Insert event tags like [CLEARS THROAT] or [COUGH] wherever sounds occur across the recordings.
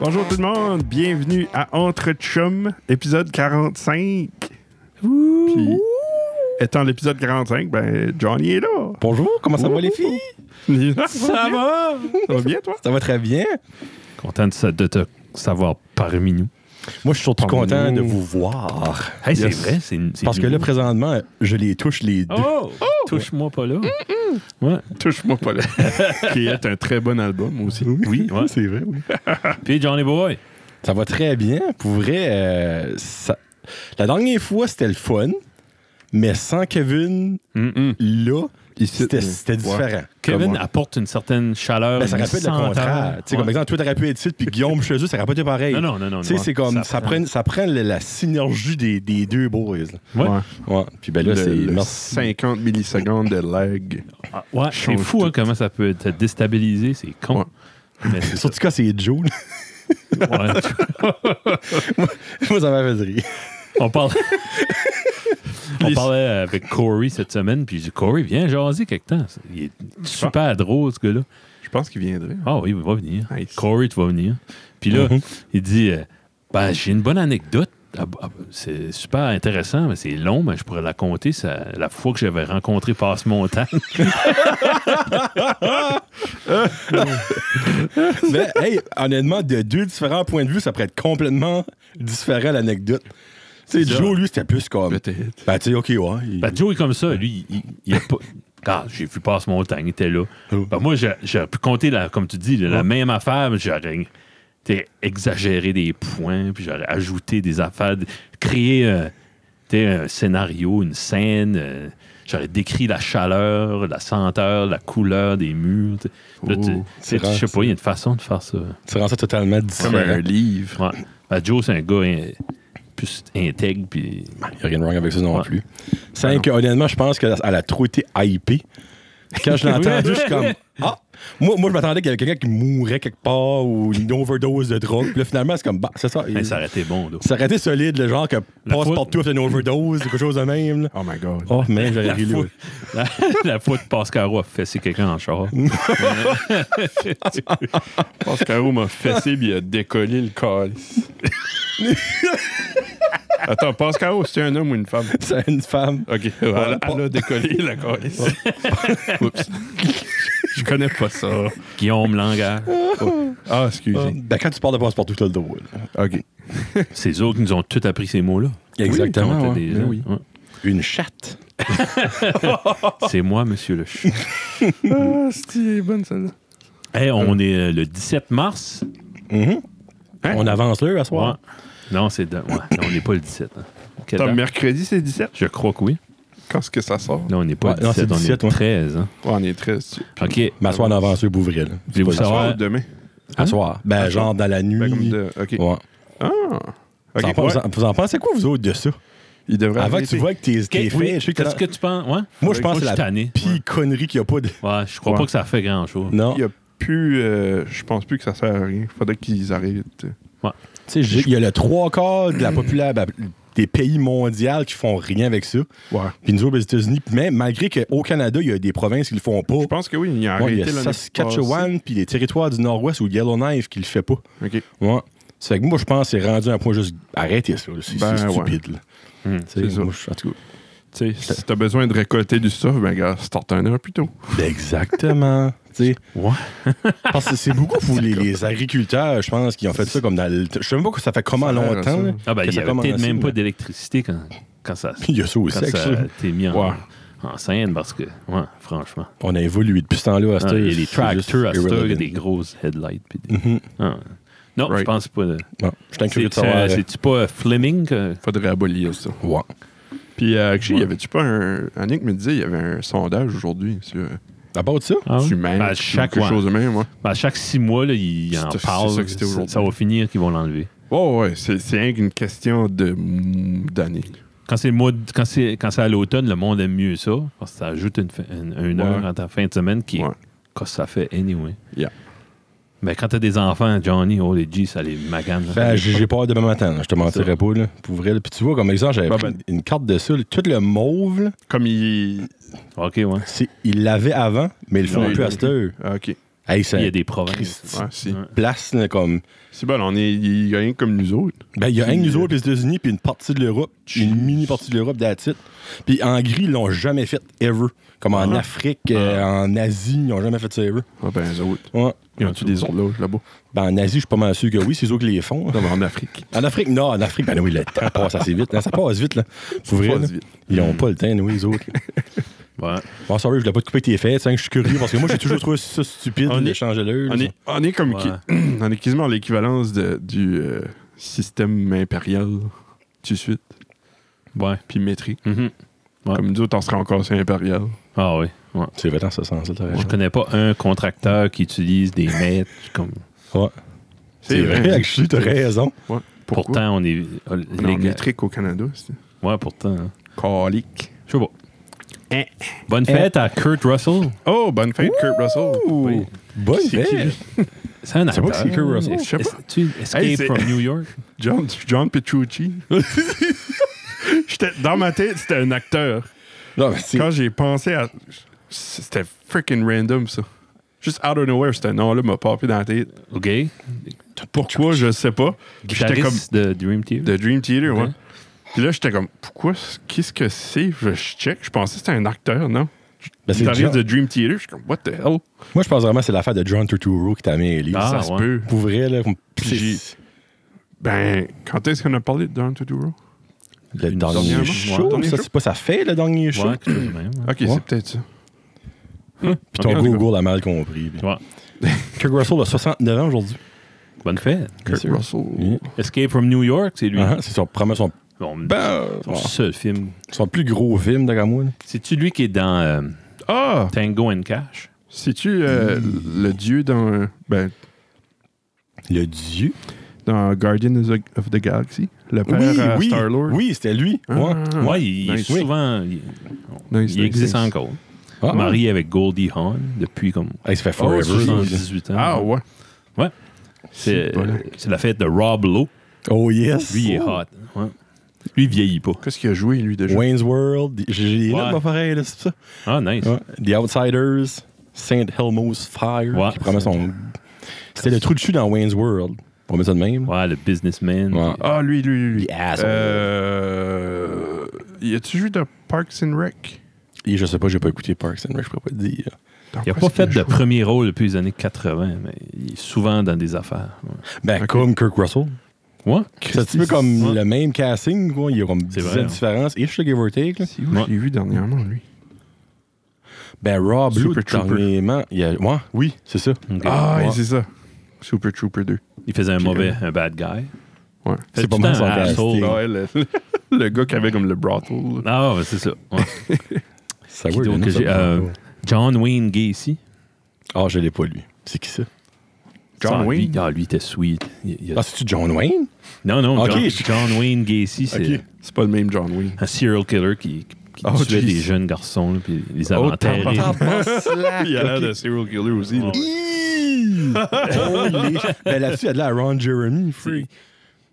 Bonjour tout le monde, bienvenue à Entre Chum, épisode 45. Puis, étant l'épisode 45, ben Johnny est là. Bonjour, comment ça va les filles? Ça va? va bien toi? Ça va très bien. Content de, sa- de te savoir parmi nous. Moi, je suis surtout Parmi content nous. de vous voir. Hey, c'est Yes. vrai, c'est c'est Parce que nous. là, présentement, je les touche les deux. Oh! Touche-moi pas là. Ouais. Touche-moi [LAUGHS] pas là. Qui est un très bon album aussi. Oui, ouais. c'est vrai, oui. Puis Johnny Boy. Ça va très bien. Pour vrai, euh, ça- la dernière fois, c'était le fun, mais sans Kevin, là, Ici, c'était ouais. c'était différent. euh, Kevin Comment? apporte une certaine chaleur. Ben, ça rappelle le sans contraire. terre. Tu sais, Comme Ouais. exemple, toi, t'aurais pu être ici, puis Guillaume chez eux, ça aurait pas été pareil. Non, non, non, non. Tu sais, non. c'est comme, ça, prend, ça prend la, la synergie des, des deux boys. là. Ouais. Ouais. Ouais. Puis ben là, Le- c'est... le merci. 50 millisecondes de lag. Ah, ouais, c'est Change fou hein, tout. comment ça peut te déstabiliser, c'est con. Ouais. Mais c'est ça. [LAUGHS] Surtout quand c'est Joe, là. Ouais. [LAUGHS] Moi, ça m'a fait rire. On [LAUGHS] parle. On Les- parlait avec Corey cette semaine, puis j'ai dit Corey, viens jaser quelque temps. Il est super drôle, ce gars-là. Je pense qu'il viendrait. Ah oui, il va venir. Nice. Corey, tu vas venir. Puis là, Mhm. il dit euh, ben, J'ai une bonne anecdote. Ah, ah, C'est super intéressant, mais c'est long, mais je pourrais la compter. Ça, la fois que j'avais rencontré Passe Montagne. Mais, hey, honnêtement, de deux différents points de vue, ça pourrait être complètement différent l'anecdote. Tu sais, C'est ça. Joe, lui, c'était plus comme. Peut-être. Ben, tu sais, ok, ouais. il- Ben, Joe est comme ça. Lui, il, il- il a [LAUGHS] pas. Ah, j'ai vu Passe Montagne, il était là. Oh. Ben, moi, j'ai- j'aurais pu compter, la- comme tu dis, la, la même affaire, mais j'aurais t'sais, exagéré des points, puis j'aurais ajouté des affaires, d- créé euh, t'sais, un scénario, une scène. euh, j'aurais décrit la chaleur, la senteur, la couleur des murs. t'sais. Puis Là, tu- Oh, c'est t'sais, je sais rare, pas, il y a une façon de faire ça. Tu rends ça totalement Comme différent. un livre. Ouais. Ben, Joe, c'est un gars hein, plus intègre, puis. Il n'y a rien de wrong avec ça non Ouais. plus. Cinq, honnêtement, je pense qu'elle a trop été hypée. Quand [LAUGHS] je l'ai entendu, je suis comme. Ah! Moi, moi je m'attendais qu'il y avait quelqu'un qui mourait quelque part ou une overdose de drogue. Puis là, finalement, c'est comme. Bah, c'est ça. Ben, ça aurait été bon, là. Ça aurait été solide, le genre que passe fois- partout fait une overdose ou quelque chose de même. là. Oh my god. Oh, man, j'aurais La ri là. fois, la, [LAUGHS] la fois de Pascaro a fessé quelqu'un en char. Pascaro m'a fessé puis il a décollé le [LAUGHS] calice. Attends, Pascaro, c'est un homme ou une femme? C'est une femme. Ok, elle, elle a décollé [LAUGHS] le calice. Oups. Je connais pas ça. Guillaume Langage. Ah, excusez. Ben, quand tu parles de passe-partout, tu as le droit. là. Ah. Ok. Ces autres nous ont tous appris ces mots-là. Ah Exactement, Quand on ouais. était des Ben gens. oui. Ouais. Une chatte. C'est moi, monsieur le ch... Ah, c'est bonne celle-là. Hey, on est euh, le 17 mars. Hein? On avance là, à ce Ouais. soir. Non, c'est de- ouais. Non, on n'est pas le 17. hein. Quelle Attends, date? mercredi, c'est 17. Je crois que oui. Quand est-ce que ça sort? Non, on n'est pas Ouais, le non, c'est 17, on est 17, le ouais. 13. hein. On est 13. OK. Mais à soir, on avance là, Bouvril. là. Voulez-vous C'est pas- savoir? Soir ou demain? À soir. Ben, genre dans la nuit. Hein? Ben, comme de... Ok. Ouais. Ah. Vous en Ok, pensez- ouais. Ben, Vous en pensez quoi, vous autres, de ça? Il devrait Avant que arrêter. tu vois que t'es t'es Qu'est- oui, fait, je sais que t'as- Qu'est-ce que tu penses? Ouais? Moi, je pense que je c'est suis la tanné. pire connerie qu'il n'y a pas de. Ouais, je crois Ouais. pas que ça fait grand-chose. Non. Il y a plus. euh, je pense plus que ça sert à rien. Faudrait qu'ils arrêtent. Tu sais, j'ai- Il y a le trois quarts de la populaire ben, des pays mondiaux qui font rien avec ça. Ouais. Puis nous autres, aux États-Unis, mais malgré qu'au Canada, il y a des provinces qui le font pas. Je pense que oui, il a Ouais, il y arrêté a l'année Saskatchewan, puis les territoires du Nord-Ouest ou Yellowknife qui le fait pas. passée. OK. Ouais. C'est fait que moi, je pense que c'est rendu à un point juste. Arrêtez ça, là. c'est Ben, c'est ouais. stupide. là. Hmm. Tu sais, C'est ça. moi, je- en tout cas, Tu sais, si t'as besoin de récolter du stuff, ben gars, start un heure plus tôt. ben, exactement. [LAUGHS] Tu sais, Ouais. parce que c'est beaucoup pour les, les agriculteurs, je pense, qui ont fait ça comme dans le. Je sais même pas que ça fait comment Ça sert à longtemps. ça. là, Ah ben, que il y ça avait peut-être commence, même pas mais- d'électricité quand, quand ça, [LAUGHS] Il y a ça quand aussi. ça actuellement. t'est mis en, Ouais. en scène parce que, ouais, franchement. On a évolué depuis ce temps-là à Ah, cette Il y a des c'est juste tracteurs à cette heure, il y a irrelevant. des grosses headlights. puis des- Ah. Non, je Mm-hmm. Right. pense pas. euh, Bon, je suis curieux c'est- de savoir. euh, c'est- C'est-tu pas euh, Fleming? que- Faudrait abolir ça. ouais. Puis, euh, actually, Ouais. y avait-tu pas un. Annick me disait, il y avait un sondage aujourd'hui sur, À part de ça, Ah ouais? sur Mac Ben, ou chaque, quelque ouais. chose de même, ouais. Ben, chaque six mois, là, ils en C'est- c'est parlent. ça que c'était Ça, aujourd'hui. ça va finir qu'ils vont l'enlever. Oh, ouais, c'est c'est rien qu'une question de d'année. Quand c'est le mois de- quand c'est quand c'est à l'automne, le monde aime mieux ça parce que ça ajoute une, fin- une- une Ouais. heure à ta fin de semaine qui est- Ouais. que ça fait anyway. Yeah. Mais quand t'as des enfants, Johnny, oh les G, ça les magane. là. Ben, j'ai j'ai peur demain matin, là. je te mentirais pas, là, pour vrai. là. Puis tu vois, comme exemple, j'avais Ben, pris ben. une carte de ça, là, tout le mauve, là, Comme il. OK, ouais. c'est- ils l'avaient avant, mais ils le font Oui, plus à oui. cette heure. Ah, ok. Hey, ça Il y a des provinces. Christ. Ouais, si. Ouais. place, là, comme... C'est bon, on est. Il y a rien comme nous autres. Ben, il y a un nous autres, les États-Unis, puis une partie de l'Europe, une mini-partie de l'Europe, that's it. Puis en gris, ils l'ont jamais fait, ever. Comme en Ah. Afrique, euh, en Asie, ils n'ont jamais fait ça, ever. Ah, ben, les autres. Ouais. Ils ont-tu des horloges là-bas? Ben, en Asie, je suis pas mal sûr que oui, c'est eux qui les font. hein. Non, mais en Afrique. En Afrique, non, en Afrique, ben oui, le temps passe assez vite. hein. ça passe vite, là. Pour vrai, passe là. vite. Hmm. Ils n'ont pas le temps, nous, les autres. là. Ouais. Bon, sorry, je voulais pas te couper tes fesses, hein, je suis curieux, parce que moi, j'ai toujours trouvé ça stupide On est- d'échanger l'heure. On est, on est comme. Ouais. qui- [CLEARS THROAT] on est quasiment à l'équivalence de- du euh, système impérial, tout de suite, Ouais. puis métrique. Mhm. Ouais. Comme nous autres, on serait encore sur impérial. Ah oui. Ouais. C'est vrai dans ce sens-là, t'as Je raison. connais pas un contracteur qui utilise des mètres. comme... Ouais. C'est vrai, actually, t'as raison. Ouais. Pourquoi? Pourtant, on est. euh, On est en métrique au Canada, c'est. Ouais, pourtant. hein. Calique. Je sais pas. Eh. Bonne fête à Kurt Russell. Oh, bonne fête, Kurt Russell. Ouh, Bonne C'est qui, idée. lui? C'est un C'est pas acteur. que c'est Kurt Russell. Je sais pas. Est- tu- Escape Hey, c'est- from New York. John, John Petrucci. J'étais- dans ma tête, c'était un acteur. Non, mais c'est- Quand j'ai pensé à. C'était freaking random, ça. Juste out of nowhere, ce nom-là m'a popé dans la tête. OK. Pourquoi, je sais pas. Puis J'étais comme. Guitariste de Dream Theater. De Dream Theater, ouais. Ouais. Puis là, j'étais comme, pourquoi, qu'est-ce que c'est? Je check. Je pensais que c'était un acteur, non? Ben, c'est Guitariste John- de Dream Theater. Je suis comme, what the hell? Moi, je pense vraiment que c'est l'affaire de John Turturro qui t'a mis à Elise. Ah, ça se ouais. peut. Pour vrai, là, comme- Puis j'ai- Ben, quand est-ce qu'on a parlé de Down to Do Row? le Une dernier dernière- show, ouais, dernier ça, show. c'est pas ça fait, le dernier show. Ouais, quelque chose de même, hein. ouais. Ok, Ouais. c'est peut-être ça. Puis ton Ok, en tout Google a mal compris. puis- Ouais. Kirk Russell a 69 ans aujourd'hui. Bonne fête. Kurt Uh-huh. sûr. Russell. Oui. Escape from New York, c'est lui. Ah, C'est son, probablement son, Bon, Bah, ben, son ouais, seul film. son plus gros film, d'accord, moi. là. C'est-tu lui qui est dans euh, Ah! Tango and Cash? C'est-tu euh, le dieu dans, euh, ben, Le dieu. dans Guardian of the- of the Galaxy? Le père à oui, Star-Lord? oui, c'était lui. Ah, ouais. ah, ouais, il, nice. il est souvent. Il, Nice, il nice, existe nice. encore. Ah, Marié avec Goldie Hawn depuis comme ah, il se fait Oh, forever. c'est lui. 78 ans. Ah ouais. Ouais. C'est C'est bon. c'est la fête de Rob Lowe. Oh, yes. Lui, il est hot. Ouais. Lui, il vieillit pas. Qu'est-ce qu'il a joué, lui, déjà? Wayne's World. J'ai j'ai des Ouais. notes, moi, pareil, là, c'est ça. Ah, nice. Ouais. The Outsiders, Saint Helmo's Fire, Ouais. qui promet son. C'était le trou de cul dans Wayne's World. On met ça de même. Ouais, le businessman. Ouais. Ah, lui, lui, lui. The asshole. Euh, y a-tu joué de Parks and Rec? Et je sais pas, j'ai pas écouté Parks and Rec, je pourrais pas te dire. Dans Il quoi n'a pas est-ce qu'il fait de joué? premier rôle depuis les années 80, mais il est souvent dans des affaires. Ben, Ok. comme Kirk Russell. Ouais. Ouais. C'est un petit peu comme Ouais. le même casting, quoi. Il y a comme C'est 10 vrai, hein. différences. Et je give or take. là. C'est où je l'ai vu dernièrement, lui? Ben, Rob Blue, Super Trooper. dernièrement, il y a. Ouais, oui, c'est ça. Ok. Ah, ouais. c'est ça. Super Trooper 2. Il faisait un Puis, mauvais, un bad guy. Ouais. Fait C'est pas tout mal le temps son un asshole. casting. Ah ouais, le, [LAUGHS] le gars qui avait comme le brothel. là. Ah, ouais, c'est ça. Ouais. Ça Qui weird, donc le nom, que ça j'ai, me parle euh, John Wayne Gacy. pas. Ah, je l'ai pas, lui. C'est qui ça? John Ah, lui- Wayne? ah, lui, il était sweet. Il- il a- Ah, c'est-tu John Wayne? Non, non, Ok. John, John Wayne Gacy, c'est Ok. C'est pas le même John Wayne. un serial killer qui, qui Oh, tuait jeez. des jeunes garçons, là, puis les avait Oh, enterrés. t'en Il a l'air Ok. de serial killer aussi. là. Ouais. Hi! [LAUGHS] Holy- ben là-dessus, il y a de la Ron Jeremy, freak.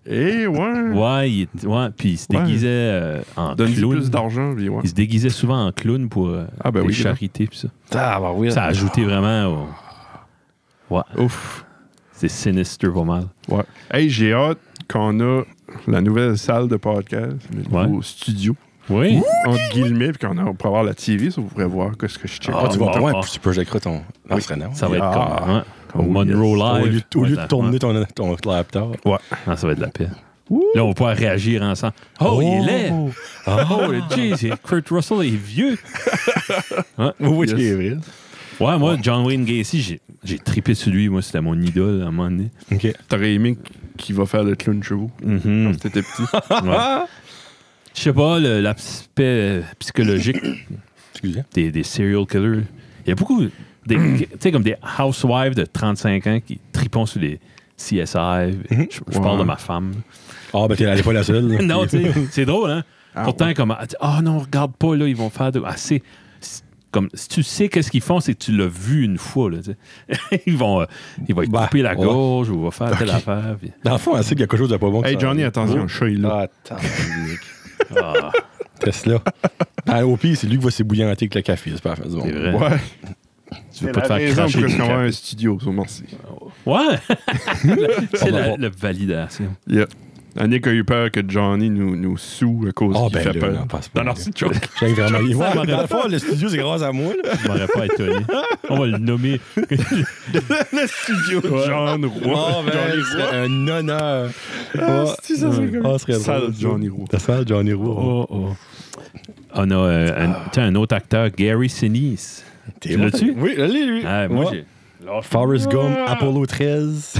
Eh ouais. Ouais, il, était- ouais, puis il se Ouais. déguisait euh, en Donne clown. plus d'argent, lui, ouais. Il se déguisait souvent en clown pour euh, Ah, ben des oui, charités. puis ça. Ah, bah oui. ça a ajouté vraiment au... Ouais, Ouf. c'est sinistre pas mal. Ouais. Hey, j'ai hâte qu'on a la nouvelle salle de podcast, le nouveau studio, Oui. entre guillemets, puis qu'on a- on pourra voir la TV, ça vous pourrez voir qu'est-ce que je check. Ah, tu vas Ah, loin, ah. puis tu projetteras ton. Non, ce serait non. Ça va être Ah. comme hein, au Oh, Monroe yes. Au Live. lieu, au lieu Ouais, de tourner ton, ton laptop. Ouais. Non, ça va être de la paix. Ouh. Là, on va pouvoir réagir ensemble. Oh, il est laid! Oh, Oh, jeez, Kurt Russell est vieux! Hein? Oh, oui, Yes. c'est vrai. Ouais, moi, John Wayne Gacy, j'ai- j'ai trippé sur lui. Moi, c'était mon idole à un moment donné. OK. T'aurais aimé qui va faire le clown chevaux Mhm. quand t'étais petit. Ouais. Je sais pas, le- l'aspect euh, psychologique [COUGHS] Excusez. des, des serial killers. Il y a beaucoup, des- tu sais, comme des housewives de 35 ans qui tripont sur les CSI. Je, je parle Ouais. de ma femme. Ah, ben, t'es elle est pas la seule. là. non, tu sais, c'est drôle, hein? Ah, Pourtant, ouais. comme, ah tu- ah non, regarde pas, là, ils vont faire de. Ah, c'est- c'est- Comme, si tu sais qu'est-ce qu'ils font, c'est que tu l'as vu une fois. Là, tu sais. [LAUGHS] ils vont, euh, ils vont y Bah, couper la ouais. gorge ou ils vont faire telle Ok. affaire. puis- Dans le fond, elle sait qu'il y a quelque chose de pas bon. qui Hey s'en Johnny, vient. attention, le chat est là. Ah, tabarnak. Ah, Tesla. Ah, au pire, c'est lui qui va s'ébouillanter avec le café. C'est pas c'est vrai. Ouais. Tu veux C'est pas te la faire raison cracher. pour du qu'on a café. un studio, ça, merci. Ouais. On [LAUGHS] c'est va la, voir. la validation. Yeah. Annick a eu peur que Johnny nous, nous sous à cause Oh, qu'il ben Ah, fait là, peur. non, passe pas. non, non, c'est une [LAUGHS] joke. J'ai vraiment Ouais, Ça mais m'aurait Dans le pas- fond, le studio, c'est grâce à moi. là. Je m'aurais pas étonné. On va [LAUGHS] le nommer. [LAUGHS] le studio de John Roy. Oh, ben, Johnny c'est Roy. un honneur. Ah, Ouais. c'est ça, c'est comme- Ah, ce serait Sale drôle, ça. Johnny Roux. Ça sale Johnny Roux. ouais. Oh, oh. On a euh, un, tu sais, un autre acteur, Gary Sinise. T'es l'as bon, tu? t'as- Oui, je l'ai, lui. Ah, moi, Ouais. j'ai. Lâche- Forrest Gump, Apollo 13.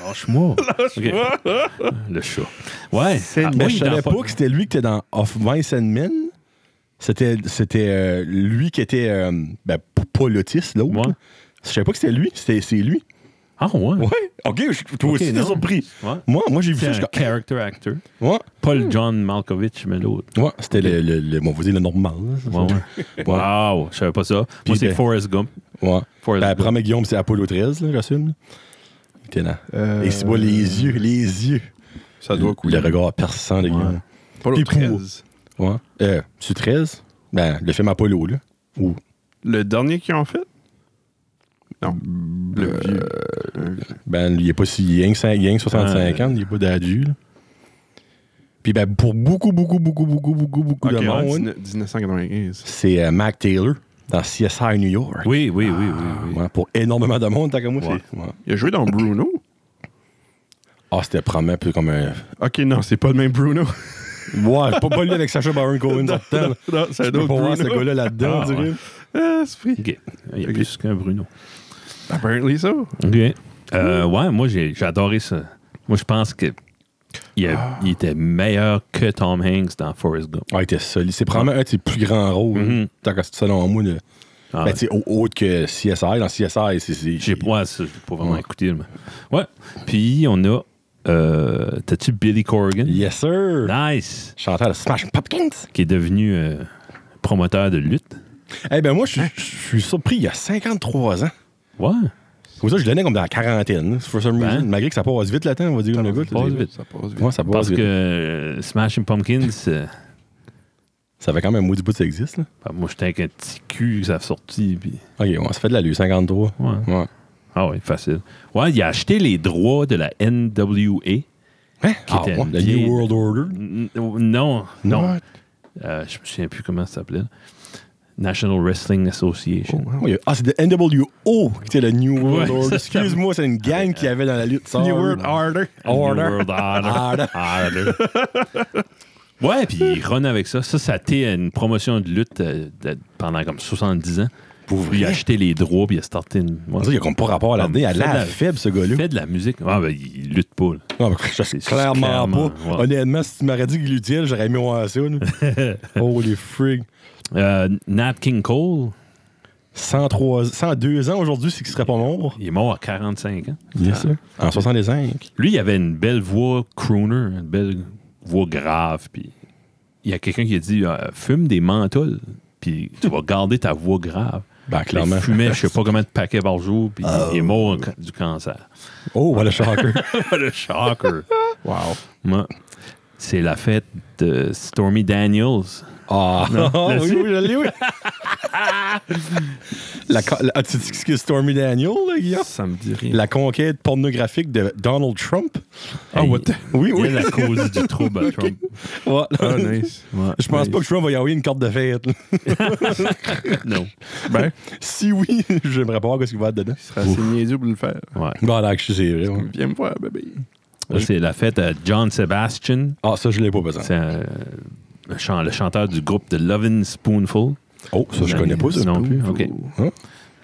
Lâche-moi. Lâche-moi. Le chat. Ouais. C'est Ah, une- Mais oui, je dans savais pas- pas que c'était lui qui était dans Of Mice and Men. C'était, c'était euh, lui qui était, euh, ben, p- pas l'autiste, l'autre. Ouais. là. Je savais pas que c'était lui. C'était, c'est lui. Ah, ouais. Ouais. OK, je- toi aussi, t'es non. surpris. Ouais. Moi, moi j'ai vu C'est ça. un je- character actor. Ouais. Pas le John Malkovich, mais l'autre. Ouais, c'était le, le, le- bon, on va dire le normal. là. Ouais, ouais. Ouais. Wow, je savais pas ça. Puis Moi, c'est ben- Forrest Gump. Ouais. Forrest Ben, Gump. premier Guillaume, c'est Apollo 13, là, j'assume. là. Il était là. Euh, Et c'est pas les yeux, les yeux. Ça doit couler. Le regard perçant de Guillaume. Pas le Puis pour- 13. Ouais. Euh, c'est 13? Ben, le film Apollo, là. Ou. Le dernier qu'ils ont fait? Non. Le vieux. Le vieux. Ben, il est pas si. Il a que cin- il a que 65 ans, il est pas d'adieu, là. Puis, ben, pour beaucoup, beaucoup, beaucoup, beaucoup, beaucoup, beaucoup Ok, de en monde, 19- 1995. c'est euh, Mac Taylor dans CSI New York. Oui, oui, oui, oui. oui. Ouais, pour énormément de monde, tant que moi, Ouais. c'est. ouais. Il a joué dans Bruno? Ah, c'était probablement un peu comme un. [LAUGHS] Ok, non, c'est pas le même Bruno. Ouais, pas, pas lui avec Sacha Baron Cohen, dans le temps, là. [LAUGHS] Non, c'est Je un peux autre pas voir Bruno. ce gars-là là-dedans, Ah, on dirait. ouais. Ah, c'est pris. OK. Il y a Ok. plus qu'un Bruno. Apparently so. OK. Euh, ouais, moi, j'ai j'ai adoré ça. Moi, je pense que il, a- il était meilleur que Tom Hanks dans Forrest Gump. Ah, il était solide. C'est probablement un de ses plus grands rôles. Mhm. Tant que c'est selon moi, le- Ah, ben, tu sais, au- autre que CSI. Dans CSI, c'est. c'est- j'ai ouais, ça, j'ai pas vraiment Ouais. écouté. mais- Ouais. Puis, on a... Euh, T'as-tu Billy Corgan? Yes, sir. Nice! Chanteur de Smash Popkins. Qui est devenu euh, promoteur de lutte. Eh ben moi, Hein? je suis- je suis surpris. Il y a 53 ans. Ouais. C'est pour ça que je le donnais comme dans la quarantaine. là, For some Ben. reason. Malgré que ça passe vite le temps, on va dire comme le gars. Ça passe tu sais. vite, Ça passe vite. Oh, Ouais, ça passe Parce vite. que euh, Smashing Pumpkins... euh, Ça fait quand même un mot du bout que ça existe. Là. bah, moi, j'étais avec un petit cul que ça a sorti. Puis... Ok, ouais, ça fait de la lue, 53. Ouais. Ouais. Ah ouais, facile. Ouais, il a acheté les droits de la NWA. Hein? Ah, était ouais, une la vieille- New World Order. N- Non, non. What? Euh, je me souviens plus comment ça s'appelait. National Wrestling Association. Oui, Ah, c'est de NWO qui était le New World Ouais, Order. ça, c'est- Excuse-moi, c'est une gang qu'il y avait dans la lutte. sorry. Order. Order. New World Order. Oh. Order. Order. ouais, puis il run avec ça. Ça, ça a été une promotion de lutte euh, de- pendant comme 70 ans. Pour Il vrai. a acheté les droits, puis il a starté une. On dirait ouais. qu'il n'y a comme pas rapport là-dedans. Il a Fait de la- l'air faible, ce gars-là. Il fait de la musique. Ah, ben, il lutte pas. là. Non, mais je sais C'est clairement, clairement, pas. ouais. Honnêtement, si tu m'aurais dit qu'il l'utilisait, j'aurais aimé voir ça. là. [LAUGHS] Holy frig. Euh, Nat King Cole, 103, 102 ans aujourd'hui, c'est qu'il serait pas mort. il est mort à 45 ans. Bien sûr. En 65. Lui, il avait une belle voix crooner, une belle voix grave. Puis il y a quelqu'un qui a dit euh, Fume des menthols, puis tu vas garder ta voix grave. Ben, Il clairement. fumait, je sais pas combien de paquets par jour, puis il est mort en ca- [LAUGHS] du cancer. Oh, voilà, shocker. Le shocker. Wow. Moi, c'est la fête de Stormy Daniels. [LAUGHS] Ah, oui, merci. oui, je l'ai, oui. [LAUGHS] la, co- la- tu dis ce que Stormy Daniel, là, Guillaume? Ça me dit rien. La conquête pornographique de Donald Trump. Ah, Hey, what the- Oui, oui. Il est la cause du trouble [LAUGHS] à Trump. Ouais. Ah, nice. Ouais. Je pense Nice. pas que Trump va y avoir une carte de fête. là. Non. Ben, si oui, [LAUGHS] j'aimerais pas voir ce qu'il va être dedans. il serait assez niaiseux pour le faire. Ouais. Voilà, que je sais, vrai. ouais. Viens me voir, bébé. Ça, c'est la fête à John Sebastian. Ah, ça, je l'ai pas besoin. C'est un- un chan- le chanteur du groupe de Lovin' Spoonful. Oh, ça, je connais pas ça. Non plus, Ouh. ok. Hein?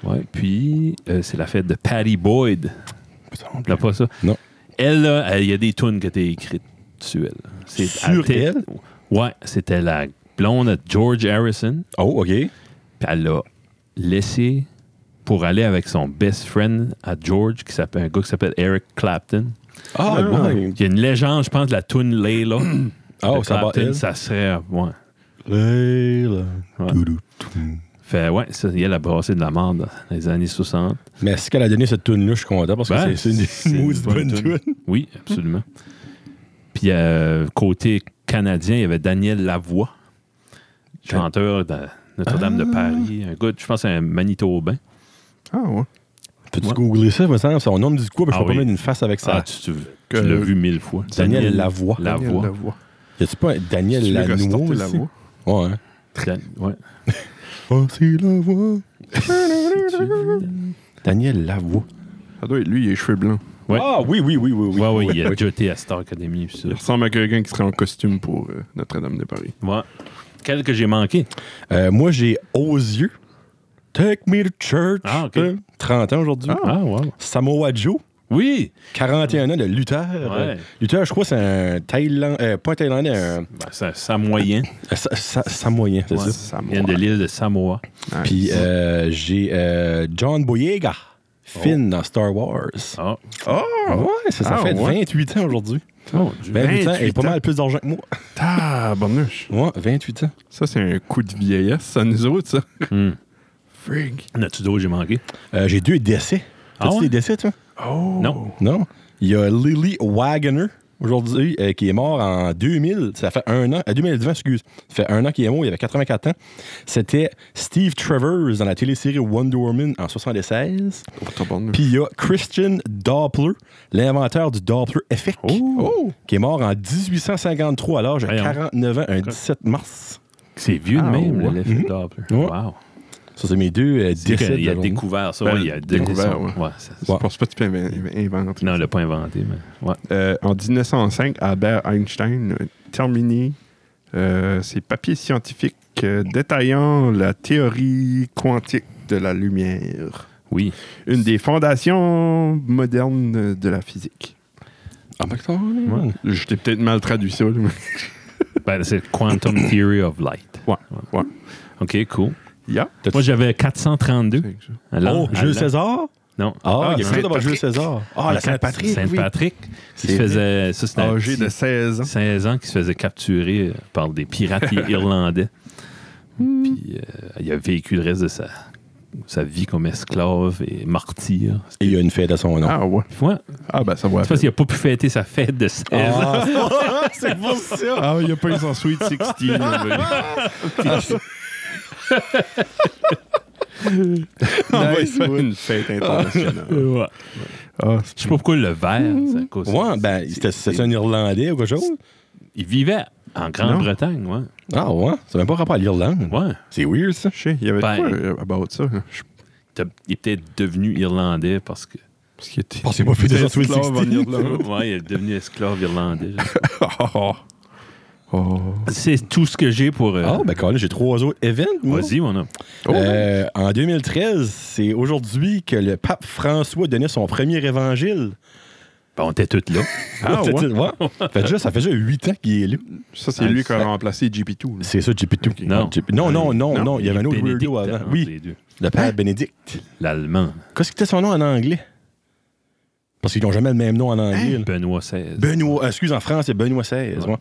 Ouais, puis euh, c'est la fête de Patty Boyd. T'as pas ça? Non. Elle, là, elle- il y a des tunes qui étaient écrites sur elle. C'est- Sur était- elle? Ouais, c'était la blonde à George Harrison. Oh, OK. Puis elle l'a laissé pour aller avec son best friend à George, qui s'appelle un gars qui s'appelle Eric Clapton. Ah, ouais. Il y a une légende, je pense, de la tune Layla. Ah, De ça va, Clapton, elle? ça serait. Ouais. Layla. Ouais. Doudou. Fait ouais, ça, il y a la brassée de la mort dans les années 60. Mais est-ce qu'elle a donné cette tune là je suis content parce que Ben, c'est- c'est une, maudite bonne tune. Oui, Hum. absolument. Puis euh, côté canadien, il y avait Daniel Lavoie, chanteur de Notre-Dame Ah. de Paris. Un gars, je pense, un Manitobain. Ah, ouais. Peux-tu Ouais. googler ça, me semble? Son nom me dit quoi? mais Je Ah peux oui. pas mettre une face avec Ah, ça. tu, tu- tu Que- l'as vu mille fois. Daniel Lavoie. Daniel Lavoie. Lavoie. Y a-tu pas un Daniel Tu veux ressortir Lanois? la aussi? voix? Ouais. hein. Dan- ouais. Oh, c'est la voix. Daniel Lavoie. Ça doit être Ah, lui, il a les cheveux blancs. Ouais. Ah oui, oui, oui, oui. oui. Ouais, ouais, il a jeté à Star Academy. puis ça. Il ressemble à quelqu'un qui serait en costume pour euh, Notre-Dame de Paris. Ouais. Quel que j'ai manqué. Euh, moi, j'ai aux yeux. Take me to church. Ah, ok. Euh, 30 ans aujourd'hui. Ah, ouais. Samoa Joe, Oui. 41 ans de Luther. Ouais. Luther, je crois, c'est un Thaïlandais. euh, pas un Thaïlandais, un. Ben, ça, moyen. un Sa- Sa- Samoyen, c'est Ouais. ça. Ça Il vient de l'île de Samoa. Puis euh, j'ai euh, John Boyega, Finn dans Star Wars. Ah. Oh. Ah ouais, ça, ça Ah, fait ouais. 28 ans aujourd'hui. Oh, Mon Dieu. 28 Ben, ans, et 28 pas Ben, ans. mal plus d'argent que moi. Tabarnouche. Ouais, 28 ans. Ça, c'est un coup de vieillesse, ça, nous autres, ça. Hmm. Frig. N'as-tu d'autres que j'ai manqué? Euh, j'ai deux décès. Ah T'as-tu ouais? des décès, toi? Oh. Non. Non. Il y a Lily Wagoner aujourd'hui euh, qui est mort en 2000. Ça fait un an. euh, 2020, excuse. Ça fait un an qu'il est mort. Il avait 84 ans. C'était Steve Travers dans la télésérie Wonder Woman en 76. Oh, tabarnouche. Puis il y a Christian Doppler, l'inventeur du Doppler effect, Oh. qui est mort en 1853 à l'âge de Voyons. 49 ans, un 17 mars. C'est vieux de Ah, même, ouais. le Leffe Mhm. Doppler. Ouais. Wow. Ça, c'est mes deux euh, C'est décès. de qu'il a la journée. découvert ça. Ben, ouais, il a découvert, donné son- ouais. ouais, ça- Je Ouais. pense pas que tu peux invin- inventer. Non, il l'a pas inventé, mais. Ouais. Euh, en 1905, Albert Einstein a terminé euh, ses papiers scientifiques euh, détaillant la théorie quantique de la lumière, Oui. une des fondations modernes de la physique. Ah, ben, ça, ouais. Je t'ai peut-être mal traduit ça. là, mais- Ben, c'est Quantum Theory of Light. Ouais, ouais. OK, cool. Yeah. Moi, j'avais 432. à l'an- Oh, à Jules l'an- César? Non. Ah, il y Saint-Patrick. a quelque chose d'avoir Jules César. Ah, la Saint-Patrick. oui. Saint-Patrick. qui se C'est faisait. Ça, c'était un Âgé Ah, de petit 16 ans. 16 ans qui se faisait capturer euh, par des pirates irlandais. Hmm. Puis, euh, il a vécu le reste de sa, sa vie comme esclave et martyr. Et il y a une fête à son nom. Ah ouais. Ouais. Ah ben ça va. Je sais pas s'il a pas pu fêter sa fête de 16 ans. Ah, c'est pour ça. Ah, il a pas eu son Sweet 16. là, mais- Ah, Nice, ouais. une fête internationale. Ouais. Ah, Je sais pas pourquoi le vert, Mm. c'est à cause- Ouais, ben, c'était- c'était un Irlandais ou quelque chose? Il vivait en Grande-Bretagne, ouais. Ah, ouais. Ça n'a même pas rapport à l'Irlande. Ouais. C'est weird, ça. Je sais, il y avait Ben. quoi euh, about ça? hein? Je- T'as- Il est peut-être devenu irlandais parce que. Parce qu'il était. Parce qu'il a pas fait des était Sweet esclave en 16. Irlande. ouais, il est devenu esclave irlandais. je sais Oh, oh, oh. Oh. pas. C'est tout ce que j'ai pour. euh, Ah, ben, quand même, j'ai trois autres events. moi. Vas-y, mon homme. Oh, Euh, en 2013, c'est aujourd'hui que le pape François donnait son premier évangile. Ben, on était tous là. [LAUGHS] Ah, ouais. Ouais. Fait déjà, ça fait déjà 8 ans qu'il est là. Ça, c'est lui qui ça- a remplacé JP2. là. C'est ça, JP2. Non. JP2. non, non, non, Non. non, il y avait un autre Bénédicte weirdo avant. entre Oui, les deux. le pape Bénédicte. L'allemand. Qu'est-ce que c'était son nom en anglais? Parce qu'ils n'ont jamais le même nom en anglais. là. Benoît XVI. Benoît, excuse, en France, c'est Benoît XVI. Hein? ouais.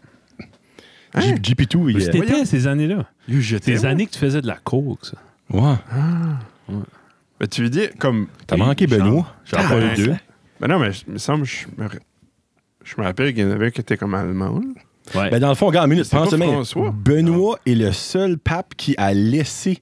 Hein? J- JP2, il Mais est. C'était ces années-là. t'aime. Ces années que tu faisais de la coke, ça. Ouais. Ben, tu veux dire, comme. T'as manqué Benoît. J'en ai Ah, pas eu deux. Ben non, mais je- il me semble, je me, ra- je me rappelle qu'il y en avait qui étaient comme allemand. là. Ouais. Ben, dans le fond, regarde, minute, C'est pas pense-le bien. François. Ah. Benoît est le seul pape qui a laissé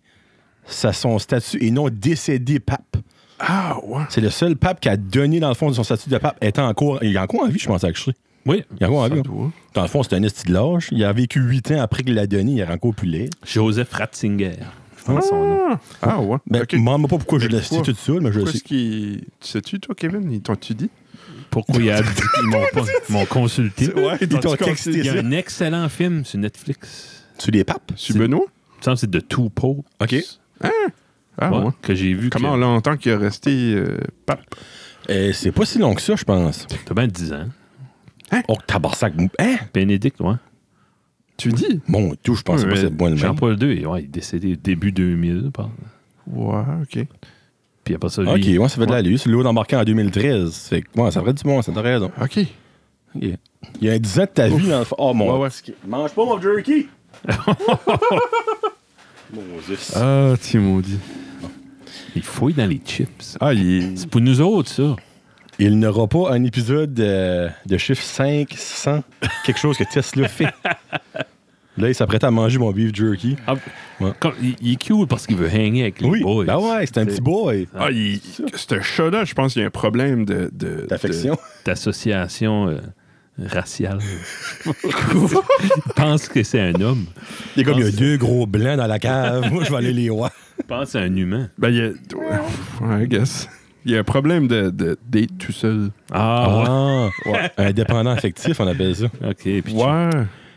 sa- son statut et non décédé pape. Ah, ouais. C'est le seul pape qui a donné, dans le fond, son statut de pape, étant encore. Il est encore en vie, je pense, actually. oui. Il est encore en vie. hein. doit. Dans le fond, c'est un esti de lâche. Il a vécu 8 ans après qu'il l'a donné, il est encore plus laid. Joseph Ratzinger. Je pense son nom. Ah, ah, ouais. Ben, Ok. demande-moi pas pourquoi je Mais le cite pourquoi- tout seul, mais je le Pourquoi sais. est-ce qu'il. Tu sais-tu, toi, Kevin Ils t'ont-tu dit Pourquoi il y a- ils [LAUGHS] m'ont pas- ils m'ont consulté. ils t'ont texté Il y a ça. un excellent film sur Netflix. Tu les papes? Sur Benoît Il me semble que c'est de Two Popes. OK. Ah, Ouais, ouais. Que j'ai vu. Comment longtemps qu'il est resté euh, pape Euh, c'est pas si long que ça, je pense. que... T'as bien 10 ans. Oh, tabarsak. Hein? Bénédicte, ouais. Tu dis Mon Dieu, je pensais Ouais, pas que mais c'était bon le même. Jean-Paul II, ouais, il est décédé début 2000. je pense. Ouais, ok. Puis après ça, lui, Ok, ouais, ça fait de la lui. C'est le lot d'embarquer en 2013. C'est ouais, ça ferait du bon, ça t'as raison. Ok. Ok. Il y a hein. 10 ans de ta vie dans le fond. Oh mon. [LAUGHS] Ouais, ouais. Mange pas mon jerky! Moses. Ah, tiens, maudit. Il fouille dans les chips. Ah, il est... C'est pour nous autres, ça. Il n'aura pas un épisode euh, de chiffre 500, quelque chose que Tesla [LAUGHS] fait. Là, il s'apprête à manger mon beef jerky. Ah, Ouais. comme- il, il est cute parce qu'il veut hanger avec les oui, boys. ben ouais, c'est un petit boy. Ah, il- C'est un chat-là, je pense qu'il y a un problème de... de D'affection. D'association euh, raciale. [LAUGHS] il pense que c'est un homme. Il est comme, il y a Ah, deux gros blancs dans la cave. Moi, je vais aller les voir. Il pense que c'est un humain. de- Ben, il y a... Ouais, I guess. Il y a un problème de, de d'être tout seul. Ah, ouais. Un dépendant affectif, on appelle ça. ouais. OK. Puis tu- Ouais.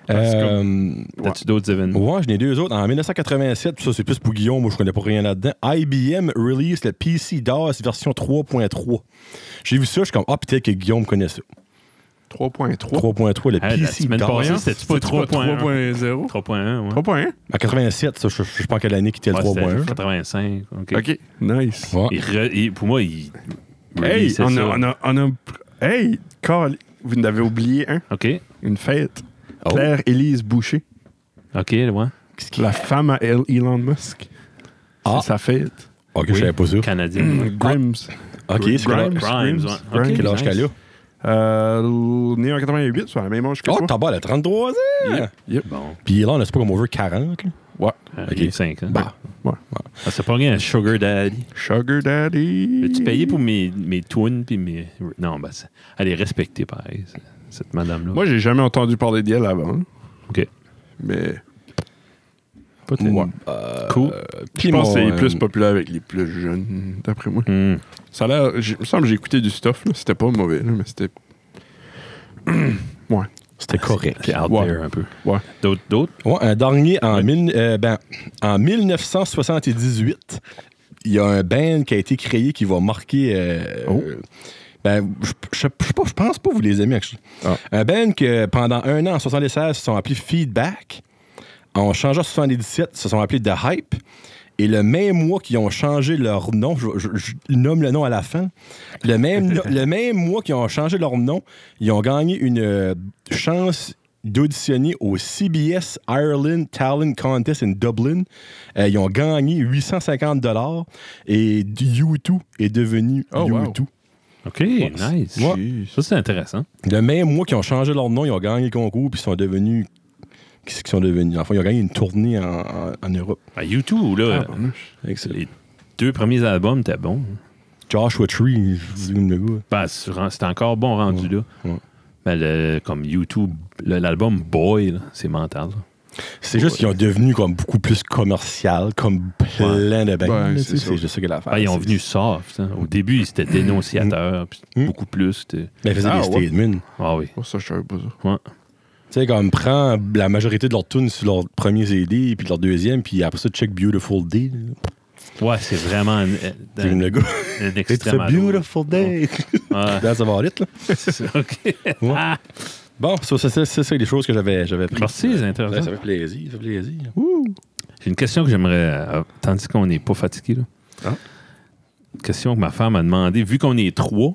Parce que- Euh, T'as-tu d'autres événements? Ouais, j'en ai deux autres. En 1987, ça c'est plus pour Guillaume, moi je connais pas rien là-dedans. IBM release le PC DOS version 3.3. J'ai vu ça, je suis comme, ah, peut-être que Guillaume connaît ça. 3.3. 3.3, le Oh. Hey, la PC semaine passée, DOS. [LAUGHS] c'était-tu pas 3.1? 3.0. 3.1, ouais. 3.1? En 87, ça, je, je pense qu'à l'année qu'il était le Ouais, Ah, c'était 3.1. 85. OK. OK. Nice. Ouais. Il re- il- pour moi, il. Hey, c'est on a, ça. on a, on a- Hey, Carl, vous n'avez oublié un, OK. une fête. Oh. Claire-Élise Boucher, OK, ouais. la femme à El- Elon Musk. Ah. C'est sa fête. Ok, je savais pas ça. Canadien. Grimes. Ok, c'est Grimes. quel âge- Grimes, ouais. Grimes. OK. quel âge qu'elle a? Euh, né en 88, soit la même âge que Oh, toi. t'as elle a 33 ans! Bon, Euh, Puis là, on a c'est pas comme over 40. Là. Ouais. OK, 5 ans. Bah, ouais. hein. Ah, c'est pas rien, un Sugar Daddy. Sugar Daddy. As-tu payé pour mes, mes twins puis mes. Non, ben, c'est- elle est respectée, pareil, c- cette madame-là. Moi, j'ai jamais entendu parler d'elle avant. hein. OK. Mais pas Ouais. Cool. Euh, je pense que c'est plus populaire avec les plus jeunes, d'après moi. Hmm. Ça a l'air. j'ai- Il me semble que j'ai écouté du stuff. là. C'était pas mauvais, là, mais c'était. [CLEARS THROAT] ouais. C'était correct. Ah, C'est out Ouais. there un peu. Ouais. D'autres, d'autres. Ouais, un dernier en, mille- euh, ben, en 1978. Il y a un band qui a été créé qui va marquer. euh, Oh. euh, ben, je, je, je sais pas- je pense pas que vous les aimez. actually. Ah. Un band que pendant un an, en 76, se sont appelés Feedback. En changeant en 77, se sont appelés The Hype. Et le même mois qu'ils ont changé leur nom, je, je- je nomme le nom à la fin, [LAUGHS] le même, le même mois qu'ils ont changé leur nom, ils ont gagné une euh, chance d'auditionner au CBS Ireland Talent Contest in Dublin. Euh, ils ont gagné 850 dollars et U2 est devenu Oh, wow. U2. OK, nice. Ah. Ouais. Ça, c'est intéressant. Le même mois qu'ils ont changé leur nom, ils ont gagné le concours puis ils sont devenus qu'est-ce qu'ils sont devenus Enfin, ils ont gagné une tournée en, en- en Europe. À YouTube, Ben, là, Ah. Tabarnouche. Excellent. les deux premiers albums étaient bons. Joshua Tree, je vous dis le gars. Ben, c'est ren- c'est encore bon rendu là. ouais. Ben, le- comme YouTube, le- l'album Boy, là, c'est mental. là. C'est juste qu'ils ont devenu comme beaucoup plus commercial, comme plein de bandes. Ouais, là, tu c'est sais, ça. c'est juste ça que l'affaire. Ben, ils ont c'est- venu soft. hein. Au début, ils étaient dénonciateurs, puis Mm. beaucoup plus. c'était- Mais ils faisaient Ah, des ouais. statements. Ah oui. Oh, ça, je savais pas ça. Ouais. Tu sais, comme prends la majorité de leurs tunes sur leur premier CD, puis leur deuxième, puis après ça, check Beautiful Day. là. Ouais, c'est vraiment un, C'est comme un, le gars. un It's extrême. a à l'autre. beautiful day. Ouais, That's about it, là. c'est ça, [LAUGHS] OK. Ouais. Ah, Bon, ça, ça, ça, ça, c'est les choses que j'avais j'avais prises. Merci, c'est Ouais, intéressant. ça fait plaisir, ça fait plaisir. J'ai une question que j'aimerais. euh, tandis qu'on n'est pas fatigué, là. Ah. Question que ma femme a demandé. Vu qu'on est trois,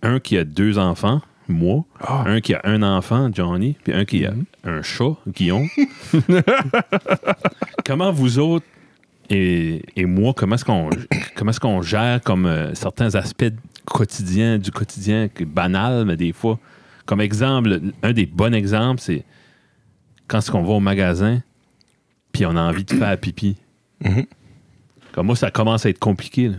un qui a deux enfants, moi, Ah. Mhm. un qui a un enfant, Johnny, puis un qui a un chat, [LAUGHS] Guillaume. comment vous autres et, et moi, comment est-ce qu'on comment est-ce qu'on gère comme euh, certains aspects quotidiens du quotidien que- banal, mais des fois, comme exemple, un des bons exemples, c'est quand est-ce qu'on va au magasin, puis on a envie de faire pipi. Mhm. Comme moi, ça commence à être compliqué. là.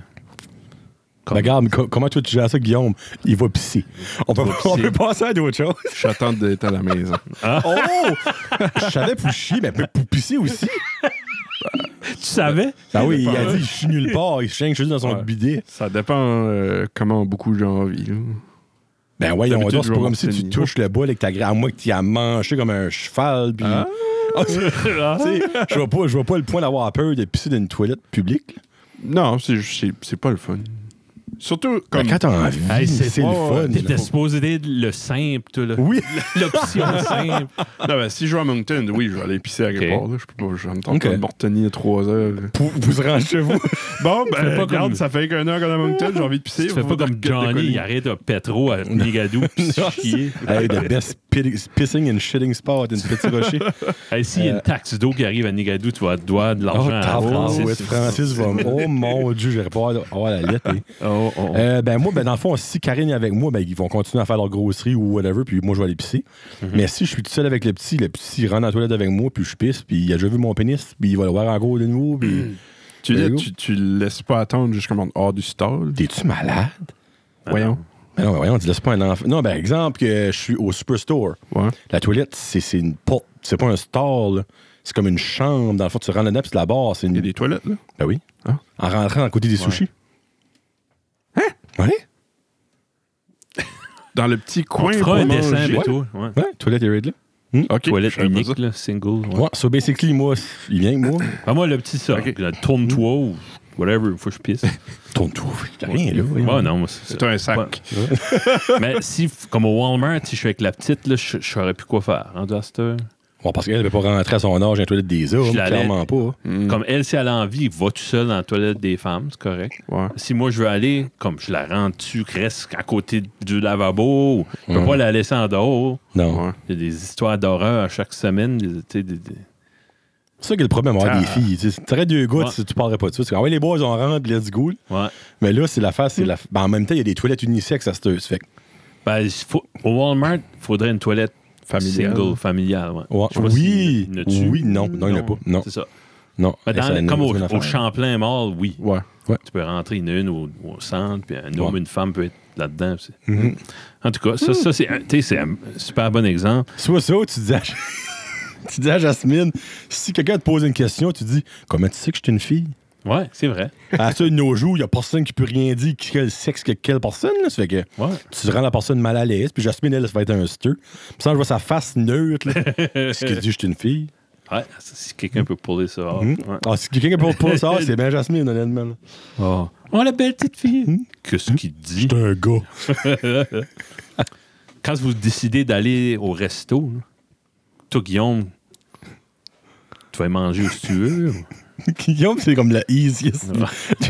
Comme- Ben, regarde, co- comment toi tu gères ça, Guillaume? Il va pisser. On peut, va pisser. [LAUGHS] on peut passer à d'autres choses. J'attends d'être à la maison. Oh! Je savais pour chier, mais peut- pour pisser aussi. tu savais? Ah oui, il dépend, a hein. dit, je suis nulle part, il se chien juste dans son Ouais. bidet. [LAUGHS] Ça dépend euh, comment beaucoup j'ai envie. là. Ben ouais, on D'habitude, dort, je c'est pas vais comme si tu m'entraîner. touches le bol et que t'as à moi que tu as manché comme un cheval. Puis... [LAUGHS] Ah, c'est- tu sais, je vois pas, je vois pas le point d'avoir peur de pisser d'une toilette publique. là. Non, c'est ju- c'est c'est pas le fun. Surtout comme. Ben, quand t'as envie, Hey, c'est le pas- fun. T'étais là. supposé d'être le simple, toi, là. Oui. L'option simple. [LAUGHS] Non, ben, si je joue à Moncton, oui, je vais aller pisser à quelque Ok. part. là. Je peux pas. Je vais me tente Ok. pas de me retenir trois heures. [LAUGHS] Vous vous rangez chez vous. [LAUGHS] Bon, ben, pas regarde, comme- ça fait qu'un heure qu'on est à Moncton, j'ai envie de pisser. Tu fais faut pas comme que- Johnny, il décoller. arrête à Petro, à Migadou, pis se chier. hey, the best pit- pissing and shitting spot in Petit Rocher. Hey, S'il y a Euh, une taxe d'eau qui arrive à Nigadou, tu vas te doigt de Oh, Ah, l'argent à tabarouette, Francis Francis. va. Oh mon Dieu, je vais pas avoir- avoir la lettre. hein. Oh, oh, oh. Euh, ben moi, ben dans le fond, si Karine est avec moi, ben ils vont continuer à faire leur grosserie ou whatever, puis moi je vais aller pisser. Mm-hmm. Mais si je suis tout seul avec le petit, le petit rentre en toilette avec moi, puis je pisse, puis il a déjà vu mon pénis, puis il va le voir en gros de nouveau, puis Mm. Tu There dis, you go. tu, tu le laisses pas attendre jusqu'à mon- hors du stall. Ah t'es-tu malade? Voyons. Ben non, ben voyons, tu laisses pas un enfant. Non, ben exemple, que je suis au Superstore. Ouais. La toilette, c'est c'est une porte, c'est pas un stall, là. c'est comme une chambre. Dans le fond, tu rentres là-dedans, puis c'est la barre. C'est Il y une... a des toilettes, là. Ben oui. Ah. En rentrant à côté des sushis. Hein? Ouais? Dans le petit On coin te pour fera un dessin manger. avec ouais. toi. ouais. Ouais, toilette et raid là. Ok, Toilette je savais pas ça. unique, là, single. ouais. Ouais, so basically, moi, il vient avec [COUGHS] moi. Ah, moi, le petit ça. Ok. là, Tourne-toi ou whatever, faut que je pisse. Tourne tout. T'as rien, là. voyons. Ah non, moi, c'est C'est un sac. Mais si, comme au Walmart, si je suis avec la petite, là, je je saurais plus quoi faire. hein, à cette heure. Ouais, parce qu'elle ne peut pas rentrer à son âge dans la toilette des hommes, Je l'allais. clairement pas. Mm. Comme elle, si elle a envie, va tout seul dans la toilette des femmes, c'est correct. Ouais. Si moi je veux aller, comme je la rends dessus, reste à côté du lavabo, ou je peux Hmm. pas la laisser en dehors. Non. Ouais. Il y a des histoires d'horreur à chaque semaine. des- tu sais, des- des- C'est ça qui est le problème avoir Ah. des filles. Tu sais, t'aurais deux gars, Ouais. tu, tu parlerais pas de ça. Tu dis, ah ouais, les boys, on rentre, puis let's go. Ouais. Mais là, c'est la face, c'est la. ben, en même temps, il y a des toilettes unisexes à cette heure. Fait que- Ben, il faut- au Walmart, il faudrait une toilette Familiale. single, familiale. Ouais. Ouais. Je sais pas Oui. s'il y en a-tu. Oui, non. Non, il n'y en a pas. Non. C'est ça. Non. Ben, Hey, dans- ça, non, comme au, c'est une au affaire. Champlain Mall, oui. Ouais. Tu peux rentrer une, une au, au centre, puis un homme, Ouais. une femme peut être là-dedans. c'est- Mhm. En tout cas, ça, ça c'est un, tu sais, c'est un super bon exemple. Soit ça, ou tu dis à... [LAUGHS] tu dis à Jasmine, si quelqu'un te pose une question, tu dis Comment tu sais que je suis une fille Ouais, c'est vrai. À ça, de nos jours, il n'y a personne qui peut rien dire quel sexe que quelle personne. Là. Ça fait que Ouais. tu rends la personne mal à l'aise, puis Jasmine, elle, ça va être un steu. Puis ça, je vois sa face neutre. là. Est-ce qu'il dit Je suis une fille Ouais, ça, si quelqu'un peut puller ça. off, Hmm? ouais. Ah, si quelqu'un peut pas ça, c'est bien Jasmine, honnêtement. là. Oh. la belle petite fille. Qu'est-ce qu'il dit? un gars. Quand vous décidez d'aller au resto, là, toi, Guillaume, tu vas y manger où si tu veux. ou- [LAUGHS] Guillaume, c'est comme la easiest.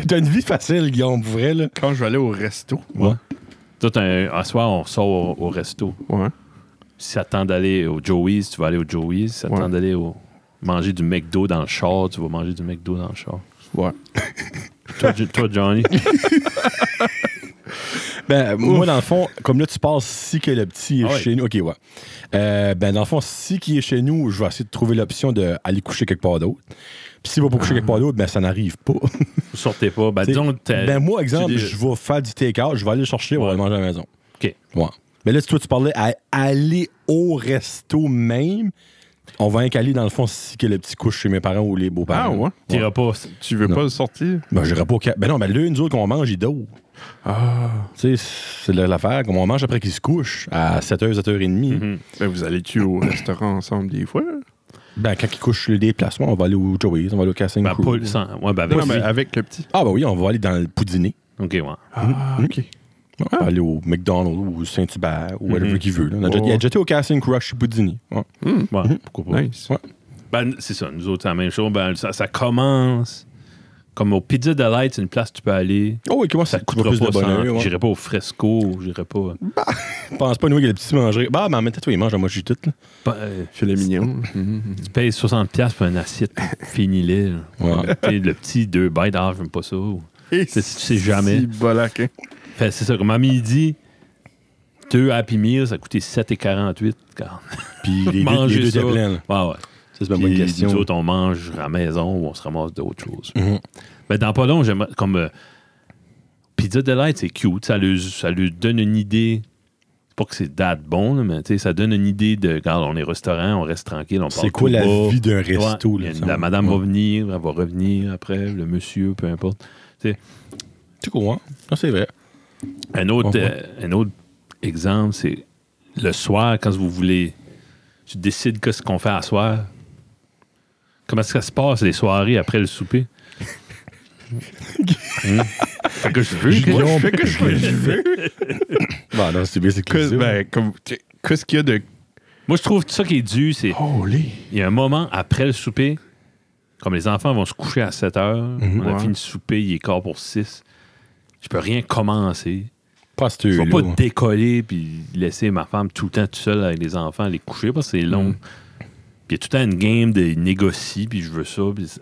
T'as une vie facile, Guillaume, pour vrai, là. Quand je vais aller au resto. Toi, t'as un, un soir, on sort au, au resto. Ouais. Si ça tente d'aller au Joey's, tu vas aller au Joey's. Si ça Ouais. tente d'aller au, manger du McDo dans le char, tu vas manger du McDo dans le char. Ouais. Toi, Jo- toi, [LAUGHS] Johnny. Ben, moi, dans le fond, comme là, tu passes si que le petit est Ah ouais. chez nous. OK, ouais. Euh, ben, dans le fond, si qui est chez nous, je vais essayer de trouver l'option d'aller coucher quelque part d'autre. Puis s'il va pas coucher quelque part d'autre, ben, ça n'arrive [LAUGHS] pas. Vous sortez pas. Ben, T'sais, Ah. disons, t'as- ben, moi, exemple, tu dis- je vais faire du take-out, je vais aller le chercher, on va Ouais. le manger à la maison. OK. Ouais. Mais là, si toi, tu parlais à aller au resto même, on va aller dans le fond si que le petit couche chez mes parents ou les Ah, beaux-parents. ouais. T'iras pas. Tu veux Ben, Non. pas le sortir? Ben, j'irai pas au ca- Ben non, ben l'une, nous autres, qu'on mange, il dort. Ah. Tu sais, c'est la- l'affaire. Comme on mange après qu'il se couche à 7h, 7h30. Mhm. Ben, vous allez-tu au restaurant ensemble des fois? Ben, quand il couche le déplacement, on va aller au Joey's, on va aller au Casting Ben, Crew. pas le sang. Ouais, ben, avec Non, mais lui. avec le petit. Ah, ben oui, on va aller dans le poudiné. OK, ouais. Ah, ok. On Ah. va aller au McDonald's ou au Saint-Hubert ou whatever Mhm. qu'il veut. là. On a Ouais, déjà- Il a ouais. déjà été au Casting Crew chez Poudiné. Ouais. Ouais, Mm-hmm. pourquoi pas. Nice. Ouais. Ben, c'est ça, nous autres, c'est la même chose. Ben, ça, ça commence comme au Pizza Delight, c'est une place où tu peux aller. Oh, et comment ça Ça coûte coûtera plus de pas ça. bonheur? ouais. J'irai pas au fresco, j'irai pas. Je pense pas, nous, que le petit mangerait. Bah, ben, en même temps, toi, il mange à moi, je tout. Là. pas- euh, Filet mignon. Mmh. tu payes 60$ pour [LAUGHS] un assiette, finis-les. là. Ouais. Tu sais, le petit deux bites, ah, j'aime pas ça. C'est- tu sais jamais. Si bolac, hein. Fait, c'est ça, comme à midi, deux Happy Meals, ça coûtait 7,48$. quand- Puis les deux, Manger les deux ça. étaient pleins. là. Ouais, ouais. Ça, c'est pas une bonne Puis question. Nous autres, on mange à la maison ou on se ramasse d'autres choses. Mhm. Mais dans pas long, j'aimerais comme euh, Pizza Delight, c'est cute. Ça lui, ça lui donne une idée. C'est Pas que c'est date bon, là, mais tu sais, ça donne une idée de quand on est restaurant, on reste tranquille, on parle C'est quoi tout la bas. vie d'un Ouais, resto? il y là, a une- ça? la madame Ouais. va venir, elle va revenir après, le monsieur, peu importe. C'est quoi? Non, c'est vrai. Un autre, Ouais, euh, un autre exemple, c'est le soir, quand vous voulez, tu décides qu'est-ce qu'on fait à soir. Comment est-ce que ça se passe les soirées après le souper? fais Hein? que je veux. Moi, que- je fais que je [LAUGHS] veux. je veux. Bah non, c'est basically Que- ça. ben, comme, tu sais, Qu'est-ce qu'il y a de. Moi, je trouve que ça qui est dû, c'est Holy! il y a un moment après le souper, comme les enfants vont se coucher à 7 heures, on a Ouais. fini le souper, il est quart pour 6. Je peux rien commencer. pas ce Je vais pas là. décoller puis laisser ma femme tout le temps toute seule avec les enfants les coucher parce que c'est long. Mm. Puis il y a tout le temps une game de négocier puis je veux ça. Puis c'est-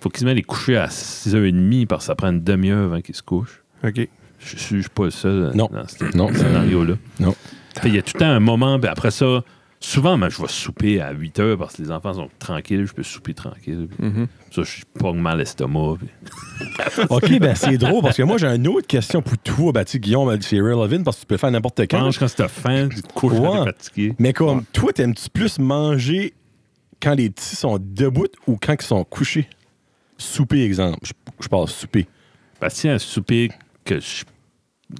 faut qu'ils se mettent les coucher à 6h30 parce que ça prend une demi-heure avant qu'ils se couchent. OK. Je suis, je suis pas le seul euh, Non. dans ce Non. scénario-là. Non. Fait, Il y a tout le temps un moment, puis après ça, souvent, ben, je vais souper à 8 heures parce que les enfants sont tranquilles, je peux souper tranquille. puis Mm-hmm. Mhm. Ça, je suis pas mal l'estomac. puis- [LAUGHS] OK, ben c'est drôle parce que moi j'ai une autre question pour toi, ben, tu sais, Guillaume, ben, c'est relevant parce que tu peux le faire n'importe quand. Mange quand c'est faim, tu te couches quand Ouais. t'es fatigué. Mais comme toi, t'aimes-tu plus manger quand les petits sont debout ou quand ils sont couchés? Souper, exemple. Je, je parle souper. Parce que c'est Bah, un souper que je-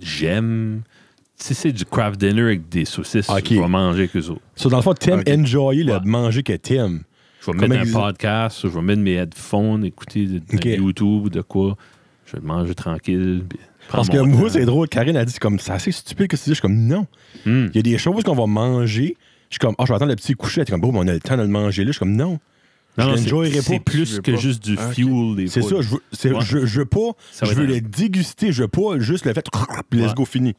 j'aime. Si c'est du craft dinner avec des saucisses, Ok. je vais manger que autres. Ça, dans le fond, t'aimes Ok. enjoyer le Ouais. manger que t'aimes. Je vais Comme mettre un exemple. podcast, je vais mettre mes headphones, écouter de, de Ok. YouTube ou de quoi. Je vais manger tranquille. puis Parce prendre que mon moi, temps. c'est drôle. Karine a dit, c'est comme, c'est assez stupide que tu dis. Je suis comme, non. Hmm. Il y a des choses qu'on va manger. Je suis comme, ah, je vais attendre le petit coucher. T'es comme, bon, on a le temps de le manger là. Je suis comme, non. Non, je non, l'enjoyerai c'est- pas. c'est Je plus veux que pas. juste du Ah, ok. fuel. des C'est fois. ça, je veux, c'est- Ouais. je, je veux pas, Ça va je veux être un- le déguster, je veux pas juste [LAUGHS] le fait, let's Ouais. go, fini.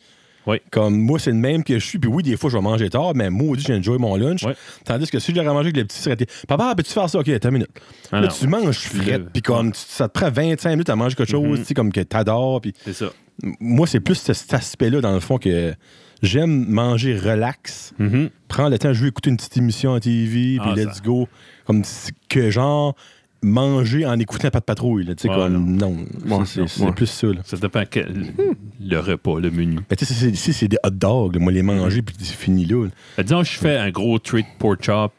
Ouais. Comme moi, c'est le même que je suis, puis oui, des fois, je vais manger tard, mais maudit, j'ai enjoy mon lunch. Ouais. Tandis que si j'aurais mangé avec le petit, ça aurait été, papa, peux-tu faire ça? Ok, attends une minute. Ah, là, non, tu manges tu fret, le- puis comme, tu- ça te prend 25 minutes à manger quelque Mm-hmm. chose, tu sais, comme que t'adores, puis C'est ça. m- moi, c'est plus ce- cet aspect-là, dans le fond, que j'aime manger relax. Mhm. Prends le temps, je veux écouter une petite émission à TV, puis Ah, let's ça. go. Comme si- que genre manger en écoutant pas de patrouille. là, Tu sais, Ouais, comme non. Ouais, c'est non, c'est ouais. plus ça. Là. Ça dépend quel- le repas, le menu. Ben, tu sais, c'est- si c'est des hot dogs, là, moi les manger, puis c'est fini là. là. Ben, disons, je fais un gros treat pork chop,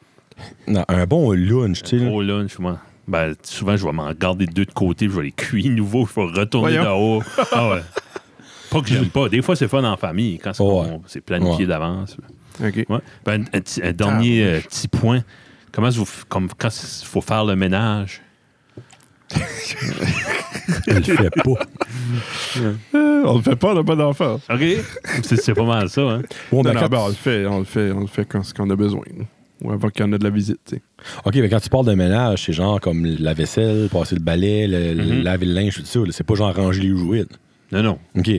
Non, un bon lunch, tu sais. là. gros lunch, moi. Ben, souvent, je vais m'en garder deux de côté, puis je vais les cuire [LAUGHS] nouveau, je vais retourner Voyons. là-haut. Ah ouais. Pas que j'aime pas. Des fois, c'est fun en famille, quand c'est Ouais. on- c'est planifié Ouais. d'avance. OK. Ouais. Ben, un, un petit- un dernier euh, petit point. Comment vous, f- comme quand il faut faire le ménage? Je le fais pas. Euh, on le fait pas, on n'a pas d'enfant. OK? [LAUGHS] C'est c'est pas mal ça, hein? Bon, Non, ben, non, quand ben, on tu- le fait, on le fait, on le fait quand ce qu'on a besoin. là. Ou avant qu'il y en ait de la visite, tu sais. Ok, mais quand tu parles de ménage, c'est genre comme la vaisselle, passer le balai, le- le- Mhm. laver le linge, tout ça. là. C'est pas genre ranger les jouets. là. Non, non. Ok.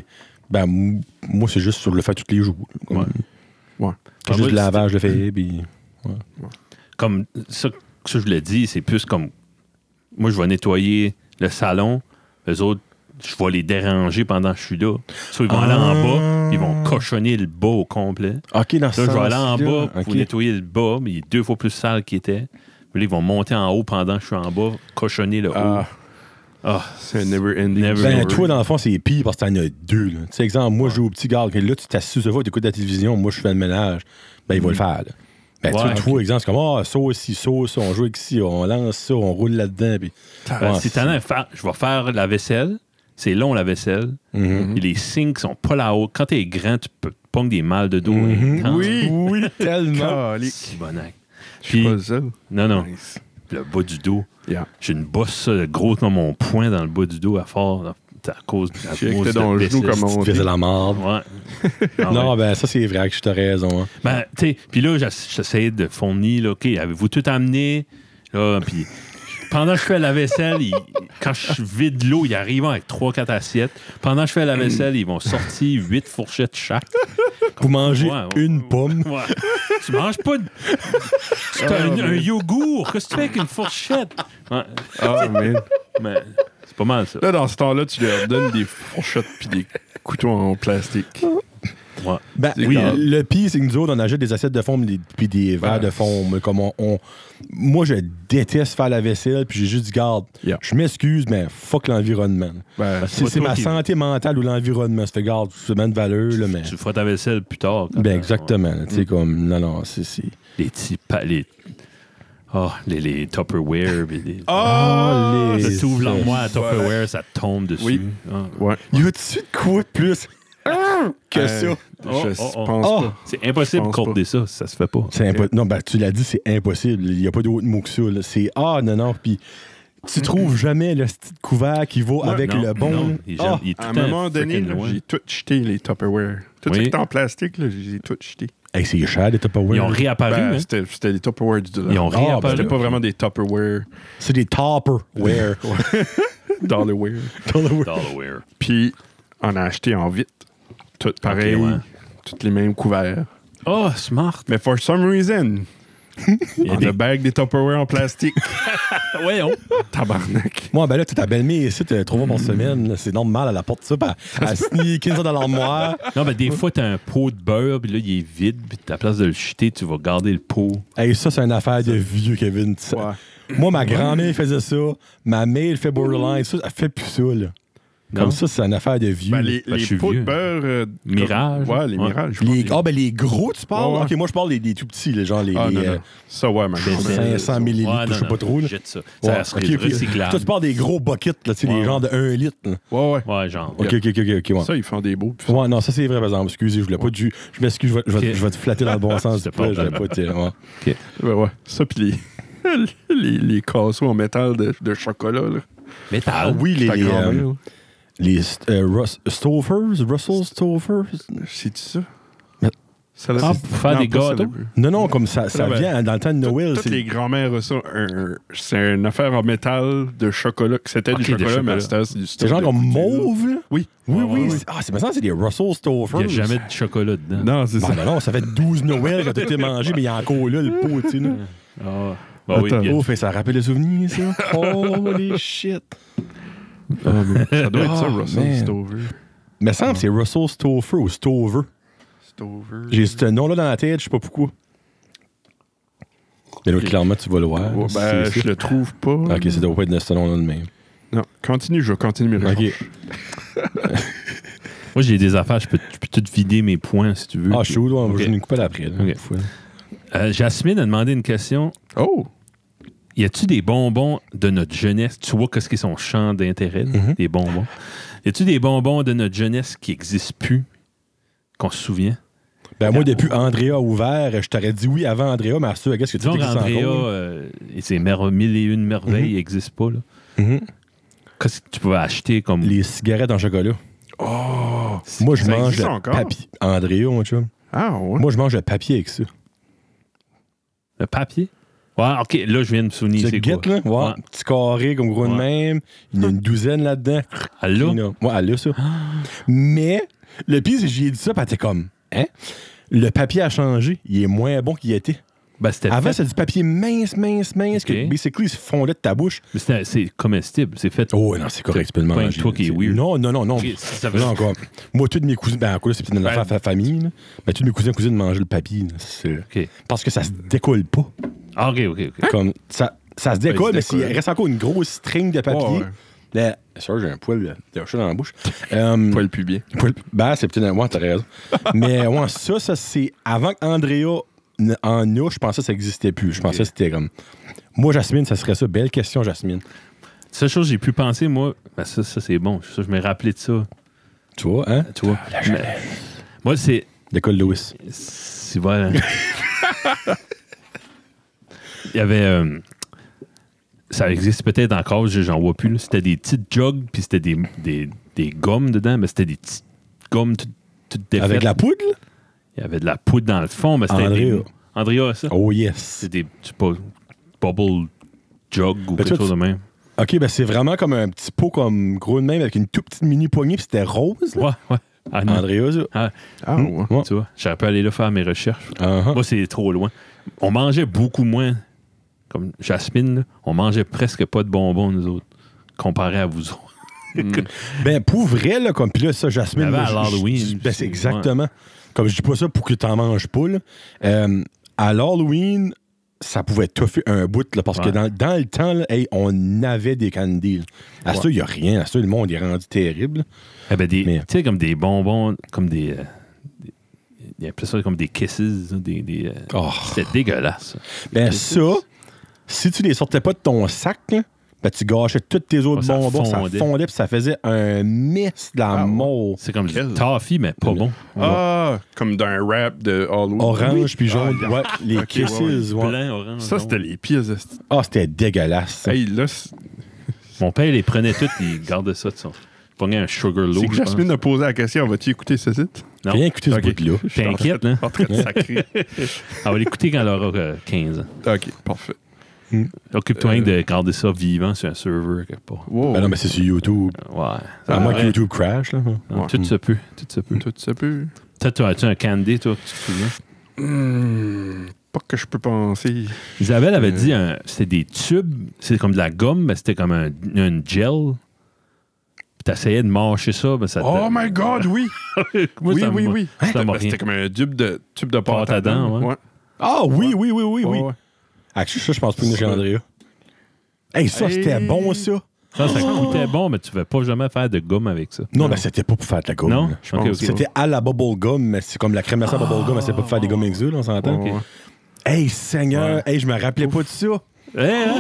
Ben, m- moi, c'est juste sur le fait tous les jours. Comme- Ouais. Ah, Ouais. Juste moi, le lavage, le fait, puis. comme ça, ça je l'ai dit, c'est plus comme moi je vais nettoyer le salon, les autres je vais les déranger pendant que je suis là. Soit ils vont aller en Ah. bas, ils vont cochonner le bas au complet. Ok, dans ce Là, je vais aller en sens-là. bas pour Ok. nettoyer le bas, mais il est deux fois plus sale qu'il était. Puis là, ils vont monter en haut pendant que je suis en bas, cochonner le haut. Ah, Ah, c'est un never ending. Never Ben, ending. toi, dans le fond, c'est pire parce que t'en as deux. là. Tu sais, exemple, moi, je joue au petit gars, que là, tu t'assises sur le tu écoutes la télévision, moi, je fais le ménage. Ben, il va le faire. là. Ben, tu Mm. Ouais, vois, toi, exemple, c'est comme, ah, ça aussi, ça, ça, on joue avec ci, on lance ça, on roule là-dedans. Puis... Ben, Ouais, si t'en as à faire- je vais faire la vaisselle. C'est long la vaisselle. Mhm. Puis les signes sont pas là-haut. Quand t'es grand, tu peux te pognes des mal de dos. Mhm. Ah, oui, tellement. Calique. c'est bonnac. Je suis Puis- Ah. pas le seul. Non, non. Nice. Le bas du dos. Yeah. J'ai une bosse euh, grosse comme mon poing dans le bas du dos à fort. là. C'est à cause de la J'ai grosse été dans le genou baissesse. comme on Tu faisais la marde. [LAUGHS] Ouais. Ah non, ouais. ben, ça, c'est vrai que je t'ai raison. hein. Ben, tu sais, puis là, j'ess- j'essayais de fournir, là, OK, avez-vous tout amené? Là, puis pendant que je fais la vaisselle, ils- quand je vide l'eau, ils arrivent avec 3-4 assiettes. Pendant que je fais la vaisselle, ils vont sortir 8 fourchettes chaque. Pour manger Ouais, ouais. une pomme. Ouais. Tu manges pas de... Ah, C'est un, un yogourt. Qu'est-ce que tu fais avec une fourchette? Ouais, Ah, man. mais c'est pas mal, ça. Là, dans ce temps-là, tu leur donnes des fourchettes puis des couteaux en plastique. Ah. Ouais. Ben, C'est oui, grave. le pire, c'est que nous autres, on achète des assiettes de forme des- puis des verres Ouais. de forme. Comme on, on- Moi, je déteste faire la vaisselle, puis j'ai juste dit, garde, Yeah. je m'excuse, mais fuck l'environnement. Ben, Parce Si Pas c'est Euh, toi ma qui- santé mentale ou l'environnement, ça fait garde, c'est même de valeur, là, mais. Tu feras ta vaisselle plus tard. quand- Ben, exactement. là, Tu Mm. sais, comme, non, non, c'est. c'est- Les petits pa- les... Ah, les, les Tupperware. puis les- Ah, Ça les- s'ouvre l'armoire à Tupperware, ça tombe dessus. Oui. Ah. ouais. Y a-tu de quoi de plus que ça? Euh, Oh, Je oh, oh. pense Oh. pas. C'est impossible de Je pense coordonner ça, ça se fait pas. C'est impo- Non, ben, tu l'as dit, c'est impossible. Il n'y a pas d'autre mot que ça. là. C'est ah, non, non. Puis Tu trouves jamais le petit couvert qui va Ouais, avec Non, le bon. non, il est Ah! jamais- il est tout À un le temps moment donné, fucking là, loin. j'ai tout jeté, les Tupperware. Tout ce Oui. qui était en plastique, là, j'ai tout jeté. Hey, c'est cher, les Tupperware. Ils ont réapparu. Ben, hein. c'était, c'était les Tupperware du dollar. Ils ont Ah, ben, réapparu. C'était pas vraiment des Tupperware, [LAUGHS] C'est des [LAUGHS] Topperware. Dollarware. Dollarware. Puis, on a acheté en vite. Tout pareil, ouais. toutes les mêmes couverts. Oh, smart. Mais for some reason, [LAUGHS] Il y a on des- a bag des Tupperware en [LAUGHS] plastique. Voyons. Tabarnak. Moi, ben là, t'as ta belle-mère ici, t'as trois mois Mm. par semaine. là, C'est normal, elle apporte ça, puis elle elle sneak ça dans l'armoire. Non, mais des fois, t'as un pot de beurre, puis là, il est vide, puis à la place de le jeter, tu vas garder le pot. Hey, ça, c'est une affaire de vieux, Kevin. Ça- Ouais. Moi, ma grand-mère faisait ça. Ma mère, elle fait borderline. Ça, elle fait plus ça, là. Comme Non. ça, c'est une affaire de vieux. Ben, les Ben, je les suis pots vieux. de beurre. euh, Mirage. comme- Ouais, les Ouais. mirages. je Les- pense. Ah, ben les gros, tu parles? Ouais, ouais. Ok, moi, je parle des, des tout petits, les gens, les, Ah, les, non, euh, non. Ça, ouais, ma grand-mère. 500 millilitres, Ouais, je sais non, pas non, trop. Là. jette ça. Ça Ouais, serait ok, ok. recyclable. Toi, tu parles des gros buckets, là, tu sais, Ouais, les ouais. gens de 1 litre. là. Ouais, ouais. Ouais, genre. Ok, ok, ok, ok, ok, ouais. Ça, ils font des beaux. puis Ouais, non, ça c'est vrai, par exemple. Excusez, je voulais pas du. Je m'excuse, je vais, je vais- Ok. je vais te flatter dans le bon sens. C'était du poil, pas je voulais pas te. ouais. Ouais, ouais. Ça, puis les, [LAUGHS] les, les casseaux en métal de, de chocolat, là. Ah Métal. oui, les. Ta les, grand-mère, euh, là. les st- euh, Rus- Stofers Russell Stofers C'est-tu ça? Mais- Celle-là, Ah, c'est- pour faire non, des pas gâteaux? celle-là. Non, non, comme ça, ça Ah ben, vient hein, dans le temps de Noël. Toutes c'est- les grand-mères, ont ça, un- un- c'est une affaire en métal de chocolat. que C'était Ok, du de chocolat, mais chocolat. là, c'était c'est du C'est stuff genre de comme couture. mauve, là. Oui. Oui, Ah, ouais, oui. ouais. c'est- Ah, c'est maintenant, c'est des Russell Stofers. Il n'y a jamais de chocolat dedans. Non, c'est Bon, ben, ça. non, non, ça fait 12 Noël que t'as été mangé, mais il y a encore là le pot, tu sais. là. Ah. Bah oui, Attends. il y a- Oh, fait ça rappelle le souvenir, ça. [LAUGHS] Holy shit. ça doit être ça, Ah, Russell man. Stover. Mais semble que c'est Russell Stover ou Stover. Stover. J'ai ce nom-là dans la tête, je sais pas pourquoi. Mais là, clairement, tu vas le voir. Ouais, ben, C'est- je le trouve pas. Ok, ça doit pas être de ce nom-là le même. Non, continue, je vais continuer mes Ok. recherches. Moi, j'ai des affaires, je peux, je peux tout vider mes points si tu veux. Ah, je suis où, là? Ok. Je vais nous couper après. là. Ok. Fou, là. Euh, Jasmine a demandé une question. Oh! Y a-tu des bonbons de notre jeunesse? Tu vois qu'est-ce qui est son champ d'intérêt, là, Mhm. des bonbons. Y a-tu des bonbons de notre jeunesse qui existent plus, qu'on se souvient? Ben, moi, depuis Andrea a ouvert, je t'aurais dit oui avant Andrea, mais à ce, qu'est-ce que tu Disons dis qu'Andrea euh, et ses mer- mille et une Mhm. merveilles n'existent pas. là. Qu'est-ce que tu pouvais acheter comme... Les cigarettes en chocolat. Oh! Moi, je Ça mange existe le encore? papier. Andrea, mon chum. Ah, ouais. Moi, je mange le papier avec ça. Le papier? Ouais, OK, là, je viens de me souvenir, Tu c'est le quoi? guettes, là? Ouais. Ouais. Petit carré, comme gros de Ouais. même. Il y en a une douzaine là-dedans. Allô? Moi, elle a ça. Mais, le pire, c'est que j'y ai dit ça, puis elle était comme, hein? Le papier a changé. Il est moins bon qu'il était. Ben, c'était Avant, fait- c'était du papier mince, mince, mince, Ok. que basically, il se fondait de ta bouche. mais c'était- c'est comestible, c'est fait. Oh, non, c'est correct, tu peux le pas manger. toi qui est C'est- weird. Non, non, non, non. Ok, ça- ça veut- Non, encore. Moi, tous mes cousins, ben, encore là, c'est peut-être une Ben- affaire fa- famille, là. Ben, tous mes cousins, cousines mangeaient le papier, là. C'est- OK, Parce que ça se décolle pas. Ah, OK, OK. ok. Comme, ça, ça se Ben, décolle, mais il se s'il décolle. reste encore une grosse string de papier. Ouais, ouais. là, sorry, j'ai un poil de, de chat dans la bouche. Euh, Pas le pubien. poil- ben, c'est peut-être un. Ouais, t'as raison. mais, ouais, ça, ça, c'est. Avant qu'Andrea n- en a, je pensais que ça n'existait plus. Je pensais que c'était comme. Moi, Jasmine, ça serait ça. Belle question, Jasmine. Seule chose que j'ai pu penser, moi, ben ça, ça c'est bon. Ça, je m'ai rappelé de ça. Tu vois, hein? Tu vois? Mais- moi, c'est. Décolle Lewis. C'est vrai. hein. [LAUGHS] Il y avait. euh, ça existe peut-être encore, je- j'en vois plus. là. C'était des petites jogs, puis c'était des, des, des gommes dedans, mais c'était des petites gommes toutes, toutes défaites. Avec de la poudre? là? Il y avait de la poudre dans le fond, mais c'était. Andrea. des- Andrea, ça. Oh, yes. C'est des. Je sais pas. Bubble jog ou Ben, quelque toi, chose de même. OK, ben c'est vraiment comme un petit pot comme gros de même avec une toute petite mini poignée, puis c'était rose. là. Ouais, ouais. [LAUGHS] Ah, non. Andrea, ça. Ah, Ah, ouais. Ouais. tu vois, j'aurais pu aller là faire mes recherches. Ah. Uh-huh. Moi, c'est trop loin. On mangeait beaucoup moins. Comme Jasmine, là, on mangeait presque pas de bonbons, nous autres, comparé à vous autres. Ben, pour vrai, là, comme, puis là, ça, Jasmine. Il y avait là, à je- je- l'Halloween, je- ben, c'est- c'est exactement. Comme je dis pas ça pour que t'en manges pas, là. Euh, à l'Halloween, ça pouvait toffer un bout, là, parce que Ouais. dans, dans le temps, là, hey, on avait des candies. là. À Ouais. ça, il n'y a rien. À ça, le monde est rendu terrible. Eh ben, des- Mais- Tu sais, comme des bonbons, comme des. euh, des- il appelait ça comme des kisses. là, Des, des, euh, Oh. C'était dégueulasse. Ben, ça, si tu les sortais pas de ton sac, là, ben, tu gâchais toutes tes autres Oh, ça bonbons, fondait. ça fondait, puis ça faisait un mist de la Ah, ouais. mort. C'est comme du Quel- toffee, mais pas bon. Ah, comme d'un rap de Halloween. Orange puis jaune, Ah, ouais, les Ok, kisses, ouais, ouais. Blanc, orange. Ça, c'était jaune. les pieds. Ah, c'était dégueulasse. ça. Hey, là, c'est- Mon père les prenait toutes, il gardait ça de son. Il pognait un sugar loaf. C'est que je pense. Jasmine a posé la question vas-tu écouter ce site Non. Oh. Rien écouter ce Ok. bout-là. Je suis en T'inquiète, train- là. En train de [LAUGHS] sacrer. Elle Ah, va l'écouter quand elle aura euh, 15 ans. ok, parfait. Occupe-toi Euh. de garder ça vivant sur un serveur quelque part. Wow. Ben non, mais c'est sur YouTube. Ouais. À Ah, moins que ouais. YouTube crash, là. Non, Ouais. Ah, Tout se peut. Tout se peut. Tout ça peut. Toi, tu as-tu un candy, toi, que tu te souviens? Hmm, pas que je peux penser. Isabelle avait dit un- c'était des tubes, c'est comme de la gomme, mais c'était comme un, un gel. Puis t'essayais de mâcher ça, mais ça te- Oh my god, oui [LAUGHS] Moi, Oui, ça me- oui, oui. ça C'était m'a Hein? ben, rien. c'était comme un tube de, tube de Pâte à dents, ouais. Ah oui, oui, oui, oui, oui. Ouais, ouais. Actually, ça, je pense pas que j'ai Andrea. Hey, ça, c'était Hey. bon, ça. Ça, ça coûtait bon, mais tu ne pouvais pas jamais faire de gomme avec ça. Non, mais c'était pas pour faire de la gomme. Non? là. Ok, pense. ok. C'était à la bubble gum, mais c'est comme la crème glacée à bubble gum, mais c'est pas pour faire des gommes exules, on s'entend. Ouais, ouais. Hey, Seigneur, hey, je me rappelais pas de ça. Eh, hein?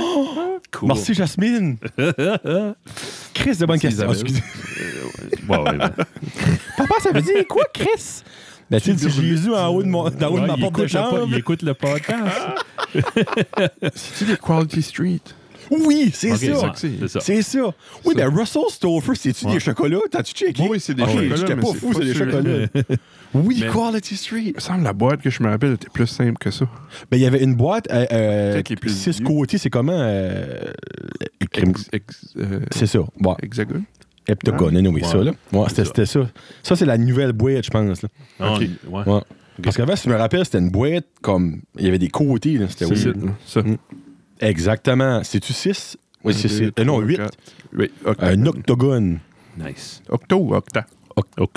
Cool. [LAUGHS] Merci, Jasmine. Chris, de bonne question. Isabelle. Excusez. Ouais, Euh, ouais, ouais. Papa, ça veut dire quoi, [LAUGHS] Chris? Ben, tu sais, c'est Jésus en haut de, mon, en haut de Ouais, Ah ma il, porte Ah, de écoute le, po- chambre. il écoute le podcast. Ah, C'est-tu des Quality Street Oui, c'est Ok, ça. ouais, c'est ça. C'est ça. Oui, ben Russell Stover, c'est-tu des chocolats? T'as-tu checké? Oui, c'est des Ok, chocolats, J'étais mais pas c'est fou, pas c'est des celui-là. [LAUGHS] chocolats. oui, Mais- Quality Street. Il me semble la boîte que je me rappelle était plus simple que ça. Ben, il y avait une boîte, euh, euh, Peut-être les plus six vieux. côtés, c'est comment? euh, Ex- ex- euh, c'est ça. Bon, hexagone heptagone, anyway, Ouais. ça, là. Ouais, c'était c'était ça. Ça, c'est la nouvelle boîte, je pense, là. Non, Ok. Ah, ouais. Ouais. Parce qu'avant, si je me rappelle, c'était une boîte comme. Il y avait des côtés, là. C'était C'est weird. ça. Mm. Exactement. C'est-tu 6? Oui, c'est Un, deux, six. Euh, non, trois, 8. quatre. Oui, Un octa. octogone. Nice. Octo ou octa Octo.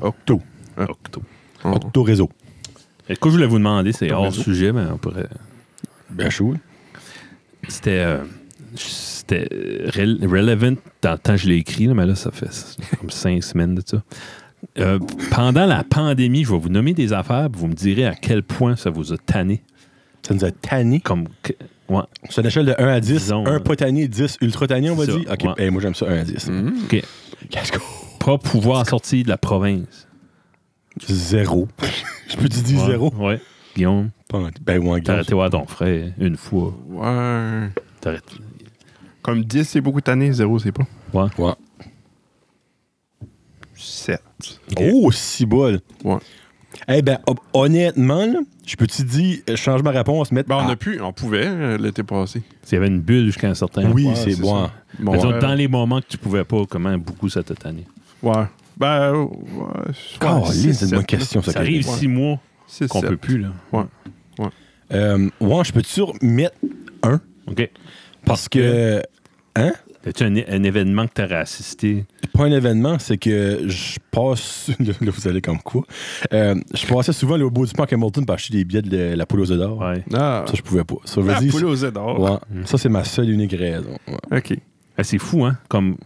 Octo. Octo. Octo réseau. Et quoi, je voulais vous demander, c'est hors réseau. sujet, mais on pourrait. Bien chaud. C'était. euh, c'était euh, rel- relevant dans le temps que je l'ai écrit, là, mais là, ça fait ça fait comme cinq semaines de ça. Euh, pendant la pandémie, je vais vous nommer des affaires, puis vous me direz à quel point ça vous a tanné. Ça nous a tanné. Comme. que- ouais. C'est une échelle de 1 à 10. Disons, 1 hein. pas tanné, 10 ultra tanné, on va Ça, dire. Ok, ouais. Mm-hmm. hey, moi j'aime ça 1 à 10. OK. Let's go. Pas pouvoir sortir de la province. Zéro. [LAUGHS] je peux te dire Ouais. zéro. Ouais. Guillaume, Pas en- Ben, ouais, t'as gars. arrêté voir ton frère une fois. Ouais. T'as arrêté- Comme 10, c'est beaucoup d'années, 0, c'est pas. Ouais. Ouais. 7. Oh, si bol. Ouais. Eh ben, hop, honnêtement, là, je peux te dire, euh, change ma réponse, mettre. Ben, on Ah, a pu, on pouvait euh, l'été passé. S'il y avait une bulle jusqu'à un certain Oui, Ouais, c'est c'est bon. ça. Bon, Mais disons, euh, dans les moments que tu pouvais pas, comment beaucoup ça t'a tanné. Ouais. Ben, ouais. ouais, Oh, six, c'est une bonne sept, question, ça. Ça arrive ouais. six mois six, qu'on sept. peut plus, là. Ouais. Euh, ouais, je peux sûr mettre un. OK. Parce que. Hein? As-tu un, un événement que t'aurais assisté? Pas un événement, c'est que je passe. [LAUGHS] Là, là, vous allez comme quoi? Euh, je passais souvent là, au bout du parc Hamilton pour acheter des billets de la- la poule aux œufs d'or. Ouais. Ah, Ça, je pouvais pas. Ça, la vas-y, poule c'est- aux œufs d'or. ouais. Ça, c'est ma seule et unique raison. Ouais. OK. Ah, c'est fou, hein? Comme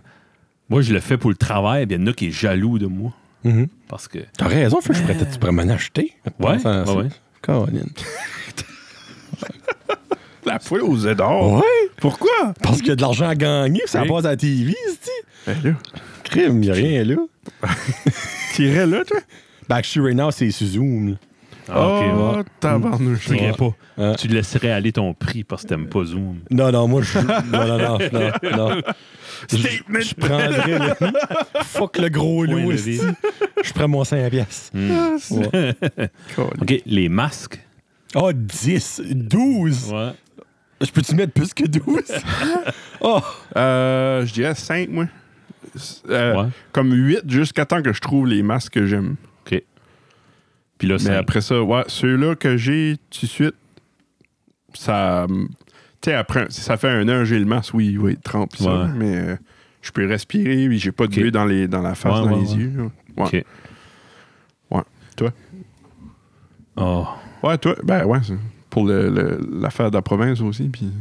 moi, je le fais pour le travail, bien il y en a qui est jaloux de moi. Mhm. Parce que. T'as raison, Feu, je pourrais peut-être tu pourrais m'en acheter. Ouais, Ça, ouais, ouais. Caroline. La poule aux œufs d'or. Ouais! Pourquoi? Parce qu'il y a de l'argent à gagner, ça Oui. passe à la TV, cest Ben là, Crime, il a rien là. t'irais là, toi? Back Shoe right now, c'est sur Zoom. là. Ah, ok, ouais. oh, tabarnouche. Tu irais pas. Ouais. Tu laisserais aller ton prix parce que t'aimes pas Zoom. Non, non, moi, je. non, non, non, non, non. Je- Statement. Je prendrais le. Fuck le gros Point Hmm. loup, levé. esti. Je prends mon 5 piastres. Ah, c'est- Ouais. Colin. OK, les masques. Ah, Oh, 10, 12. Ouais. Je peux-tu mettre plus que 12? [LAUGHS] oh, Euh, je dirais 5, moi. Euh, Ouais. Comme 8 jusqu'à temps que je trouve les masques que j'aime. OK. Puis là, Mais c'est. après ça, ouais, ceux-là que j'ai tout de suite, ça. hum, Tu sais, après, si ça fait un an, j'ai le masque, oui, il va être trempe, pis ça, Ouais. mais euh, je peux respirer, puis j'ai pas de Ok. buée dans, les, dans la face, Ouais, dans ouais, les ouais. yeux. là. Ouais. OK. Ouais. Toi? Oh. Ouais, toi, ben ouais, c'est pour le- le- l'affaire de la province aussi, puis.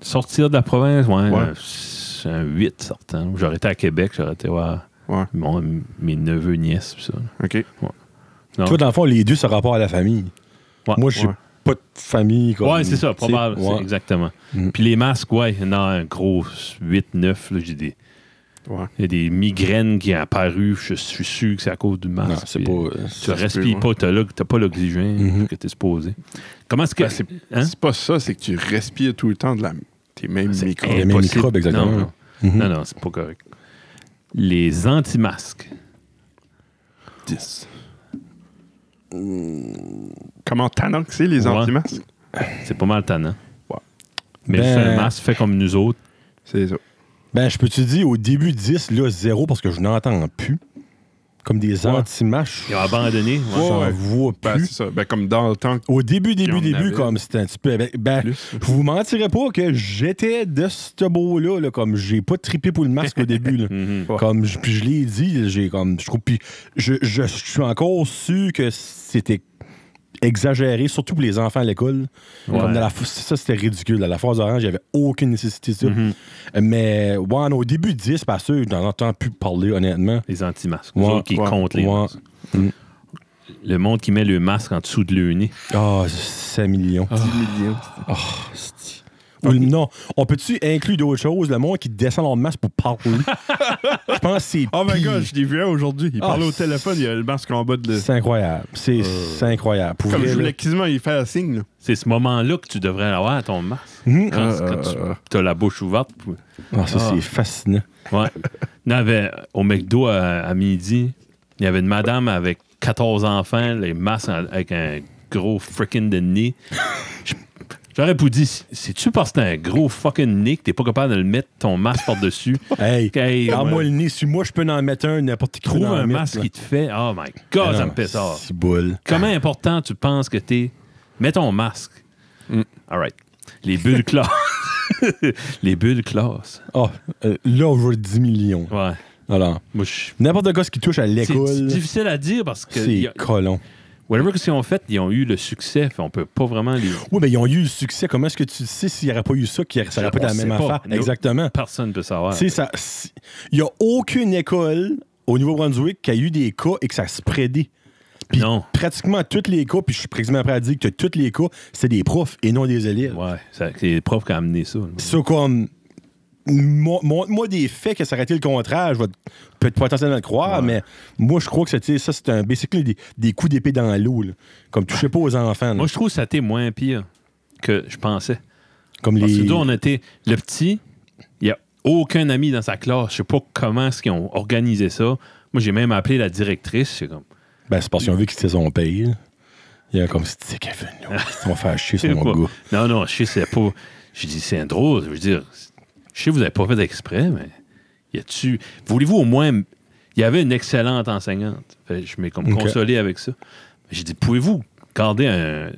Sortir de la province, ouais. Ouais. euh, c'est un 8 certain. J'aurais été à Québec, j'aurais été voir Ouais, mon- mes neveux, nièces, pis ça. ok. Non. Toi, dans le fond, les deux, c'est rapport à la famille. Ouais. Moi, je suis ouais. pas de famille. Comme, Ouais, c'est ça, tu sais, probable. c'est ouais. Exactement. Mm. Puis les masques, ouais, il y en a un gros 8, 9. là, J'ai des, Ouais. il y a des migraines qui sont apparues. Je suis sûr que c'est à cause du masque. Non, c'est puis euh, pas. Tu Ça se respires peut, Mm-hmm. pas, t'as l'o- t'as pas l'oxygène Mhm. que t'es supposé. Comment est-ce que. Ben, c'est hein? c'est pas ça, c'est que tu respires tout le temps de la Tes mêmes C'est microbes. Les mêmes impossible. microbes, exactement. Non, non, Mhm. Mm. non, non, c'est pas correct. Les anti-masques. 10. Comment tannant que c'est, les Ouais. anti-masques? C'est pas mal tannant. Ouais. Mais Ben- juste un masque fait comme nous autres. C'est ça. Ben, je peux te dire, au début 10, là, 0, parce que je n'entends plus. Comme des Ouais. anti-matchs. Ils ont abandonné. ouais. Ouais. J'en vois Ben, plus. c'est ça. Ben, comme dans le temps Au début, Puis début, on début, avait- comme c'était un petit peu. Ben, ben, Plus. je vous mentirais pas que j'étais de ce beau-là, là, comme j'ai pas trippé pour le [LAUGHS] masque au début. là. Mhm. Ouais. Comme je, puis je l'ai dit, j'ai comme. Je trouve. Puis je, je suis encore su que c'était exagéré, surtout pour les enfants à l'école. Ouais. Comme dans la, f- ça, c'était ridicule. Dans la phase orange, il n'y avait aucune nécessité de ça. Mhm. Mm-hmm. Mais ouais, non, au début de 10, parce que je n'en entends plus parler, honnêtement. Les anti-masques. Ouais, Nous autres qui ouais, comptent les ouais. masques. Le monde qui met le masque en dessous de le nez. Ah, 5 millions. 10 millions. Ah, c'est- Ou le- non, on peut-tu inclure d'autres choses, le monde qui descend en masse pour parler? je pense que c'est Oh my pire. god, je l'ai vu un aujourd'hui. Il Ah, parle au c'est- téléphone, il a le masque en bas de. le- C'est incroyable. C'est Euh. c'est incroyable. Pour Comme vrai, je là. voulais quasiment il fait un signe. là. C'est ce moment-là que tu devrais avoir ton masque. Mhm. Quand, Ah, quand ah, tu as la bouche ouverte. puis- Ah, ça, Ah. c'est [LAUGHS] fascinant. Ouais. Il y avait- au McDo à, à midi, il y avait une madame avec 14 enfants, les masses en- avec un gros freaking de nez. Je- J'aurais pu dire, c'est-tu parce que t'as un gros fucking nez que t'es pas capable de le mettre ton masque [LAUGHS] par-dessus? Hey, Hey, moi le nez. Si moi, je peux en mettre un, n'importe qui peut Trouve en un mettre, masque là. qui te fait. Oh my god, Ah, ça me fait ça. C'est boule. Comment important tu penses que t'es. Mets ton masque. Mm. All right. Les bulles [LAUGHS] classe. les bulles classe. Ah, euh, là, on veut 10 millions. Ouais. Alors, Moi, je- n'importe quoi ce qui touche à C'est c'est l'école, difficile à dire parce que. y c'est a- colon. Whatever que ce qu'ils ont fait, ils ont eu le succès. Fait, on peut pas vraiment les. Oui, mais ils ont eu le succès. Comment est-ce que tu sais s'il n'y aurait pas eu ça, qu'il y aurait- ça n'aurait pas été la On même sait pas. affaire? No. Exactement. Personne ne peut savoir. Tu sais, ça- si- Il n'y a aucune école au Nouveau-Brunswick qui a eu des cas et que ça se prédit. Puis Non. pratiquement tous les cas, puis je suis pratiquement prêt à dire que tous les cas, c'est des profs et non des élèves. Ouais. ça- C'est les profs qui ont amené ça. là. Ça, comme. mo- Montre-moi des faits que ça aurait été le contraire. Je vais peut-être potentiellement le croire, Ouais. mais moi, je crois que c'était ça, c'est un basically des, des coups d'épée dans l'eau. là. Comme toucher pas aux enfants. là. Moi, je trouve que ça a été moins pire que je pensais. comme Parce que les. nous, on était le petit, il n'y a aucun ami dans sa classe. Je sais pas comment est-ce qu'ils ont organisé ça. Moi, j'ai même appelé la directrice. C'est comme, Ben, c'est parce qu'ils ont vu qu'ils étaient son pays. là. Il y a comme, c'est Kevin, [LAUGHS] là. Ils vont faire chier sur C'est mon pas- gars. non, non, je sais, c'est pas. Je dis, c'est drôle. Je veux dire, je sais, vous n'avez pas fait exprès, mais y a-tu. Voulez-vous au moins. Il y avait une excellente enseignante. Fait que je m'ai comme Ok. consolé avec ça. J'ai dit, pouvez-vous garder un.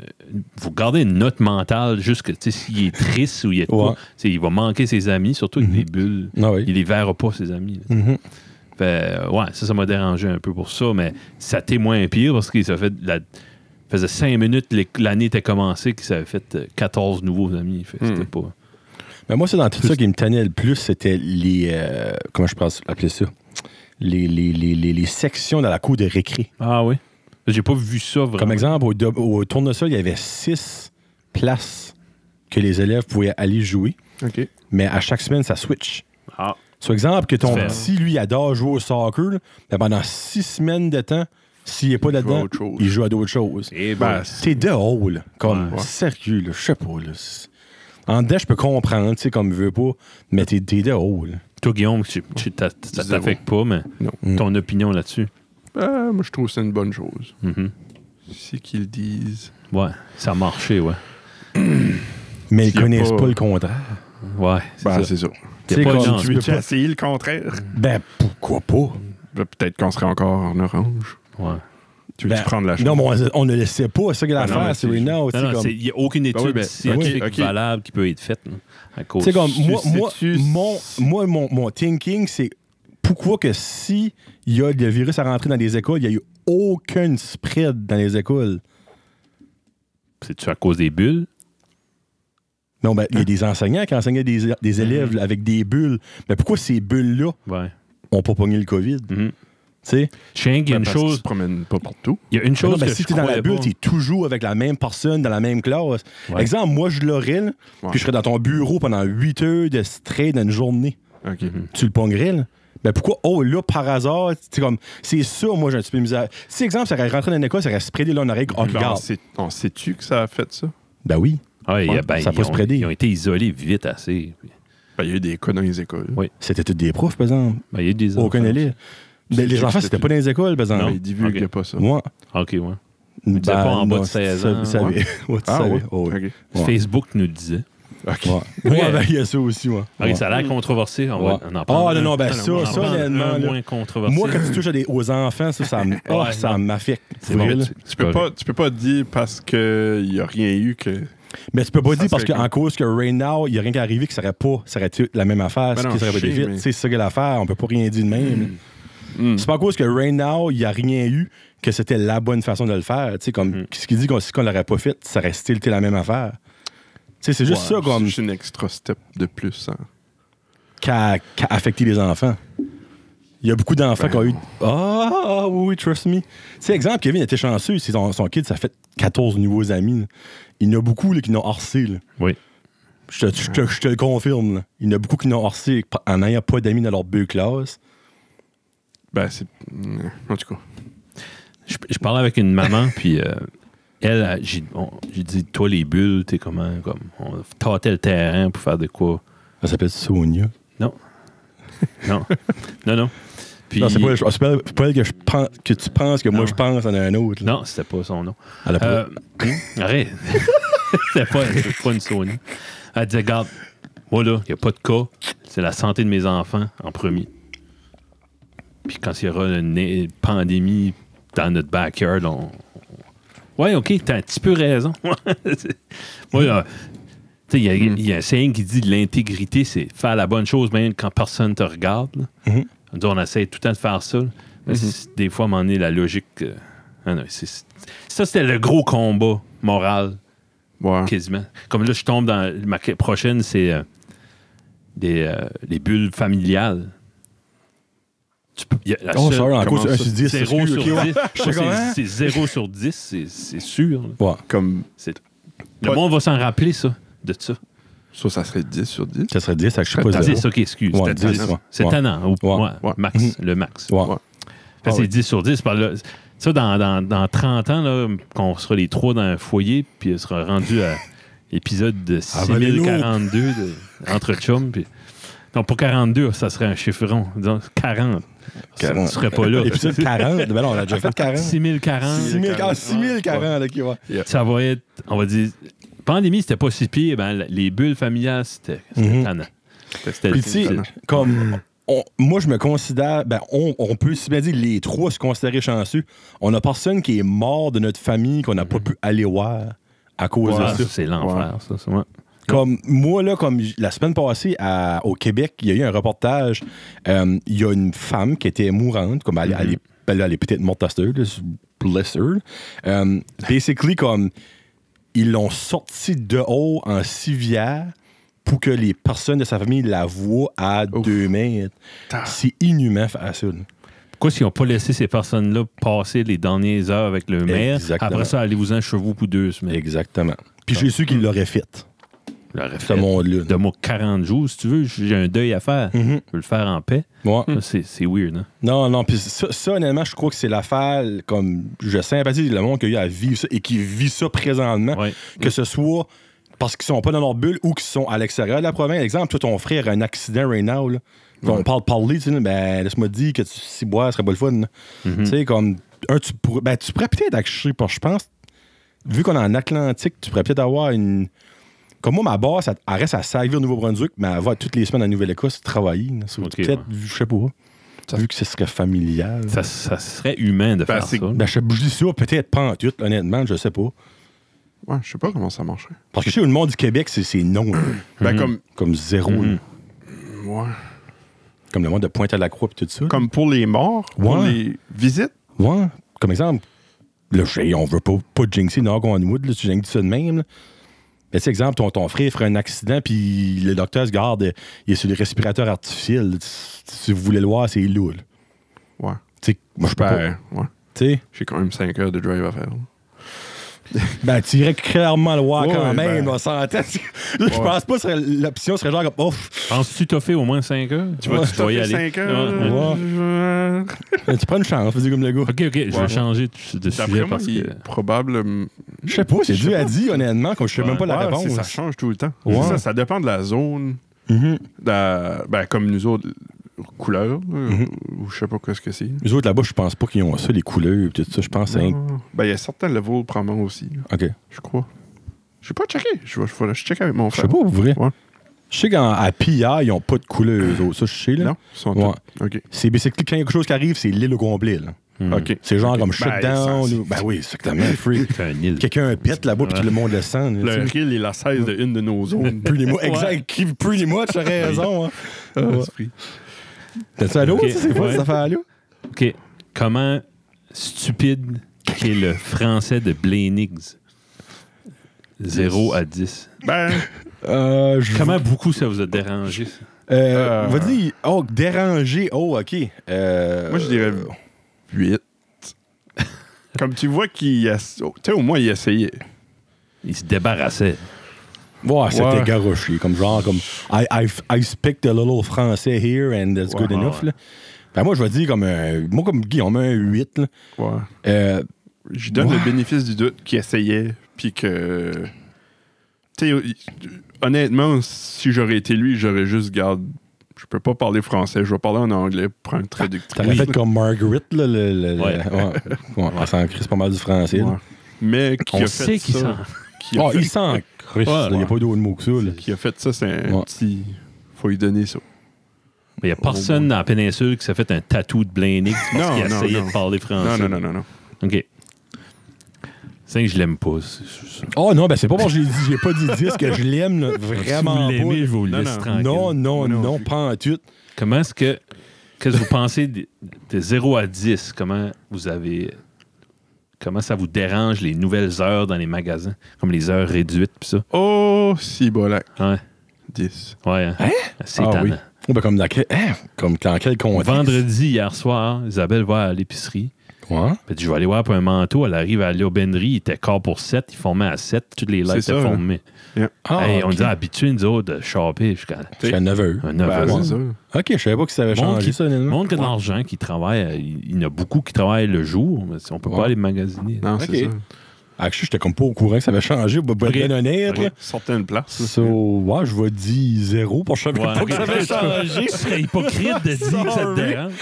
Vous garder une note mentale jusque, tu sais, s'il est triste ou il est Ouais. pas. Tu sais, il va manquer ses amis, surtout avec Mhm. des bulles. Ah oui. Il les verra pas, ses amis. là. Mhm. Fait, euh, ouais, ça, ça m'a dérangé un peu pour ça, mais ça t'est moins pire parce qu'il s'est fait la... faisait cinq minutes, l'é- l'année était commencée, qu'il s'avait fait euh, 14 nouveaux amis. Fait, que c'était Mm. pas... Mais moi, c'est dans tout ça qui me tannait le plus, c'était les. euh, comment je peux appeler ça? Les, les, les, les, les sections dans la cour de récré. Ah oui? J'ai pas vu ça vraiment. Comme exemple, au, do- au tournesol, il y avait six places que les élèves pouvaient aller jouer, OK. mais à chaque semaine, ça switch. Ah, Soit exemple, que ton Différent. petit, lui, adore jouer au soccer, là, ben pendant six semaines de temps, s'il n'est pas à là-dedans, autre chose. il joue à d'autres choses. et Ben, ben, C'est dehors, là. Comme, Ouais. sérieux, là. Je sais pas, là. C'est- En dedans, je peux comprendre, tu sais, comme je veux pas, mais t'es t'es dehors, là. toi, Guillaume, tu- tu t'a- ça Zéro. t'affecte pas, mais Non. ton opinion là-dessus. Ah, moi, je trouve que c'est une bonne chose. Mhm. C'est qu'ils le disent. Ouais, ça a marché, ouais. Mais ils S'il y a connaissent pas- pas, le contraire. Ouais, c'est Ben, ça. c'est ça. T'es c'est pas comme- une tu Tu peux veux pas- essayer le contraire? Ben, pourquoi pas? Ben, Peut-être qu'on serait encore en orange. Ouais. Tu Ah, veux Ben, prendre la chance? Non, mais on, on ne le sait pas, c'est ça que Ben non, mais l'affaire, c'est c'est- right now, tu Non, sais, non, comme- c'est- il n'y a aucune étude Ben oui, ben, scientifique ok, ok. valable qui peut être faite là, à cause Tu sais, comme, moi, Tu moi, sais-tu- mon, moi, mon, mon thinking, c'est pourquoi que si il y a le virus à rentrer dans les écoles, il n'y a eu aucun spread dans les écoles. C'est-tu à cause des bulles? Non, ben, Hein? il y a des enseignants qui enseignaient des, Mhm. des élèves là, avec des bulles. Mais pourquoi ces bulles-là Ouais. ont pas pogné le COVID? Tu Mhm. sais? Je sais qu'il y a Ben, une parce qu'ils chose. se promènent pas partout. Il y a une Mais chose Non, ben, que si je t'es dans la croyais bulle, pas. t'es toujours avec la même personne, dans la même classe. Ouais. Exemple, moi, je l'aurais, là, Ouais. puis je serais dans ton bureau pendant 8 heures de stress dans une journée. OK. Tu le pongerais, là. Ben pourquoi, oh là, par hasard, c'est comme, c'est ça, moi, j'ai un petit peu de misère. Si, exemple, ça aurait rentré dans une école, ça aurait spreadé là, on aurait, Ben, oh, on regarde. sait- on sait-tu que ça a fait ça? Ben oui. Ah, il y a- Ouais, ben, ça ils, peut se ont, prédire. ils ont été isolés vite assez. Puis, Ben, il y a eu des cas dans les écoles. Oui. C'était tous des profs, par exemple. ben, il y a eu des Aucun enfants. élève. Ben, C'est les sûr enfants, que c'était c'était- pas dans les écoles, par Ben, exemple. ils divulguaient ok. pas ça. Moi, ben, Ok, ouais. disaient pas en bas de 16 ans. Vous savez. [LAUGHS] Ouais, tu Ah, savais. ouais. Oh, oui. Ok. Ouais. Facebook nous le disait. Ok. Ouais, Ouais, ben, il y a ça aussi, moi. Ok, ça a l'air controversé. On, va- Ouais. on en parle. Ah, non, non, ben, Ah, ça, on en ça, parle honnêtement, un là. moins controversé. Moi, quand tu touches à des- aux enfants, ça, ça, [LAUGHS] m- oh, Ouais, ça non. m'affecte. C'est Vrai, bon, là. tu- Tu peux, pas, tu peux pas dire parce qu'il n'y a rien eu que. Mais tu peux pas Ça dire parce serait qu'en cause que right now, il n'y a rien qui est arrivé qui serait pas, ça aurait été la même affaire, Ben ce non, qui serait pas je sais, été vite. mais- Hmm. Tu sais, C'est ça que l'affaire, on peut pas rien dire de même. C'est pas en cause que right now, il n'y a rien eu que c'était la bonne façon de le faire. Tu sais, comme Hmm. ce qui dit qu'on si qu'on l'aurait pas fait, ça aurait still été la même affaire. Tu sais, c'est juste Ouais, ça comme C'est une extra step de plus. hein. qui a, qui a affecté les enfants. Il y a beaucoup d'enfants qui ont Ben. eu. Ah, ah, oui, oui, trust me. Tu sais, exemple, Kevin était chanceux. c'est Son, son kid, ça fait 14 nouveaux amis. là. Il y en a beaucoup là, qui l'ont horsé. là. Oui. Je te, je te- je te le confirme. là. Il y en a beaucoup qui l'ont horsé en n'ayant pas d'amis dans leur bulle classe. Ben, c'est. Mm, En tout cas. Je, je parlais avec une maman, [LAUGHS] puis euh, elle, elle, j'ai on- j'ai dit, toi, les bulles, t'es comment? Comme, on tâtait le terrain pour faire de quoi? Ça s'appelle Sonia. Non. [LAUGHS] Non. non, non. Puis, Non, c'est pas, c'est pas- c'est pas elle que, je pense, que tu penses que moi Non. je pense en un autre. là. Non, c'était pas son nom. Elle a pas- Euh, [LAUGHS] arrête. c'était pas, c'était pas une Sony. Elle disait, regarde, moi là, il n'y a pas de cas. C'est la santé de mes enfants en premier. Puis quand il y aura une é- pandémie dans notre backyard, on... on- Ouais, OK, t'as un petit peu raison. [LAUGHS] moi, là, tu sais, il y a- il y, a un saying qui dit l'intégrité, c'est faire la bonne chose même quand personne te regarde. là. On dit, on essaie tout le temps de faire ça. Mais c'est- Des fois, à un moment donné, la logique. euh, ah non, c'est- c'est- ça, c'était le gros combat moral, Hein? Ouais. quasiment. Comme là, je tombe dans. Ma que- prochaine, c'est euh, des, euh, les bulles familiales. Tu peux. y a la Oh, seule- sorry, en comment cause, ça? un sur dix, zéro excuse, sur ok, ouais. 10. Je sais comment. C'est 0 sur 10, c'est- c'est sûr. là. Ouais. Comme. C'est- Le Ouais. monde va s'en rappeler, ça, de ça. Ça, ça serait 10 sur 10. Ça serait 10, ça, je sais pas. T'as zéro. 10, ok, excuse. Ouais, C'était 10, dix. ouais. C'est Ouais. tannant. au- Ouais. Mhm. ouais, Ouais. Max, le max. Ouais. Ouais. Fait que Ah ouais. C'est 10 sur 10. Par là, ça, dans, dans, dans 30 ans, là, qu'on sera les trois dans un foyer, puis on sera rendu à [LAUGHS] épisode de Avalez-nous. 6042 de, entre chums. Puis, non, pas 42, ça serait un chiffre rond. Disons 40. Ça, on 40. serait pas là. Épisode 40. Ben non, on a déjà fait 40. 6040. 6000, ah, 6040, ok, ouais. Ça va être, on va dire, pandémie, c'était pas si pire. Ben, les bulles familiales, c'était c'était Mhm. tannant. C'était Puis tu sais, tannant. comme on- moi, je me considère, ben, on, on peut si bien dire les trois se considérer chanceux. On a personne qui est mort de notre famille qu'on n'a pas pu aller voir à cause Ouais. Ah, de ça, ça. c'est l'enfer, ça. ça, ouais. Comme moi, là, comme j- la semaine passée à- au Québec, il y a eu un reportage. euh, Il y a une femme qui était mourante, comme elle, elle est- ben là, elle est peut-être morte à cette heure, là, bless her. Euh, basically, comme ils l'ont sortie de haut en civière pour que les personnes de sa famille la voient à deux mètres. C'est inhumain facile. Pourquoi s'ils n'ont pas laissé ces personnes-là passer les dernières heures avec le maire, Exactement. après ça, allez-vous-en chez vous pour deux semaines. Exactement. Puis je suis sûr qu'ils l'auraient fait, Je l'aurais fait ce monde-là. de moi 40 jours, si tu veux, j'ai un deuil à faire. Mhm. Je veux le faire en paix. Ouais. Ça, C'est c'est weird, hein? Non, non, puis ça, ça, honnêtement, je crois que c'est l'affaire, comme je sympathise le monde qui a eu à vivre ça et qui vit ça présentement, Ouais. que ce soit parce qu'ils sont pas dans leur bulle ou qu'ils sont à l'extérieur de la province. Exemple, toi, ton frère a un accident right now, là. Puis on parle parler, tu sais, ben laisse-moi te dire que tu si bois, ce serait pas le fun. là. Mm-hmm. Tu sais, comme un, tu pourrais, ben, tu pourrais peut-être accoucher, parce que je pense, vu qu'on est en Atlantique, tu pourrais peut-être avoir une. Comme moi, ma boss, elle, elle reste à Saguenay au Nouveau-Brunswick, mais elle va toutes les semaines à Nouvelle-Écosse travailler. là. So, Ok, peut-être, ouais. je sais pas. Vu que ce serait familial. Ça, ça serait humain de Ben, faire c'est- ça. Ben, je, je dis ça, peut-être pas en tout, honnêtement, je sais pas. Ouais, je sais pas comment ça marcherait. Parce que chez le monde du Québec, c'est- c'est non. là. Ben, comme. comme zéro. là. Mhm. ouais. Comme le monde de Pointe-à-la-Croix et tout ça. Comme pour les morts, pour Ouais. les visites. Ouais. Comme exemple, le chien, on veut pas, pas jinxer Norgon Wood, là, tu jinxes ça de même. là. Mais tu sais, exemple, ton, ton frère ferait un accident, puis le docteur se garde, euh, il est sur des respirateurs artificiels. là. Si- Si vous voulez le voir, c'est lourd. là. Ouais. Tu sais, moi, je peux pas. Ben, ouais. Tu sais, J'ai quand même 5 heures de drive à faire. là. Ben, tu irais clairement le voir Ouais, quand ben- même, on s'entend. [LAUGHS] Je pense pas que l'option serait genre comme, ouf, Penses-tu t'as fait au moins 5 heures? Tu vas Ouais, tu vas y aller. 5 Ouais. heures. euh, tu prends une chance, vas-y comme le gars. Ok, ok, je Ouais. vais changer de- de D'après sujet moi, parce il que. est probable. Je sais pas, c'est dû à dit, honnêtement, comme je sais même pas la Ouais, réponse. c'est- Ça change tout le temps. Ouais. C'est Ça, ça dépend de la zone, de Mhm. la- ben, comme nous autres, couleur, là, Mhm. ou je sais pas qu'est-ce que c'est. Les autres là-bas, je pense pas qu'ils ont ça, les couleurs, pis tout ça. Je pense que c'est. un- Non. Ben, il y a certains levels, probablement aussi, là, Ok. je crois. Je pas checké. Je vais- faut- je check avec mon Je frère. sais pas, pour vrai. Ouais. Je sais qu'à PIA, ils ont pas de couleurs, eux autres. Ça, je sais, là. Non, ils sont Ouais. tous- OK. C'est basically quand il y a quelque chose qui arrive, c'est l'île au complet, là. Hmm. OK. C'est genre comme Ben, shutdown. ça, ou- Ben oui, exactement, [LAUGHS] free. C'est un île. Quelqu'un pète là-bas, puis tout le monde le sent. là, Le tu sais. reel est la 16 de une de nos zones. Plus les mois, exact. qui- Plus les mois, tu as raison. hein. Ah, Ouais. esprit. T'as-tu à l'eau, Ok, ça, c'est quoi ouais. cette affaire-là? OK. Comment stupide qu'est le français de Blenix? 0 à 10. Ben, Euh, je- Comment beaucoup ça vous a dérangé? ça? Euh. Euh, Vas-y. Oh, dérangé. Oh, OK. Euh, moi, je dirais [LAUGHS] 8. Comme tu vois qu'il... ess- oh, Tu sais, au moins, il essayait. Il se débarrassait. Ouais, c'était Ouais. garoché. Comme genre, comme. I, I, I speak the little français here and that's good Ouais, enough. ouais. Là. Ben, moi, je vais dire comme un. Moi, comme Guy, on met un 8. Là. Ouais. Euh, Je donne Ouais. le bénéfice du doute qu'il essayait, puis que... Tu sais, il- honnêtement, si j'aurais été lui, j'aurais juste, garde, je peux pas parler français, je vais parler en anglais, prends une traductrice. T'aurais fait comme Margaret, là. Le, le- le- Ouais. ouais. Ouais, elle s'en crisse pas mal du français. là. Ouais. Mais qui On a sait fait qu'il ça... s'en. qui a Oh, fait- il s'en crisse. Ouais, Il n'y a ouais. pas d'autre mot que ça. Là. qui a fait ça, c'est un Ouais. petit... Faut lui donner ça. Mais il n'y a personne dans la péninsule qui s'est fait un tatou de Blenix parce Oh, Non, qu'il non, essayait non. de parler Non, français. non, non, non, non. OK. C'est que je l'aime pas. c'est- c'est- c'est- Oh non, ben c'est pas parce que j'ai dit. J'ai pas dit 10 que je l'aime, là, Vraiment Si vous l'aimez, pas. je vous le Non, laisse non. tranquille. Non, non, Moi non non, plus. pas en tout. Comment est-ce que. Qu'est-ce que vous pensez de, de 0 à 10? Comment vous avez. Comment ça vous dérange les nouvelles heures dans les magasins? Comme les heures réduites, pis ça? Oh, si, bolac. Ouais. 10. Ouais. hein? C'est Ah oui. étonnant. Oh, ben comme dans quel, hein, comme dans quel contexte? Vendredi, hier soir, Isabelle va à l'épicerie. Ouais. Elle dit Je vais aller voir pour un manteau. Elle arrive à l'aubainerie. Il était quart pour 7. Ils formaient à 7. Toutes les lights C'est ça, hein. étaient formées. Ah, Hey, On ok. nous a habitués, nous autres, de choper jusqu'à Jusqu'à 9 heures. un Ben, 9 c'est ça. Ok, je savais pas que ça avait Montre changé qu'il- ça, honnêtement. montre que de l'argent qui travaille, euh, il il y en a beaucoup qui travaillent le jour, mais on peut Ouais. pas aller magasiner. Non, c'est Ok. ça. Ah, je j'étais comme pas au courant que ça avait changé. Bah, bah, Ok. bien honnête. là. Certaines places. là. So, ouais, je vais dire zéro pour chaque Ouais. pas que ça avait [LAUGHS] changé. Ce serait hypocrite de dire que ça te Sorry. dérange.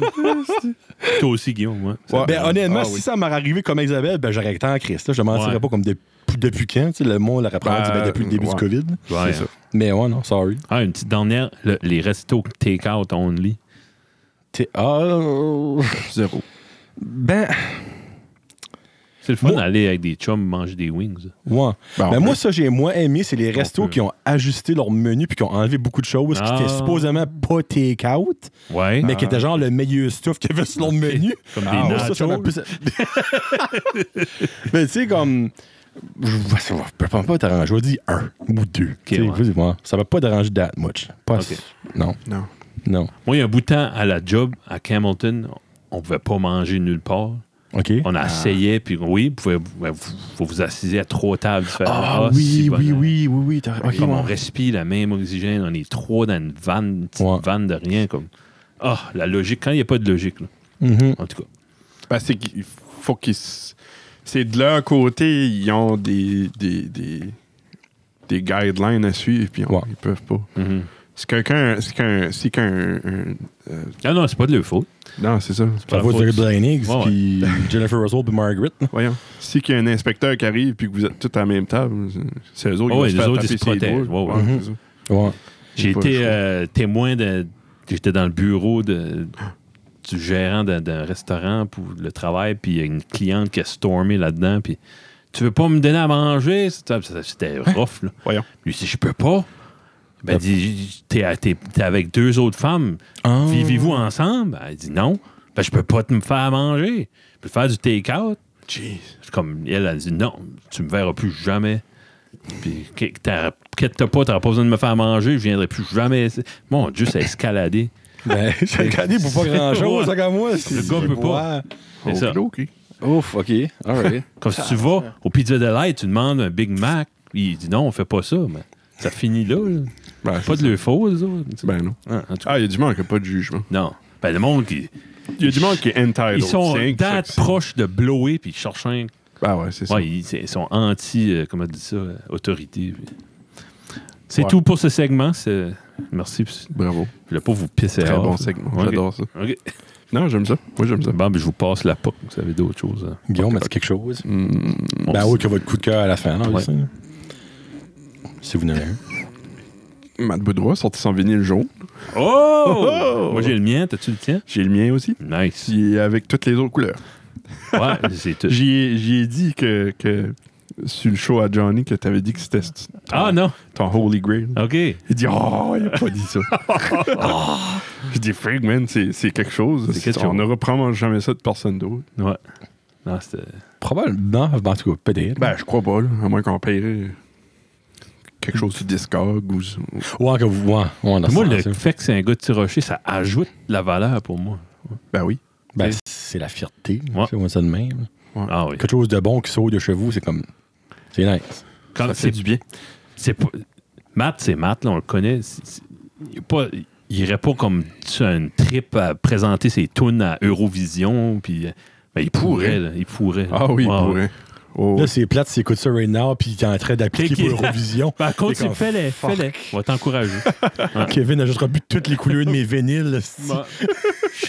[LAUGHS] Toi aussi, Guillaume, moi. Ouais. Ben, honnêtement, Ah, si oui. ça m'aurait arrivé comme Isabelle, ben, j'aurais été en crise. là. Je ne mentirais Ouais. pas comme de- depuis quand. tu sais, Le monde l'aurait Ben, ben, ben, depuis le début ouais. du COVID. là. Ouais. ça. Mais ouais, non, sorry. Ah, une petite dernière, le- les restos take-out only. T'es- ah, Zéro. ben, C'est le fun Moi- d'aller avec des chums manger des wings. ouais. Ben, Ben, on moi, peut- ça, j'ai moins aimé, c'est les restos peut. qui ont ajusté leur menu puis qui ont enlevé beaucoup de choses qui Ah. étaient supposément pas take-out, Ouais. mais qui étaient genre le meilleur stuff qu'il y avait sur leur menu. Comme des Ah, ça, ça m'a nachos. plus- [LAUGHS] Mais tu sais, comme. Je ne peux pas me déranger. Je vais dire un ou deux. Tu sais, ouais. vas-y, moi, Ça ne va pas déranger that much. Pas Ok. Non, Non. non. Moi, il y a un bout de temps à la job à Camelton, on pouvait pas manger nulle part. OK. On a essayé, puis oui, vous pouvez ben, vous, vous vous assiser à trois tables différentes. Ah, oui, si bonne- oui, oui, oui, oui, t'as- ok, Comme ouais. on respire la même oxygène, on est trois dans une vanne, une petite Ouais. vanne de rien. comme Ah, la logique, quand il n'y a pas de logique, là. Mhm. en tout cas. Ben, c'est qu'il faut qu'ils. s- C'est de leur côté, ils ont des, des, des, des guidelines à suivre, puis on- Ouais. ils peuvent pas. Mm-hmm. Mhm. Si quelqu'un. Si qu'un. Si qu'un. un- euh, Ah non, c'est pas de leur faute. non, c'est ça. Ça va Faut- dire Blaine Higgs, Ouais, ouais. puis Jennifer Russell, puis Margaret. Voyons. Si qu'il y a un inspecteur qui arrive, puis que vous êtes tous à la même table, c'est eux autres Oh, ouais, qui les vont autres, se faire ils se taper ses protègent. doigts. Ouais, ouais. Ouais, Mhm. c'est ça. Ouais. J'ai pas le été choix. euh, témoin de. J'étais dans le bureau de, du gérant d'un, d'un restaurant pour le travail, puis il y a une cliente qui a stormé là-dedans, puis tu veux pas me donner à manger? C'était, c'était rough, là. Voyons. Lui, si je peux pas. Ben, Yep. dit, t'es, t'es- t'es avec deux autres femmes. Ah. Vivez-vous ensemble? Elle dit non. Ben, je peux pas te me faire manger. Je peux faire du take-out. Jeez. C'est Comme elle a dit non, tu me verras plus jamais. Puis, qu'est- t'as- inquiète-toi pas, t'auras pas besoin de me faire manger, je viendrai plus jamais. Mon Dieu, ça a escaladé. [LAUGHS] Ben, j'ai regardé pour pas grand-chose, Ouais. ça, comme moi. gars peut pas. Ouais. C'est ça. Ok, ok. Ouf, OK. All right. Comme si tu vas au Pizza Delight, tu demandes un Big Mac, puis il dit non, on fait pas ça, mais ça finit là. là. Ben, Pas c'est de leur faux, eux autres. ça. Ben non. Ah, en tout cas, Ah, il y a du monde qui n'a pas de jugement. non. Ben, le monde qui. Il y a du monde qui est entitled. Ils sont C'est rien que ça date que c'est. proche de blower, puis ils cherchent un. Ah ouais, c'est ça. Ouais, ils, c'est- ils sont anti, euh, comment on dit ça, euh, autorité. puis. C'est Ouais. tout pour ce segment. c'est- Merci. puis Bravo. Je voulais pas vous pisser Très off. bon segment. Ok. J'adore ça. Ok. Non, j'aime ça. Moi, j'aime ça. Bon, ben, je vous passe la POC. Vous savez d'autres choses. hein. [LAUGHS] Guillaume, as-tu quelque chose? Hmm, Bon, ben c'est- oui, que votre coup de cœur à la fin, là, je Ouais. sais, là. Si vous n'avez un. Matt Boudreau a sorti son vinyle jaune. Oh! Oh! Moi, j'ai le mien. T'as-tu le tien? J'ai le mien aussi. Nice. Il est avec toutes les autres couleurs. Ouais, c'est tout. J'y ai, j'y ai dit que, que sur le show à Johnny que t'avais dit que c'était Ah non! ton Holy Grail. OK. Il dit Oh, il a pas dit [LAUGHS] ça. Je dis Frig, man, c'est c'est quelque chose. C'est quelque On chose. n'aura probablement jamais ça de personne d'autre. Ouais. Non, c'était. Probablement, ben, en tout cas, peut-être. Ben, je crois pas, là. À moins qu'on paierait quelque chose sur Discog ou. ou- ouais, que vous. Ouais, ouais, dans ce Moi, le sens-là. fait que c'est un gars de Tirocher, ça ajoute de la valeur pour moi. Ben oui. Ben, c'est la fierté. là, Ouais. tu sais, On dit ça de même. Ah oui. Quelque chose de bon qui sort de chez vous, c'est comme. C'est nice. Quand ça fait c'est du bien. c'est pas- Matt, c'est Matt, là, on le connaît. C'est- c'est- il est pas- Il irait pas comme sur une trip à présenter ses tunes à Eurovision, puis. euh, ben, il pourrait, là, il pourrait. Ah oui, Ouais, pour ouais. vrai. Oh. Là, c'est plate, s'il écoute ça right now, puis il est en train d'appliquer Cliquez. pour [LAUGHS] Eurovision. Ben, continue, comme, fais-les, fuck. fais-les. On va [LAUGHS] t'encourager. Kevin n'ajoutera plus toutes les couleurs de mes [LAUGHS] vinyles. là, si. Moi,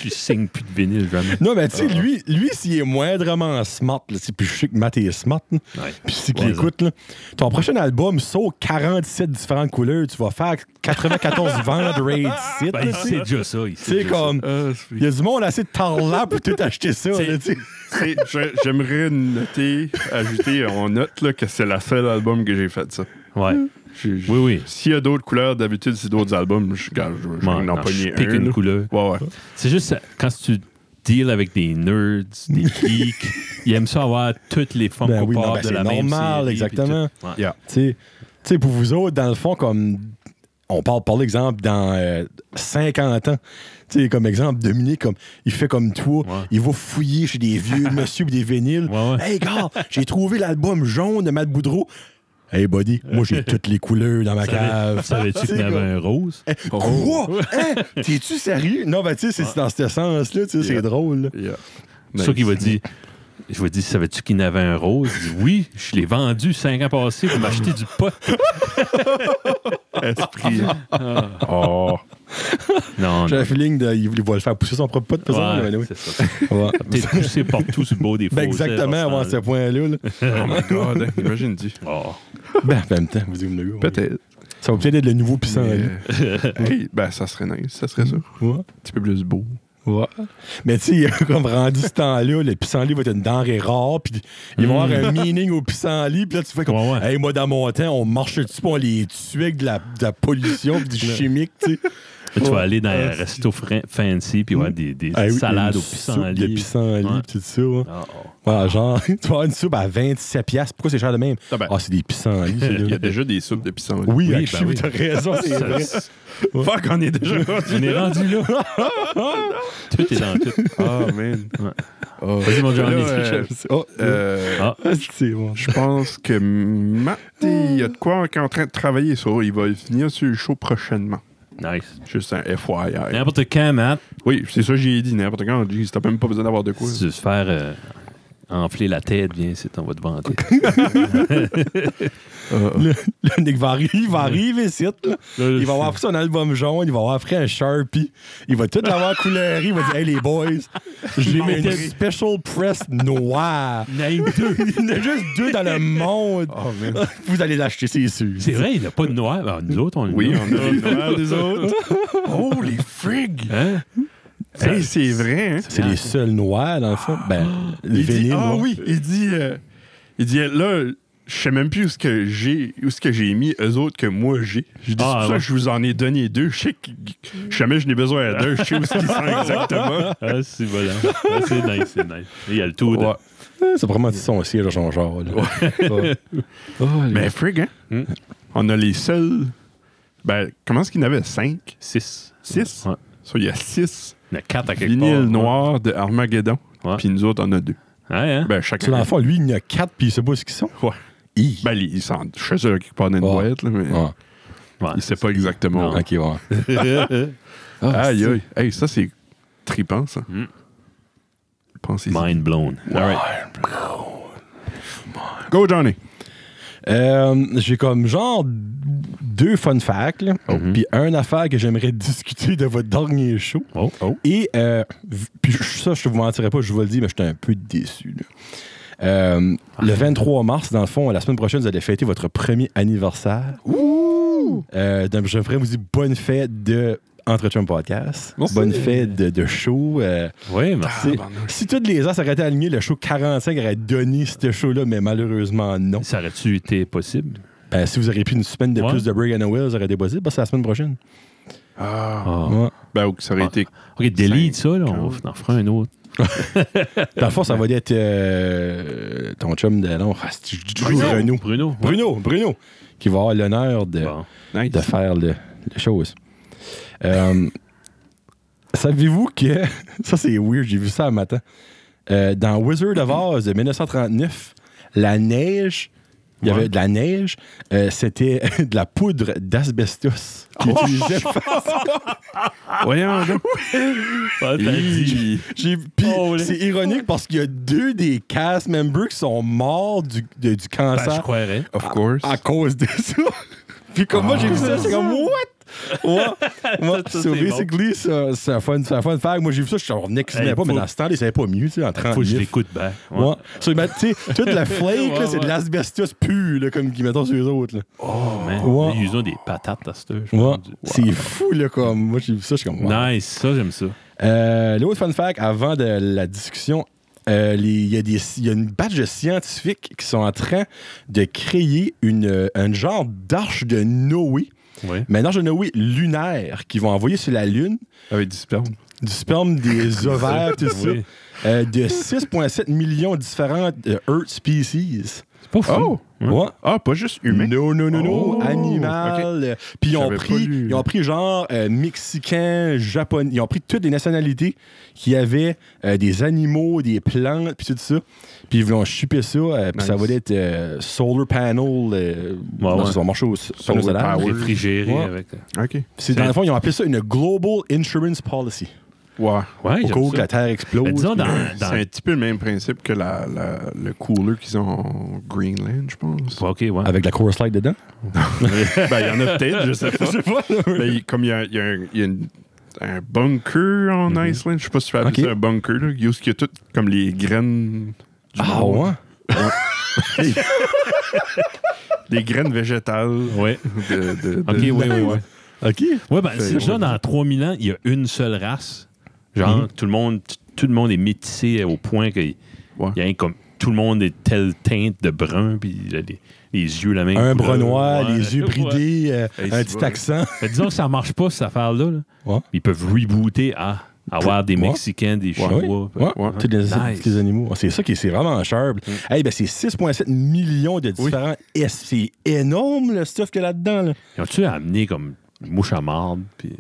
Je signe plus de vinyle, jamais. Non, mais tu sais, lui, lui s'il est moindrement smart, là, tu sais, puis je sais que Matt est smart, là, Ouais. puis c'est qu'il Ouais, écoute, là, ton prochain album sort 47 différentes couleurs, tu vas faire 94 [LAUGHS] ventes raid site. Ben, là, il tu sais. sait déjà ça. il sait C'est déjà ça. comme. Ah, Il y a du monde assez de là pour tout acheter ça. C'est- là, tu sais. C'est- je- J'aimerais noter, ajouter, on note là, que c'est la seule album que j'ai fait ça. Ouais. J'ai- j'ai- Oui, oui. S'il y a d'autres couleurs, d'habitude, c'est d'autres albums, je garde, je, je vais Ouais, en non, pogner je pique un, une là. couleur. Ouais, ouais. C'est juste ça, quand tu deals avec des nerds, [LAUGHS] des geeks, ils aiment ça avoir toutes les formes Ben oui, non, coupables ben de c'est la même normal, série, exactement. puis tout. Ouais. Yeah. Tu sais, tu sais, pour vous autres, dans le fond, comme on parle par exemple dans euh, 50 ans, tu sais, comme exemple, Dominique, comme, il fait comme toi, Ouais. il va fouiller chez des [LAUGHS] vieux monsieur pis des vinyles. Ouais, ouais. Hey, gars, j'ai trouvé l'album jaune de Matt Boudreau. Hey, buddy, moi [LAUGHS] j'ai toutes les couleurs dans ma Savais- cave. Savais-tu qu'il y en avait un rose? Hey, quoi? Hein? T'es-tu sérieux? Non, ben, tu sais, c'est dans ce sens-là, tu sais, c'est Yeah. drôle. là. Yeah. C'est Nice. sûr qu'il va dire. Je vais dire, savais-tu qu'il y en avait un rose? Il dit, oui, je l'ai vendu cinq ans passés pour m'acheter du pot. Esprit. oh. Non, non. J'ai le feeling de, il va le faire pousser son propre pote, par exemple, Ouais, mais oui. c'est ça. Ouais. T'es poussé partout sur le beau des Ben, fossés, exactement, par avant ce exemple. [LAUGHS] point-là. là. [LAUGHS] oh my god, hein, imagine tu Oh. Ben, en même temps, vous dites, le gars, Peut-être. Ça va peut-être être le nouveau mais, pissenlit. euh, hey, ben, ça serait nice, ça serait sûr. Ouais. Un petit peu plus beau. Ouais. Mais tu sais, [LAUGHS] comme rendu ce temps-là, le pissenlit va être une denrée rare, puis il va y avoir un meaning au pissenlit, puis là, tu fais comme, Hmm. Ouais, ouais. hey, moi, dans mon temps, on marchait dessus, puis on les tuait avec de la, de la pollution, puis du chimique, tu sais. Là, tu Ouais. vas aller dans un Ah, resto fra- fancy puis avoir des, des Hey, oui, salades une au pissenlit. soupe De pissenlit, Ouais. puis tout ça. ouais. Ah, oh. Ouais, genre, [LAUGHS] tu vas avoir une soupe à 27$. piastres. Pourquoi c'est cher de même? Ah Ah, ben. c'est des pissenlits, c'est Il y a là. déjà des soupes de pissenlit. Oui, Oui, oui ben oui. t'as [LAUGHS] raison, c'est Ça- vrai. [LAUGHS] Fuck, on est déjà rendu. On est rendu là. [LAUGHS] tout est dans tout. Oh, man. Ouais. Oh. Vas-y, mon Johnny. Là, euh, J'aime ça. Oh, euh, Ah. ah, c'est bon. Je pense que Matt, il y a de quoi qui est en train de travailler sur. Il va finir sur le show prochainement. Nice. Juste un FYI. N'importe quand, Matt, Oui, c'est ça que j'ai dit. N'importe quand, on dit, t'as même pas besoin d'avoir de quoi. si tu veux te faire euh, enfler la tête, viens ici, on va te [LAUGHS] vanter. Le, le Nick va arriver, il va arriver ici. là. Il va avoir pris son album jaune, il va avoir pris un Sharpie, il va tout l'avoir couleur, il va dire Hey les boys, j'ai Mon une Dieu. special press noire. Naïm 2. [LAUGHS] Il y en a juste deux dans le monde. Oh, man. Vous allez l'acheter, c'est sûr. C'est vrai, il n'a pas de noir. Ben, nous autres, on l'a. Oui, on a les noirs des autres. Oh, les frigs! Hein? Hey, c'est vrai, hein? C'est les seuls noirs, dans le fond. Ben, les Il dit, vinyles, ah ouais. oui, il dit, euh, il dit là, je sais même plus où ce que j'ai, où ce que j'ai mis eux autres que moi j'ai. Je dis Ah, c'est pour ça ouais. que je vous en ai donné deux. Je sais que jamais je n'ai besoin d'un. Je sais où ce qu'ils sont [LAUGHS] exactement. Ah, c'est voilà. Ah, c'est nice, c'est nice. Il y a le tour. de- Ouais. C'est vraiment du son aussi, là, genre. genre là. Ouais. Mais frig, hein? Oh, Hmm. On a les seuls. Ben, comment est-ce qu'il y en avait cinq? 6. Six? Ouais. Ça, il y a six Il y en a 4 à quelque part. vinyles noirs de Armageddon. Ouais. Puis nous autres, on a deux. Ouais, hein? Ben, Tu sais, chacun. dans le fond, lui, il y en a quatre, puis il sait pas ce qu'ils sont. Ouais. Hi. Ben, il s'en. Je suis sûr qu'il part dans une Ouais. boîte, là, mais Ouais. Ouais. il sait pas exactement. Ok, ouais. Ah, Aïe, c'est- aïe. Hey, ça, c'est tripant, ça. Mm. Pensez-y. [LAUGHS] Mind blown. All right. Go, Johnny. Euh, J'ai comme genre deux fun facts, là. puis un affaire que j'aimerais [LAUGHS] discuter de votre dernier show. Oh, oh. Et euh, v- puis je- ça, je vous mentirais pas, je vous le dis, mais j'étais un peu déçu. là. Euh, le 23 mars, dans le fond, la semaine prochaine, vous allez fêter votre premier anniversaire. Euh, donc, je voudrais vous dire bonne fête de Entretien Podcast. Merci. Bonne fête de, de show. euh, Ah, ben, Oui, merci. c'est- Tabarnouche. si toutes les ans, ça aurait été aligné, le show 45 aurait donné ce show-là, mais malheureusement, non. Ça aurait-tu été possible? Ben, si vous auriez pris une semaine de Ouais. plus de Break and Will, ça aurait été possible, parce que c'est la semaine prochaine. Ah. Ah. Ouais. Ben, ou que ça aurait Ah. été. Ok, délite ça, là. On Cinq, en fera un autre. Dans le fond, ça va ben. être euh, ton chum de. Non, ah, c'est- je dis toujours Renaud. Bruno. ouais. Bruno, Bruno, qui va avoir l'honneur de, Bon. Nice. de faire le, le chose. Euh, Savez-vous que. [LAUGHS] Ça, c'est weird, j'ai vu ça un matin. Euh, dans Wizard of Oz de 1939, la neige. Il y Ouais. avait de la neige, euh, c'était [LAUGHS] de la poudre d'asbestos Oh! qu'ils utilisaient. Voyons, donc. Ah, [LAUGHS] t'as dit. Hi. J'ai- puis Oh, là. c'est ironique parce qu'il y a deux des cast members qui sont morts du, de- du Ben, je cancer croirais. [LAUGHS] Of course. à cause de ça. Puis comme moi, j'ai vu ça, j'étais comme, what? [LAUGHS] Ouais. Ouais. so Ça, c'est bon. basically, ça- c'est un fun, c'est un fun fact. Moi, j'ai vu ça, je revenais que Hey, pas, mais faut- dans ce temps, ils savaient pas mieux, tu sais, en 39. Faut que je l'écoute ben. Ouais. So, ben, tu sais, toute la flake, là, Ouais, c'est de ouais. l'asbestos pur, là, comme qu'ils mettent sur les autres. Là. Oh, man. Ouais. Ils ont des patates à ce Ouais. C'est fou, là, comme. Moi, j'ai vu ça, je suis comme, wow. Nice, ça, j'aime ça. Euh, L'autre fun fact, avant de la discussion, euh, les- il y, a des- il y a une batch de scientifiques qui sont en train de créer une, euh, un genre d'arche de Noé, Ouais. mais une arche de Noé lunaire qu'ils vont envoyer sur la Lune Avec du sperme. du sperme [LAUGHS] des ovaires, tout ça, Oui. euh, de 6,7 millions différentes euh, Earth species. C'est pas fou. Oh! Ouais. Ouais. Ah, pas juste humain. Non, non, non, Oh, non, animal. Euh, Puis ils ont J'avais pas pris, lu. ils ont pris genre euh, mexicain, japonais, ils ont pris toutes les nationalités qui avaient euh, des animaux, des plantes, puis tout ça. Puis ils vont chipper ça, euh, puis ça va Nice. être euh, solar panel, euh, non, ouais. ça va marcher au s- panneau Solar solaire. power. ouais. Ah Réfrigéré Ouais. avec. euh, OK. C'est dans le fond, ils ont appelé ça une global insurance policy. Ouais. Ouais, Au cas où j'aime que ça. la Terre explose. Ben, disons, puis- dans. C'est dans... un petit peu le même principe que la, la- le cooler qu'ils ont en Greenland, je pense. Ok, ouais. Avec la course light dedans. [LAUGHS] ben, il y en a peut-être, je [LAUGHS] sais pas. Mais il- comme il y a, il y a un, il y a une- un bunker en Islande, je sais pas si tu peux appeler Ok. ça un bunker, là, où il y a tout comme les graines. du Ah monde. ouais? Les graines végétales. Ouais. De, de- de- Ok, ouais, ouais, ouais. [LAUGHS] OK. Ouais, ben, C'est- c'est genre dans 3000 ans, il y a une seule race. Genre, Hmm. tout, le monde, t- tout le monde est métissé au point que il Ouais. y a un comme. Tout le monde est telle teinte de brun, puis il a les, les yeux la même. Un couleur. bras noir, Ouais. les yeux Ouais. bridés, euh, Hey, un c'est petit vrai. accent. [LAUGHS] Fait, disons que ça marche pas, cette affaire-là. là. Ouais. Ils peuvent rebooter hein, à avoir des Ouais. Mexicains, des Chinois. Ouais, ouais, Ouais. tous les, Nice. tous les animaux. Ah, C'est ça qui est c'est vraiment cher. Hey, ben, c'est 6,7 millions de différents S. C'est énorme le stuff qu'il y a là-dedans. Là. Ils ont-tu amené comme mouche à marde? Puis...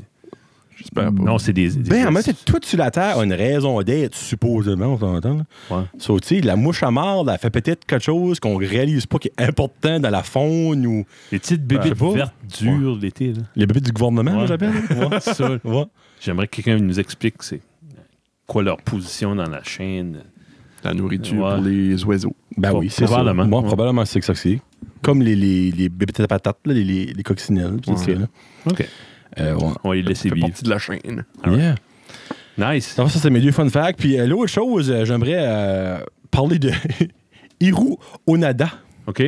J'espère pas. Non, c'est des. des- Ben, en même temps, tout sur la Terre a une raison d'être, supposément, on s'entend. là. Ouais. So, tu sais, la mouche à marde, elle fait peut-être quelque chose qu'on réalise pas qui est important dans la faune ou Les petites bébés je sais pas. vertes dures l'été. là. les bébés du gouvernement, là, Ouais. j'appelle. Ouais. Ça, [LAUGHS] Ouais. J'aimerais que quelqu'un nous explique c'est quoi leur position dans la chaîne. La nourriture Ouais. pour les oiseaux. Ben Bon, oui, c'est probablement. ça. Bon, Ouais. Probablement, c'est ça que c'est. Comme les, les, les bébés de patates, là, les, les, les coccinelles. tout Ouais. ça, là. OK. Euh, ouais. On va les C'est laisser vivre. partie de la chaîne. Ah Yeah. Nice. Donc, ça, c'est mes deux fun facts. Puis euh, l'autre chose, euh, j'aimerais euh, parler de [LAUGHS] Hiru Onada. OK.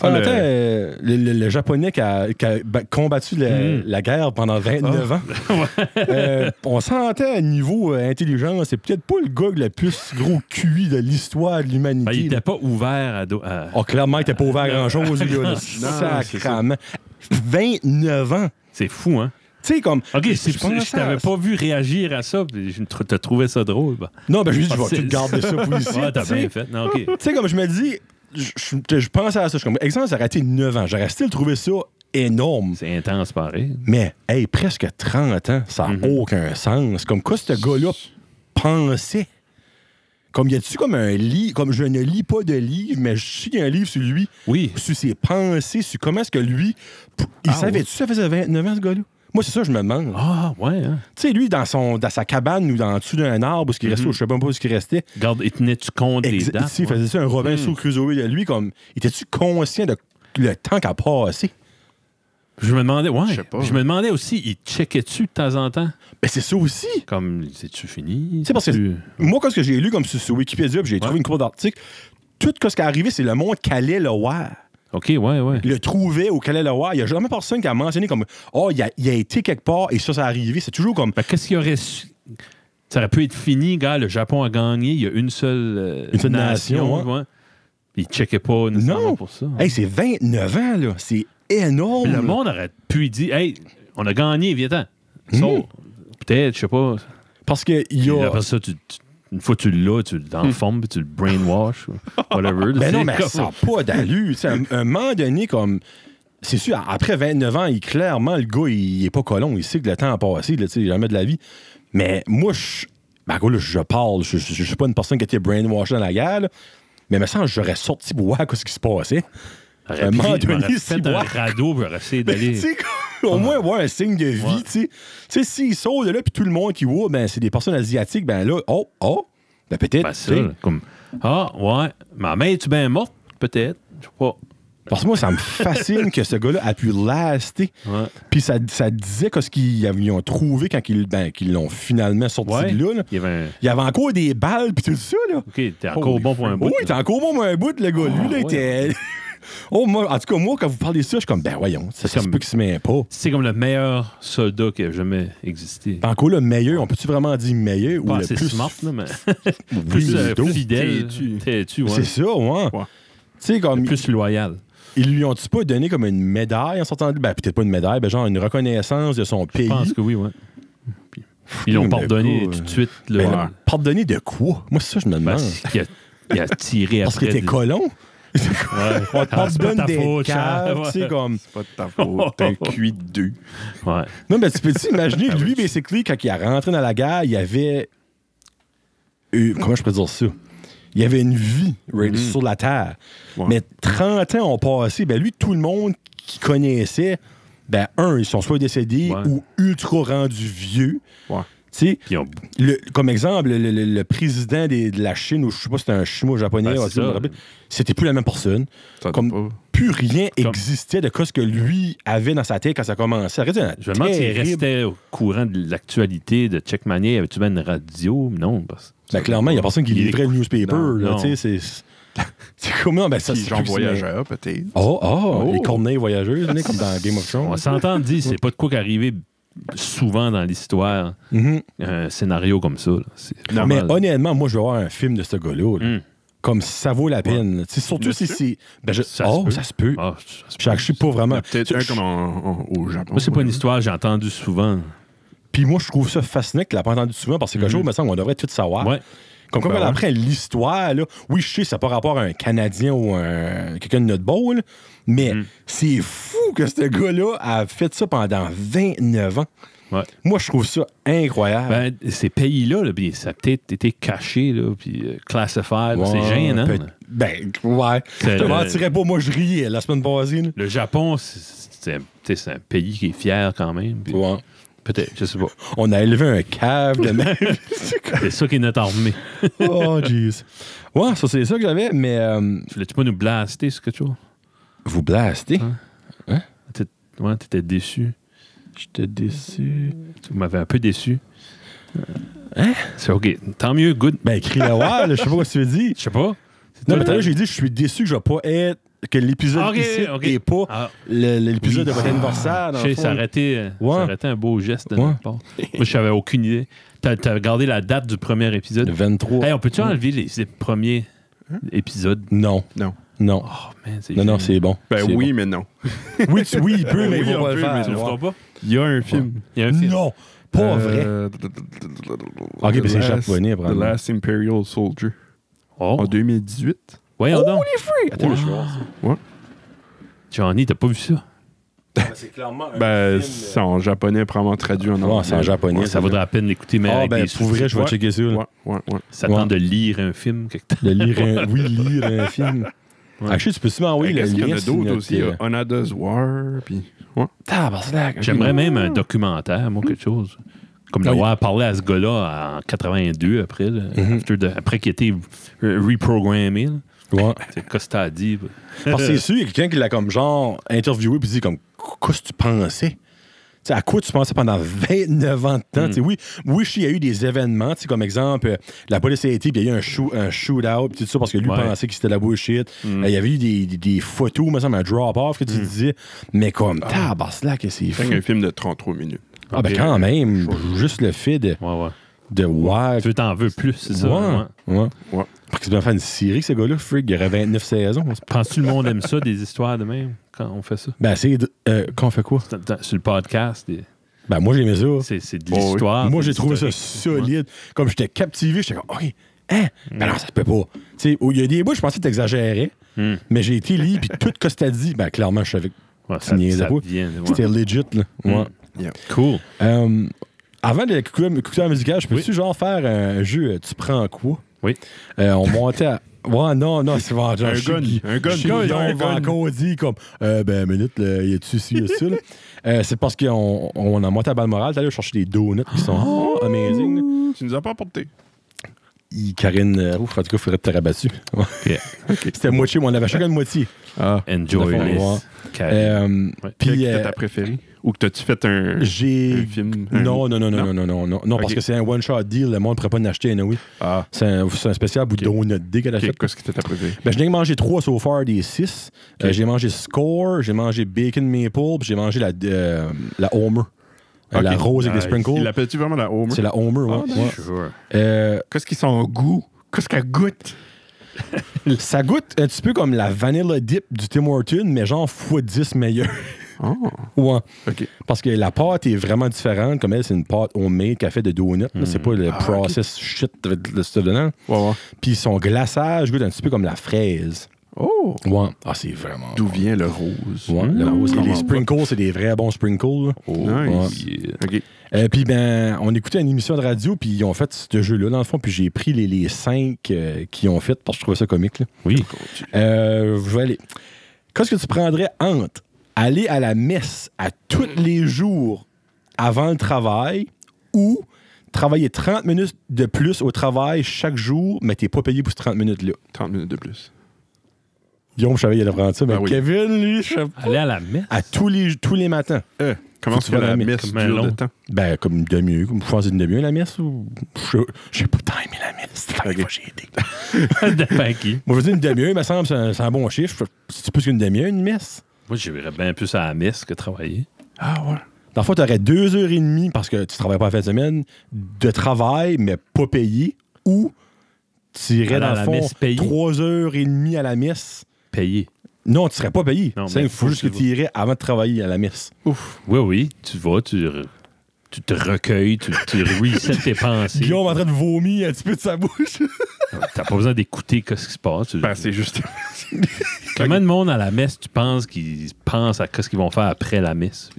En le- même temps, euh, le... le- le japonais qui a, qui a ba- combattu la, Mm. la guerre pendant 29 ans. [LAUGHS] Euh, on s'entend à niveau euh, intelligence, c'est peut-être pas le gars le plus gros QI de l'histoire de l'humanité. Ben, il là. n'était pas ouvert à. do- à- Ah, clairement, il était pas ouvert à [LAUGHS] grand-chose, lui, là. c'est ça. Sacrament. 29 ans. C'est fou, hein? Tu sais, comme. OK, c'est- Je pense je t'avais à- pas vu réagir à ça. puis Je te trouvais ça drôle. ben. Non, ben, je lui ai dit, je C'est- vais tout garder ça [LAUGHS] pour ici. Ah, t'as tu sais. bien fait. Non, OK. Tu sais, comme je me dis, je, je- je pensais à ça. Je suis comme, exemple, ça aurait été 9 ans. J'aurais still trouvé ça énorme. C'est intense, pareil. Mais, hey, presque Mhm. 30 ans, ça n'a aucun sens. Comme quoi, ce gars-là pensait. Comme y a-tu comme un lit, comme je ne lis pas de livre, mais je suis un livre sur lui, Oui. sur ses pensées, sur comment est-ce que lui. p- Il Ah, savait-tu ouais. ça faisait 29 ans, ce gars-là? Moi, c'est ça, que je me demande. Ah, ouais. Hein. Tu sais, lui, dans, son, dans sa cabane ou dans dessous d'un arbre, où ce qu'il restait, je sais même pas où ce qu'il restait, Garde, il tenait-tu compte Mhm. des Exact. dates? Il ouais? Mhm. faisait ça un Robinson Crusoe de lui, comme. Étais-tu conscient de le temps qu'a passé? Je me demandais, ouais. Je sais pas. Je me demandais aussi, il checkait-tu de temps en temps? Ben, c'est ça aussi! Comme, c'est-tu fini? C'est parce que- Tu- Moi, quand ce que j'ai lu comme sur, sur Wikipédia, puis j'ai trouvé une cour d'article, tout ce qui est arrivé, c'est le monde qu'allait le voir. OK, ouais, ouais. Le trouver ou qu'allait le voir. Il n'y a jamais personne qui a mentionné comme Oh, il a, il a été quelque part et ça, ça a arrivé. C'est toujours comme Ben, qu'est-ce qu'il aurait su? Ça aurait pu être fini, gars. Le Japon a gagné. Il y a une seule, euh, Une seule nation, ouais. Il checkait pas nécessairement Non. pour ça. hein. Hey, c'est 29 ans, là. C'est énorme. le monde aurait pu dire Hey, on a gagné, viens-t'en. Hmm. Sauf, Peut-être, je sais pas. Parce qu'il y Puis a. Après ça, tu- tu- une fois que tu l'as, tu l'enformes, puis tu le [LAUGHS] brainwash, ou whatever. Hmm. Ben C'est non, mais comme- ça n'a pas d'allure. [LAUGHS] C'est un, un moment donné, comme. C'est sûr, après 29 ans, il, clairement, le gars, il n'est pas colon. Il sait que le temps a passé, là, tu sais, jamais de la vie. Mais moi, je. Ben, gros, là, je parle. Je ne suis pas une personne qui a été brainwashed dans la guerre, là. Mais me semble que j'aurais sorti pour voir ce qui se passait. J'aurais un pris- moment j'aurais donné, fait si un moi- radeau, puis j'aurais essayé Ben, [LAUGHS] tu d'aller. sais, au moins, voir un signe de vie, Ouais. tu sais. Tu sais, s'il sort de là, puis tout le monde qui voit, ben, c'est des personnes asiatiques, ben là, oh, oh, ben peut-être. Ben, tu ça, sais. comme Ah, ouais, ma mère, tu bien morte? Peut-être. Je sais pas. Parce que moi, ça me fascine que ce gars-là a pu laster. Ouais. Puis ça, ça disait que ce qu'ils avaient- ils ont trouvé quand ils ben, qu'ils l'ont finalement sorti Ouais. de là, là. Il y avait un. Il y avait encore des balles puis tout ça, là. OK, t'es encore Holy bon pour un frick. bout. Oui, là. t'es encore bon pour un bout, le gars. Lui, là, ouais. il était... [LAUGHS] oh, moi, en tout cas, moi, quand vous parlez de ça, je suis comme, ben voyons, ça, ça se comme- peut qu'il se met pas. C'est comme le meilleur soldat qui a jamais existé. Puis encore le meilleur, on peut-tu vraiment dire meilleur ou Pas le assez plus... Ah, smart, là, mais [LAUGHS] Oui, plus euh, d'eau. fidèle. Têtu. Têtu, ouais. C'est ça, ouais. Ouais. Tu sais, comme, Plus loyal. ils lui ont-tu pas donné comme une médaille en sortant de... Ben, peut-être pas une médaille, ben genre une reconnaissance de son Je pays. pense que oui, ouais. Ils l'ont Mais pardonné pas, tout euh, de suite. Ben, Là, pardonné de quoi? Moi, c'est ça, je me demande. parce qu'il a, il a tiré Parce que après. t'es des- colon. [LAUGHS] Ouais. On te Ah, c'est pas donne ta des faute, Charles. caves, tu sais, Ouais. comme... C'est pas de ta faute. [LAUGHS] T'es cuit deux. Ouais. Non, mais tu peux [LAUGHS] t'imaginer, Ah lui, basically, quand il est rentré dans la guerre, il y avait... eu- Comment je peux dire ça? Il y avait une vie right, Mm-hmm. sur la Terre. Ouais. Mais 30 ans ont passé. Ben lui, tout le monde qui connaissait, ben un, ils sont soit décédés Ouais. ou ultra rendus vieux. Ouais. Tu sais, Puis ils ont- le- comme exemple, le, le- le président des- de la Chine, ou je sais pas si c'était un chinois ou japonais, Ben, c'est ou- je me ça. rappelle, c'était plus la même personne. Ça doit Comme- pas. Plus rien Comme- existait de quoi ce que lui avait dans sa tête quand ça commençait. Arrête, c'est Je me demande s'il terrible. Ben, restait au courant de l'actualité de Checkmania. Avait-tu bien une radio? Non. Parce... Ben, clairement, il n'y a personne qui Il livrait le newspaper. Non, là, non. tu sais, C'est [LAUGHS] c'est comme non, ben, ça, Puis c'est Jean plus- Voyageur, peut-être. Oh, oh, Oh. les corneilles voyageuses, [LAUGHS] venez, comme dans Game of On Thrones. s'entend dire, c'est pas de quoi qu'arriver souvent dans l'histoire Mhm. un scénario comme ça. là. C'est Non, Mais normal. honnêtement, moi, je veux voir un film de ce gars-là. là. Mm. Comme ça vaut la peine. Tu sais, Surtout si Monsieur? c'est. Ben, je- Ça se oh, peut. ça se peut. Ah, ça se Je je suis pas Il y vraiment. en a Peut-être Je- un je- comme en- en- au Japon. Moi, c'est pas une histoire que j'ai entendue souvent. Puis moi, je trouve ça fascinant qu'il l'a pas entendu souvent parce que quelque chose, il me semble qu'on devrait tout savoir. Ouais. Comme quand Ben on ouais. apprend l'histoire, là, oui, je sais, ça n'a pas rapport à un Canadien ou un quelqu'un de notre bol, mais c'est fou que ce gars-là a fait ça pendant 29 ans. Ouais. Moi, je trouve ça incroyable. Ben, ces pays-là, là, puis ça a peut-être été caché, là, puis euh, classified. Ouais, c'est gênant. peut- là. Ben, ouais. Je C'est te le- mentirais pas, moi, je riais la semaine passée. là. Le Japon, c'est- c'est un- tu sais, c'est un pays qui est fier quand même. puis Ouais. Peut-être, je sais pas. On a élevé un cave de même. C'est ça qui est notre armée. oh, jeez. Ouais, ça, c'est ça que j'avais, mais euh, Voulais-tu pas nous blaster sur quelque chose? vous blastez. T'es- Ouais, t'étais déçu. J'étais déçu. Tu m'avais un peu déçu. Hein? C'est OK. Tant mieux, good. Ben, crie la ouais, je sais pas ce que tu veux dire. Je sais pas. Non, mais t'as j'ai dit, je suis déçu que je vais pas être. que l'épisode Ok, ici ok. est pas Ah, le- l'épisode Oui. de votre Ah, anniversaire. dans le J'ai fond. s'arrêter euh, Ouais. s'arrêter un beau geste de Ouais. notre part. Moi, je n'avais aucune idée. T'as as gardé la date du premier Le épisode. 23. Hey, on peut-tu enlever les, les premiers épisodes? Non, Non. non. Oh, man, c'est Hein? Non, non, génial. c'est bon. Ben C'est oui, bon. mais non. Oui, tu- [LAUGHS] oui, il peut, mais il Oui, faut on pas le peut, mais faire. Tu le feras pas? Oh. Il y a un film. Il y a un film. Non, pas Euh, [LAUGHS] vrai. Ok, mais c'est japonais, The probablement. Last Imperial Soldier. Oh, En 2018. voyons donc. Attends, je vais voir ça. Johnny, t'as pas vu ça? Ah, c'est clairement un Ben, c'est en japonais, probablement traduit en anglais. Ouais, c'est en japonais. Ouais, ça vaudrait la peine d'écouter, mais Ah, avec ben, des pour vrai, je vais sous-titres. checker ça. là. Ouais, ouais, ouais. Ça tente Ouais. de lire un film quelque temps. De lire un, oui, lire un film. Ah, shit, tu peux sûrement Oui, envoyer le Ben, qu'est-ce qu'il y en lien. a sur d'autres notre, aussi? euh, euh, Another's War, puis... Ouais. Tabarnak, ok. J'aimerais même un documentaire, moi, quelque chose. Comme Mmh. Ah oui. Mmh. d'avoir parlé à ce gars-là en 82 après, là, after the- après qu'il était euh, reprogrammé. là. Ouais. C'est Costa a dit. bah. Parce que c'est sûr, il y a quelqu'un qui l'a comme genre interviewé puis dit comme qu'est-ce que tu pensais Tu sais, à quoi tu pensais pendant 29 ans de Hmm. temps? Tu sais, Oui, oui, il y a eu des événements, tu sais, comme exemple, euh, la police a été, puis il y a eu un, shoo- un shootout, puis tout ça, parce que lui Ouais. Hmm. pensait que c'était la bullshit. Euh, Il y avait eu des, des, des photos, me semble, un drop-off que tu disais, mais comme, Ah. tabarnak, que c'est fou. Fait un [LAUGHS] film de 33 minutes. Ah, ben quand même, juste le fait de, Ouais, ouais. de voir. Tu veux, t'en veux plus, c'est ça? ouais. ouais. ouais. Ouais. Parce qu'ils vont faire une série, ce gars-là, Freak, il aurait 29 saisons. Penses-tu le monde aime ça, des histoires de même, quand on fait ça? Ben, c'est. Euh, qu'on fait quoi? Dans- dans- Sur le podcast, des- Ben, moi, j'aimais ça. c'est c'est de Oh, oui. l'histoire. Moi, c'est j'ai trouvé ça historique. solide. Comme j'étais captivé, j'étais comme, OK, hein? Hmm. Ben non, ça se peut pas. Tu sais, au- il y a des bouts, je pensais que t'exagérais, Hmm. Mm. mais j'ai été lié, puis [LAUGHS] tout ce que t'as dit, ben clairement, je savais que Ouais, tu niaisais ça, ça pas. vient, ouais. C'était legit, là. Ouais. Cool. Euh, avant de la coucou- couture musicale, je peux-tu genre faire un jeu, euh, tu prends quoi? Oui. Euh, on montait à. [LAUGHS] Ouais, non, non, c'est vendu. Un gun, un gun, un gun, un gun. On dit comme, euh, ben, minute, là, y a-tu ci, y a ça, là? Euh, c'est parce qu'on on a monté à Balmoral, t'es allé chercher des donuts qui sont Oh! amazing, là. Tu nous as pas apporté. Il- Karine, euh, ouf, en tout cas, il faudrait [LAUGHS] te rabattu. Euh, C'était moitié, mais on avait chacun une moitié. Ah. Enjoy Dans le fond, this. Carré. Euh, Ouais. Puis Puis, euh, que t'as préféré? Ou que t'as-tu fait un, un j'ai. film? un- Non, non, non, non, non, non, non, non, non, parce Ok. que c'est un one-shot deal, le monde ne pourrait pas en acheter, oui. Ah, C'est un, c'est un spécial bout de donut dès qu'elle a ok, fait. qu'est-ce que t'as préféré? Ben, j'ai mangé trois so far des six. Euh, Ok. j'ai mangé Score, j'ai mangé Bacon Maple, puis j'ai mangé la, euh, la Homer. Euh, La Ok. rose avec Nice. des Il sprinkles. l'appelle-tu vraiment la Homer? C'est la Homer, ouais. Ah, ouais. Sure. Euh, Qu'est-ce qu'ils sont en goût? Qu'est-ce qu'elle goûte? ça goûte un petit peu comme la Vanilla Dip du Tim Horton, mais genre x10 meilleur. [LAUGHS] Oh, ouais. ok. Parce que la pâte est vraiment différente. Comme elle, c'est une pâte homemade qu'elle fait de donuts. là. C'est pas le Ah, ok. process shit de, de, de stuff dedans. Ouais, ouais. Puis son glaçage goûte un petit peu comme la fraise. Oh! Ouais. Ah, c'est vraiment. D'où vient le rose? Ouais, Hmm. le rose. Et Comment les va? sprinkles, c'est des vrais bons sprinkles. là. Oh, Nice. Yeah. Ok. Euh, puis ben, on écoutait une émission de radio, puis ils ont fait ce jeu-là, dans le fond, puis j'ai pris les, les cinq euh, qui ont fait, parce que je trouvais ça comique. là. Oui. Euh, je vais aller. Qu'est-ce que tu prendrais entre aller à la messe à tous les jours avant le travail ou travailler 30 minutes de plus au travail chaque jour, mais t'es pas payé pour ces 30 minutes-là? 30 minutes de plus. Guillaume, je savais qu'il allait prendre ça, mais Ben oui. Kevin, lui, je sais pas. Aller à la messe. À tous les, tous les matins. Euh, comment Faut tu que tu fais la vas messe comme un dure de long. temps? Ben, comme une demi-heure. Comme, je pense que c'est une demi-heure, la messe. Ou... Je j'ai pas tant aimé la messe. Fait que j'ai été. [LAUGHS] Dépend qui. Moi, je veux dire, une demi-heure, il me semble, c'est un, c'est un bon chiffre. C'est plus qu'une demi-heure, une messe. Moi, j'irais bien plus à la messe que travailler. Ah, ouais. Dans le fond, t'aurais deux heures et demie parce que tu travailles pas la fin de semaine de travail, mais pas payé, ou tu irais Aller dans à le la fond messe payée. trois heures et demie à la messe. Payer. Non, tu serais pas payé. Non, C'est- mais Il faut faut juste que que tu irais avant de travailler à la messe. Ouf. Oui, oui. Tu vas, tu, re- tu te recueilles, tu, [LAUGHS] tu resets tes pensées. Guillaume en train de vomir un petit peu de sa bouche. T'as pas besoin d'écouter ce qui se passe. Tu- Ben, c'est juste... [LAUGHS] Combien de monde à la messe, tu penses qu'ils pensent à ce qu'ils vont faire après la messe?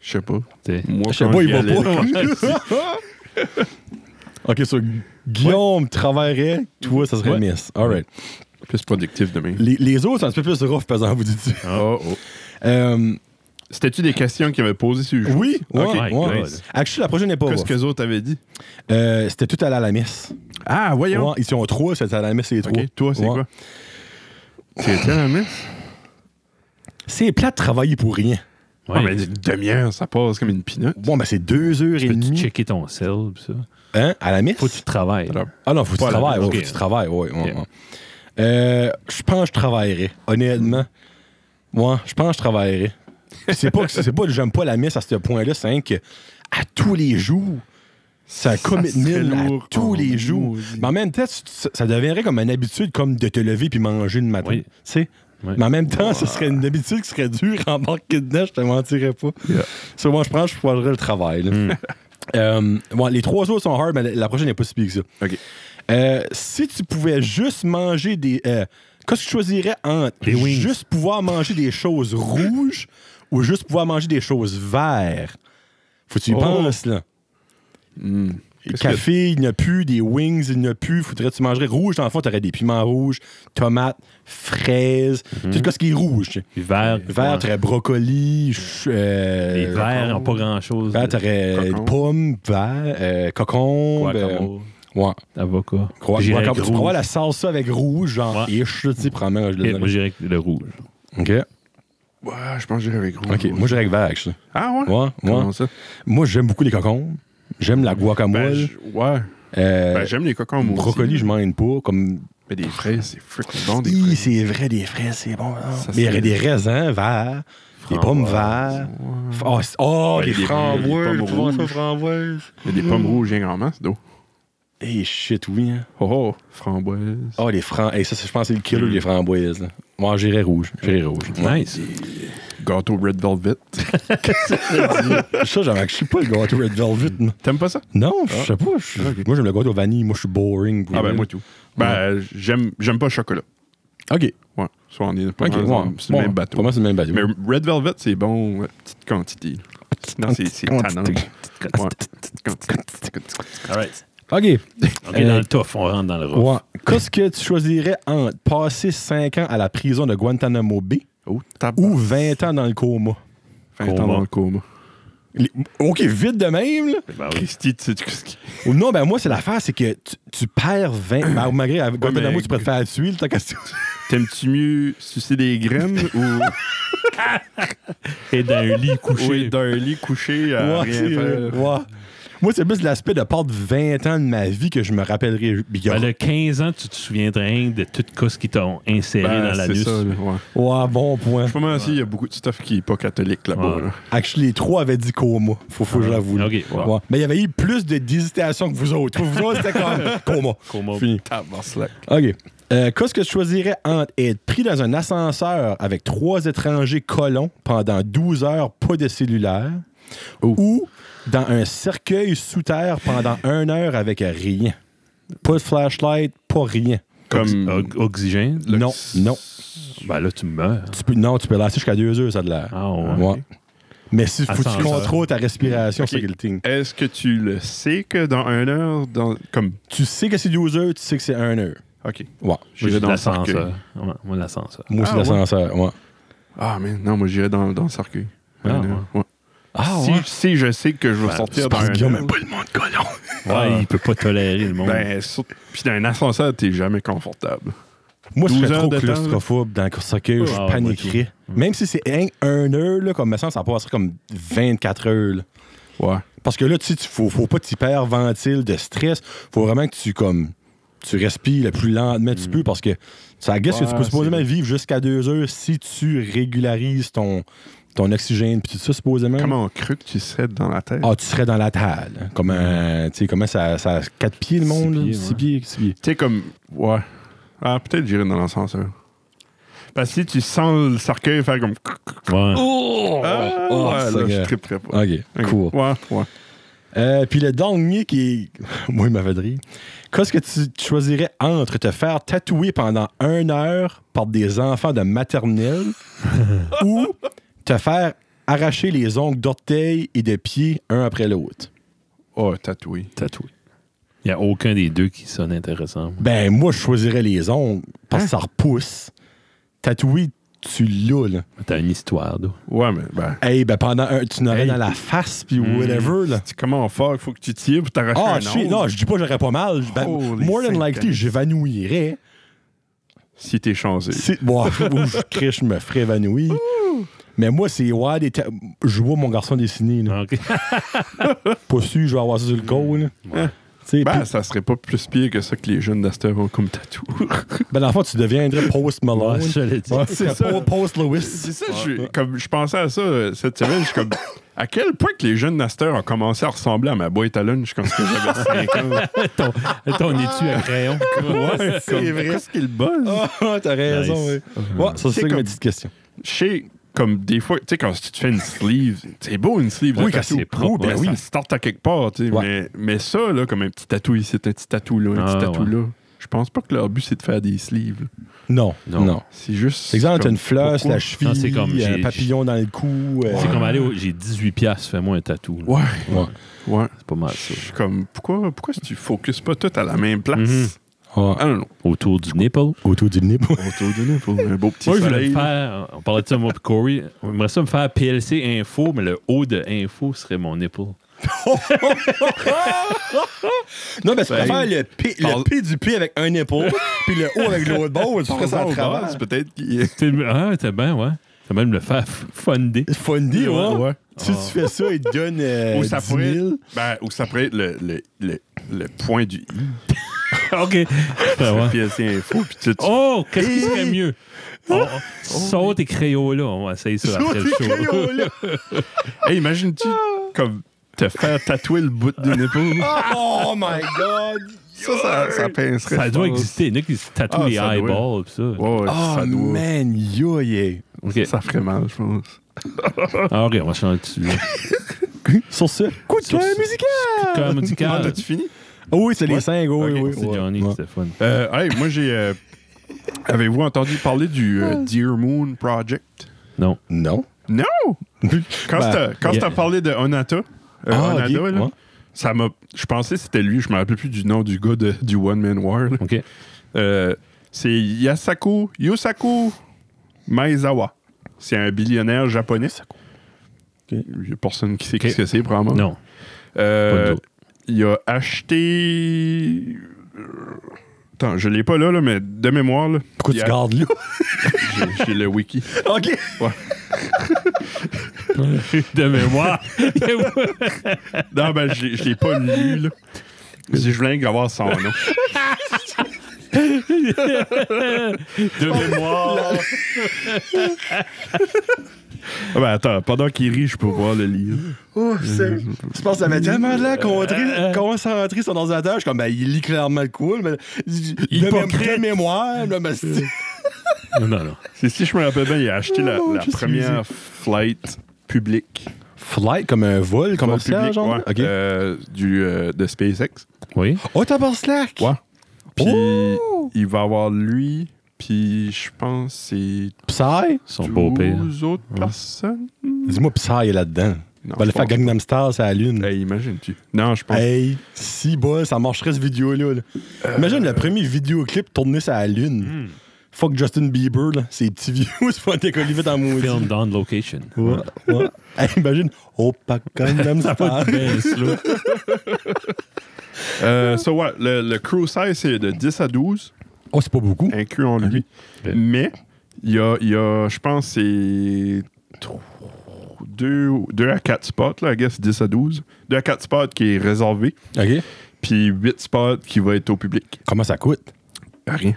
Je sais pas. T'sais. Moi, Je sais quand pas, j'y il va allais- pas. [LAUGHS] ok, so, Guillaume travaillerait, toi, ça serait Ouais. messe. All right. Plus productif demain. Les, les autres, c'est un petit peu plus rough, par exemple, vous dites Oh, oh. C'était-tu des questions qu'ils avaient posées sur le jeu? oui, ouais, Ok, ouais. nice. Actually, la prochaine n'est pas Qu'est-ce rough. que les autres avaient dit? Euh, C'était tout aller à la messe. Ah, voyons. Ouais, ils sont trois, c'est à la messe, les OK, trois. toi, c'est Ouais. quoi? C'était la messe? C'est plat de travailler pour rien. Ouais, ah, Ouais. mais une demi-heure, ça passe comme une pinotte. Bon, ben c'est deux heures et Peux-tu demie checker ton sel? pis ça? hein, à la messe. Faut que tu travailles. Alors, Ah non, faut que tu Pas à la travailles. messe, ouais, ok. Faut que tu travailles, ouais, ouais, Ok. ouais. Euh, je pense que je travaillerais, honnêtement. Moi, je pense que je travaillerais. C'est pas que c'est pas que j'aime pas la messe à ce point-là, c'est rien que à tous les jours, c'est un Ça commitment serait à lourd. tous Oh, les jours. maudit. Mais en même temps, tu- ça ça deviendrait comme une habitude comme de te lever puis manger le matin. Oui. Tu sais? Ouais. Mais en même temps, ce serait une habitude qui serait dure à embarquer dedans, je te mentirais pas. Yeah. Sur moi, je pense que je choisirais le travail. là. [LAUGHS] Euh, bon, les trois autres sont hard, mais la- la prochaine n'est pas si pire que ça. OK. Euh, si tu pouvais juste manger des. euh, Qu'est-ce que tu choisirais entre Des wings. juste pouvoir manger des choses rouges ou juste pouvoir manger des choses vertes. Faut que tu y Oh. penses, là. Hmm. Qu'est-ce Café, il n'y a plus. Des wings, il n'y a plus. Faudrait que tu mangerais rouge dans le fond. Tu aurais des piments rouges, tomates, fraises, tout ce qui est rouge. tu sais. Puis vert. Vert, ouais. t'aurais brocoli, ch- euh, euh, Les verts n'ont pas grand-chose. Vert, t'aurais Cocon. pomme, vert, euh, cocombe. euh, Guacamole, ouais. Avocat. Crois, J'irais avec tu rouge. prends la salsa avec rouge, genre, Ouais. et ish, tu sais, probablement, je le Ok, Moi, donne. j'irais avec le rouge. Ok. que- Ouais, je pense que j'irai avec rouge. Ok. Moi, j'irais avec vert, actually. Ah ouais? Ouais, ouais. Comment ça? Moi, j'aime beaucoup les cocombes. J'aime la Ben, guacamole. j- ouais. Euh, Ben, j'aime les cocons, moi brocoli, aussi. je m'en pas. Comme. Mais des fraises, c'est freaking bon, des Hi, fraises. c'est vrai, des fraises, c'est bon. hein. Ça, Mais il y aurait c'est- des raisins verts, des pommes vertes. Oh, c'est- oh Ouais, les Ben, des- des pommes framboises. tu vois ça, rouges. framboises. Il y a des pommes rouges, il y en a en masse, d'eau. Hey, shit, oui. hein. Oh, oh, framboise. Oh, les framboises. Hey, ça, c'est- je pense que c'est le Mm. killer, les framboises. là. Moi, j'irais rouge. J'irais rouge. Ouais. Nice. Gâteau Red Velvet. [LAUGHS] ça, j'en- je suis pas le gâteau Red Velvet. moi. T'aimes pas ça? Non, je sais pas. je- Moi, j'aime le gâteau vanille. Moi, je suis boring. Ah ben, moi tout. Ben, j'aime j'aime pas le chocolat. OK. Ouais, soit on est pas OK, mal ouais, ensemble, c'est le ouais, même Pour bateau. moi, c'est le même bateau. Mais [LAUGHS] Red Velvet, c'est bon, euh, petite quantité. Non, c'est c'est quantité. tannant. Ouais, petite quantité, petite quantité. All right. OK. OK, Euh, dans le tough, on rentre dans le rough. Ouais. Qu'est-ce que tu choisirais entre passer 5 ans à la prison de Guantanamo Bay Oh, ou tabac. 20 ans dans le coma? Vingt ans dans le coma. Les- OK, vite de même, là. Ben oui. Christy, tu sais tu- ce qui- Ou non, ben moi, c'est l'affaire, c'est que tu, tu perds 20... [COUGHS] Ben, malgré à Guantanamo, mais- tu préfères la tuer, là, [LAUGHS] ta question. T'aimes-tu mieux sucer des graines ou Et dans un lit couché. ou être dans un lit couché à Ouais, Ah, rien c'est vrai. faire? Ouais. Moi, c'est plus l'aspect de perdre 20 ans de ma vie que je me rappellerai. Il y Ben, aura- le 15 ans, tu te souviendras rien de tout ce qu'ils t'ont inséré Ben, dans c'est l'anus. ça, là, ouais. Ouais, bon point. Pour moi aussi, il y a beaucoup de stuff qui est pas catholique là-bas. Ouais. là. Actually, les trois avaient dit coma. Faut, faut que je l'avoue. là. Ah, OK, ouais. Ouais. Mais il y avait eu plus de- d'hésitation que vous autres. Vous autres, c'était [LAUGHS] comme coma. Coma. Fini. Tabarnak. OK. Euh, Qu'est-ce que je choisirais entre être pris dans un ascenseur avec trois étrangers colons pendant 12 heures, pas de cellulaire, ou dans un cercueil sous terre pendant une heure avec rien? Pas de flashlight, pas rien. Comme Ox- Oxygène. Le- Non, non. Ben là, tu meurs. Tu peux, non, tu peux lancer jusqu'à deux heures, ça a de l'air. Ah ouais. Mais si faut que tu Ascenseur. contrôles ta respiration, Ok. c'est le thing. Est-ce que tu le sais que dans un heure, dans... comme. Tu sais que c'est 12 heures, tu sais que c'est 1 heure. Ok. Ouais. Moi, J'irai j'ai dans le cercueil. l'ascenseur. Ouais, Moi, l'ascenseur. Moi aussi, Ah, ouais. l'ascenseur. Ouais. Ah, mais non, moi j'irai dans, dans le cercueil. Ah, Un ouais. heure, ouais. Ah, si, si je sais que je vais Ben, sortir C'est dans parce un qu'il y a heure, même pas le monde colon. Ouais, il peut pas tolérer le monde. [LAUGHS] Ah. ben, sur- puis dans un ascenseur, t'es jamais confortable. Moi, je 12 serais heures trop de temps, claustrophobe dans le cercueil, je Ah, paniquerais. Mm. Même si c'est 1 heure, là, comme me semble, ça passerait comme 24 heures. là. Ouais. Parce que là, tu sais, tu- faut, faut pas t'hyperventiler de stress. Faut vraiment que tu, comme, tu respires le plus lentement que tu peux parce que ça guess que tu Mm. Ouais, peux supposément c'est vivre jusqu'à deux heures si tu régularises ton, ton oxygène puis tout ça, supposément. Comment on cru que tu serais dans la tête? Ah, tu serais dans la table. hein, Comme un. Tu sais, comment ça. ça quatre pieds le monde, là? pieds, Six ouais. pieds, six pieds. Tu sais, comme. Ouais. Ah, peut-être j'irai dans l'ascenseur. Parce que si tu sens le cercueil faire comme. Ouais. Ah, Oh, ouais, là, Seigneur. je triperais pas. Ok, Ok. cool. Ouais, ouais. Euh, puis le dernier qui est. [LAUGHS] Moi, il m'avait de rire. Qu'est-ce que tu choisirais entre te faire tatouer pendant une heure par des enfants [LAUGHS] de maternelle ou te faire arracher les ongles d'orteils et de pieds un après l'autre? Oh, tatoué. Tatoué. Il n'y a aucun des deux qui sonne intéressant. Ben, moi, je choisirais les ongles parce que Hein? ça repousse. Tatouer, tu l'as, là. T'as une histoire, d'eau. Ouais, mais ben. Hey, ben pendant un, tu n'aurais Hey. dans la face, puis whatever, là. tu- Comment on fait? Il faut que tu tires pour t'arracher Ah, un je suis- ongle. non, je dis pas que j'aurais pas mal. Ben, Holy more than Saint likely, Denis. j'évanouirais. Si t'es chanceux. C'est- Bon, où je crie, je me ferais évanouir. Mais moi, c'est ouais, des ta- je vois mon garçon dessiner. Là. OK. [LAUGHS] Pas sûr, je vais avoir ça sur le go. Là. Tu sais, Ben, puis- ça serait pas plus pire que ça que les jeunes d'Aster ont comme [LAUGHS] tatou. ben, dans le fond, tu deviendrais Post Malone. Ouais, je l'ai dit. Ouais, c'est ça. Post C'est Lewis. ça, je, comme, je pensais à ça euh, cette semaine. Je suis comme, à quel point que les jeunes d'Aster ont commencé à ressembler à ma boîte à lunch quand [LAUGHS] j'avais 5 ans. ton, ton étui à crayon. Ouais, c'est vrai. Qu'est-ce qu'il buzz? Ah, t'as raison. Nice. Ouais, Ouais, ça, c'est C'est ça que comme- ma petite question. Chez, comme des fois, tu sais, quand tu te fais une sleeve, c'est beau une sleeve. de Oui, quand tatou. c'est propre, Oui, ben Ça ouais. se tarte à quelque part, tu sais. Ouais. Mais, mais ça, là, comme un petit tatou ici, un petit tatou là, un Ah, petit tatou ouais. là. Je pense pas que leur but, c'est de faire des sleeves. là. Non, non. Non. C'est juste. C'est exemple, t'as comme- une fleur, pourquoi? la cheville, Non, c'est comme, un j'ai- papillon dans le cou. euh, C'est comme aller, au- j'ai 18$, piastres, fais-moi un tatou. là. Ouais, ouais. ouais. C'est pas mal Je ça. suis comme, pourquoi, pourquoi si tu focuses pas tout à la même place? Mhm. Ouais. Ah non, non. Autour du nipple. Autour du nez. On t'a donné pour un beau petit Moi, je voulais soleil. me faire, on parlait de ça, moi, puis Corey. On aimerait ça me faire PLC info, mais le haut de info serait mon nipple. non, mais tu Ben, préfères le P, le parle- P du P avec un épaule, puis le O avec l'autre bord, tu ferais ça à Parle-en au travers. boss, peut-être qu'il est. T'es- Ah, t'es bien, ouais. T'as même le faire f- [LAUGHS] funder. Fundy, ouais. Ouais. Si tu fais ça, il te donne euh, Ou ça 10 pourrait 000. être, ben, ou ça pourrait être le, le, le, le point du i. OK. Ben, ouais. Puis c'est info, puis tu, tu Oh, qu'est-ce qui serait mieux? Oh, saute et crayola, on va essayer ça après le Saute et show. crayola. Hey, imagine-tu comme te faire tatouer le bout d'une épaule? Oh my god! Ça, ça, ça pincerait. [LAUGHS] Ça je doit pense. exister. Il y en a qui se tatouent Ah, les ça doit. eyeballs pis ça. Ouais, ouais, Oh Ah, ça doit. man, yo, yeah. OK. Ça ferait mal, je pense. Ah, OK, on va changer de sujet. Sur ce, coup de Sur cœur ce, musical! Comme Ah, musical. t'as-tu fini? Ah oui, c'est les cinq, oui, Ok, oui. C'est ouais. Johnny, Ouais. c'était fun. Euh, hey, moi, j'ai. euh, Avez-vous entendu parler du euh, Dear Moon Project? Non. Non. [LAUGHS] Non! Quand Ben, t'as- quand y a- t'as parlé de Onata, euh, Ah, Onada, ok, là, ouais. ça m'a. Je pensais que c'était lui, je me rappelle plus du nom du gars de- du One Man War. là. OK. Euh, c'est Yasaku Yosaku Maezawa. C'est un billionnaire japonais. Il n'y a personne qui sait Ok. ce que c'est, probablement. Non. Euh, Pas de doute. il a acheté. euh, Attends, je l'ai pas là, là, mais de mémoire, là, Pourquoi il tu a- gardes là? j'ai- j'ai le wiki. [LAUGHS] ok! De mémoire. Non, ben, je l'ai- je l'ai pas lu, là. Je voulais avoir son nom. De mémoire. Ah ben, attends, pendant qu'il rit, je peux voir le livre. Oh, c'est- je pense que ça m'a tellement de l'air concentré, concentré sur l'ordinateur. Je suis comme, ben, il lit clairement le cool, mais. Il de, Hypocrite. mé- de mémoire, là, mais c'est- Non, non, non. C'est si je me rappelle bien, il a acheté la, Oh, la qu'est-ce première flight publique. [LAUGHS] Flight, comme un vol, comme un Vol public, genre? ouais, Ok. euh, du, euh, de SpaceX. Oui. Oh, t'as pas Slack! Ouais. Puis Oh! il va avoir lui, puis je pense c'est Psy? Son beau-père. 12 autres personnes. Dis-moi, Psy est là-dedans. Non, va le je faire pense Gangnam Style, c'est la lune. Hey, imagine-tu. Non, je pense. Hey, si bol, ça marcherait cette vidéo-là. là. Imagine le premier vidéoclip tourné sur la Lune. Fuck Justin Bieber, là. Ces petits vieux, [LAUGHS] c'est pas des colivets en maudit. Film down location. Ouais, ouais. Hey, imagine, oh, pas [LAUGHS] Gangnam Style. [LAUGHS] Baisse, là. Euh, so what, le, le crew size, c'est de 10 à 12, Oh, c'est pas beaucoup. inclus en lui. Ok. Mais il y a, il y a, je pense, c'est 2, à 4 spots, là, I guess 10 à 12. 2 à 4 spots qui est réservé, OK. puis 8 spots qui va être au public. Comment ça coûte? Rien.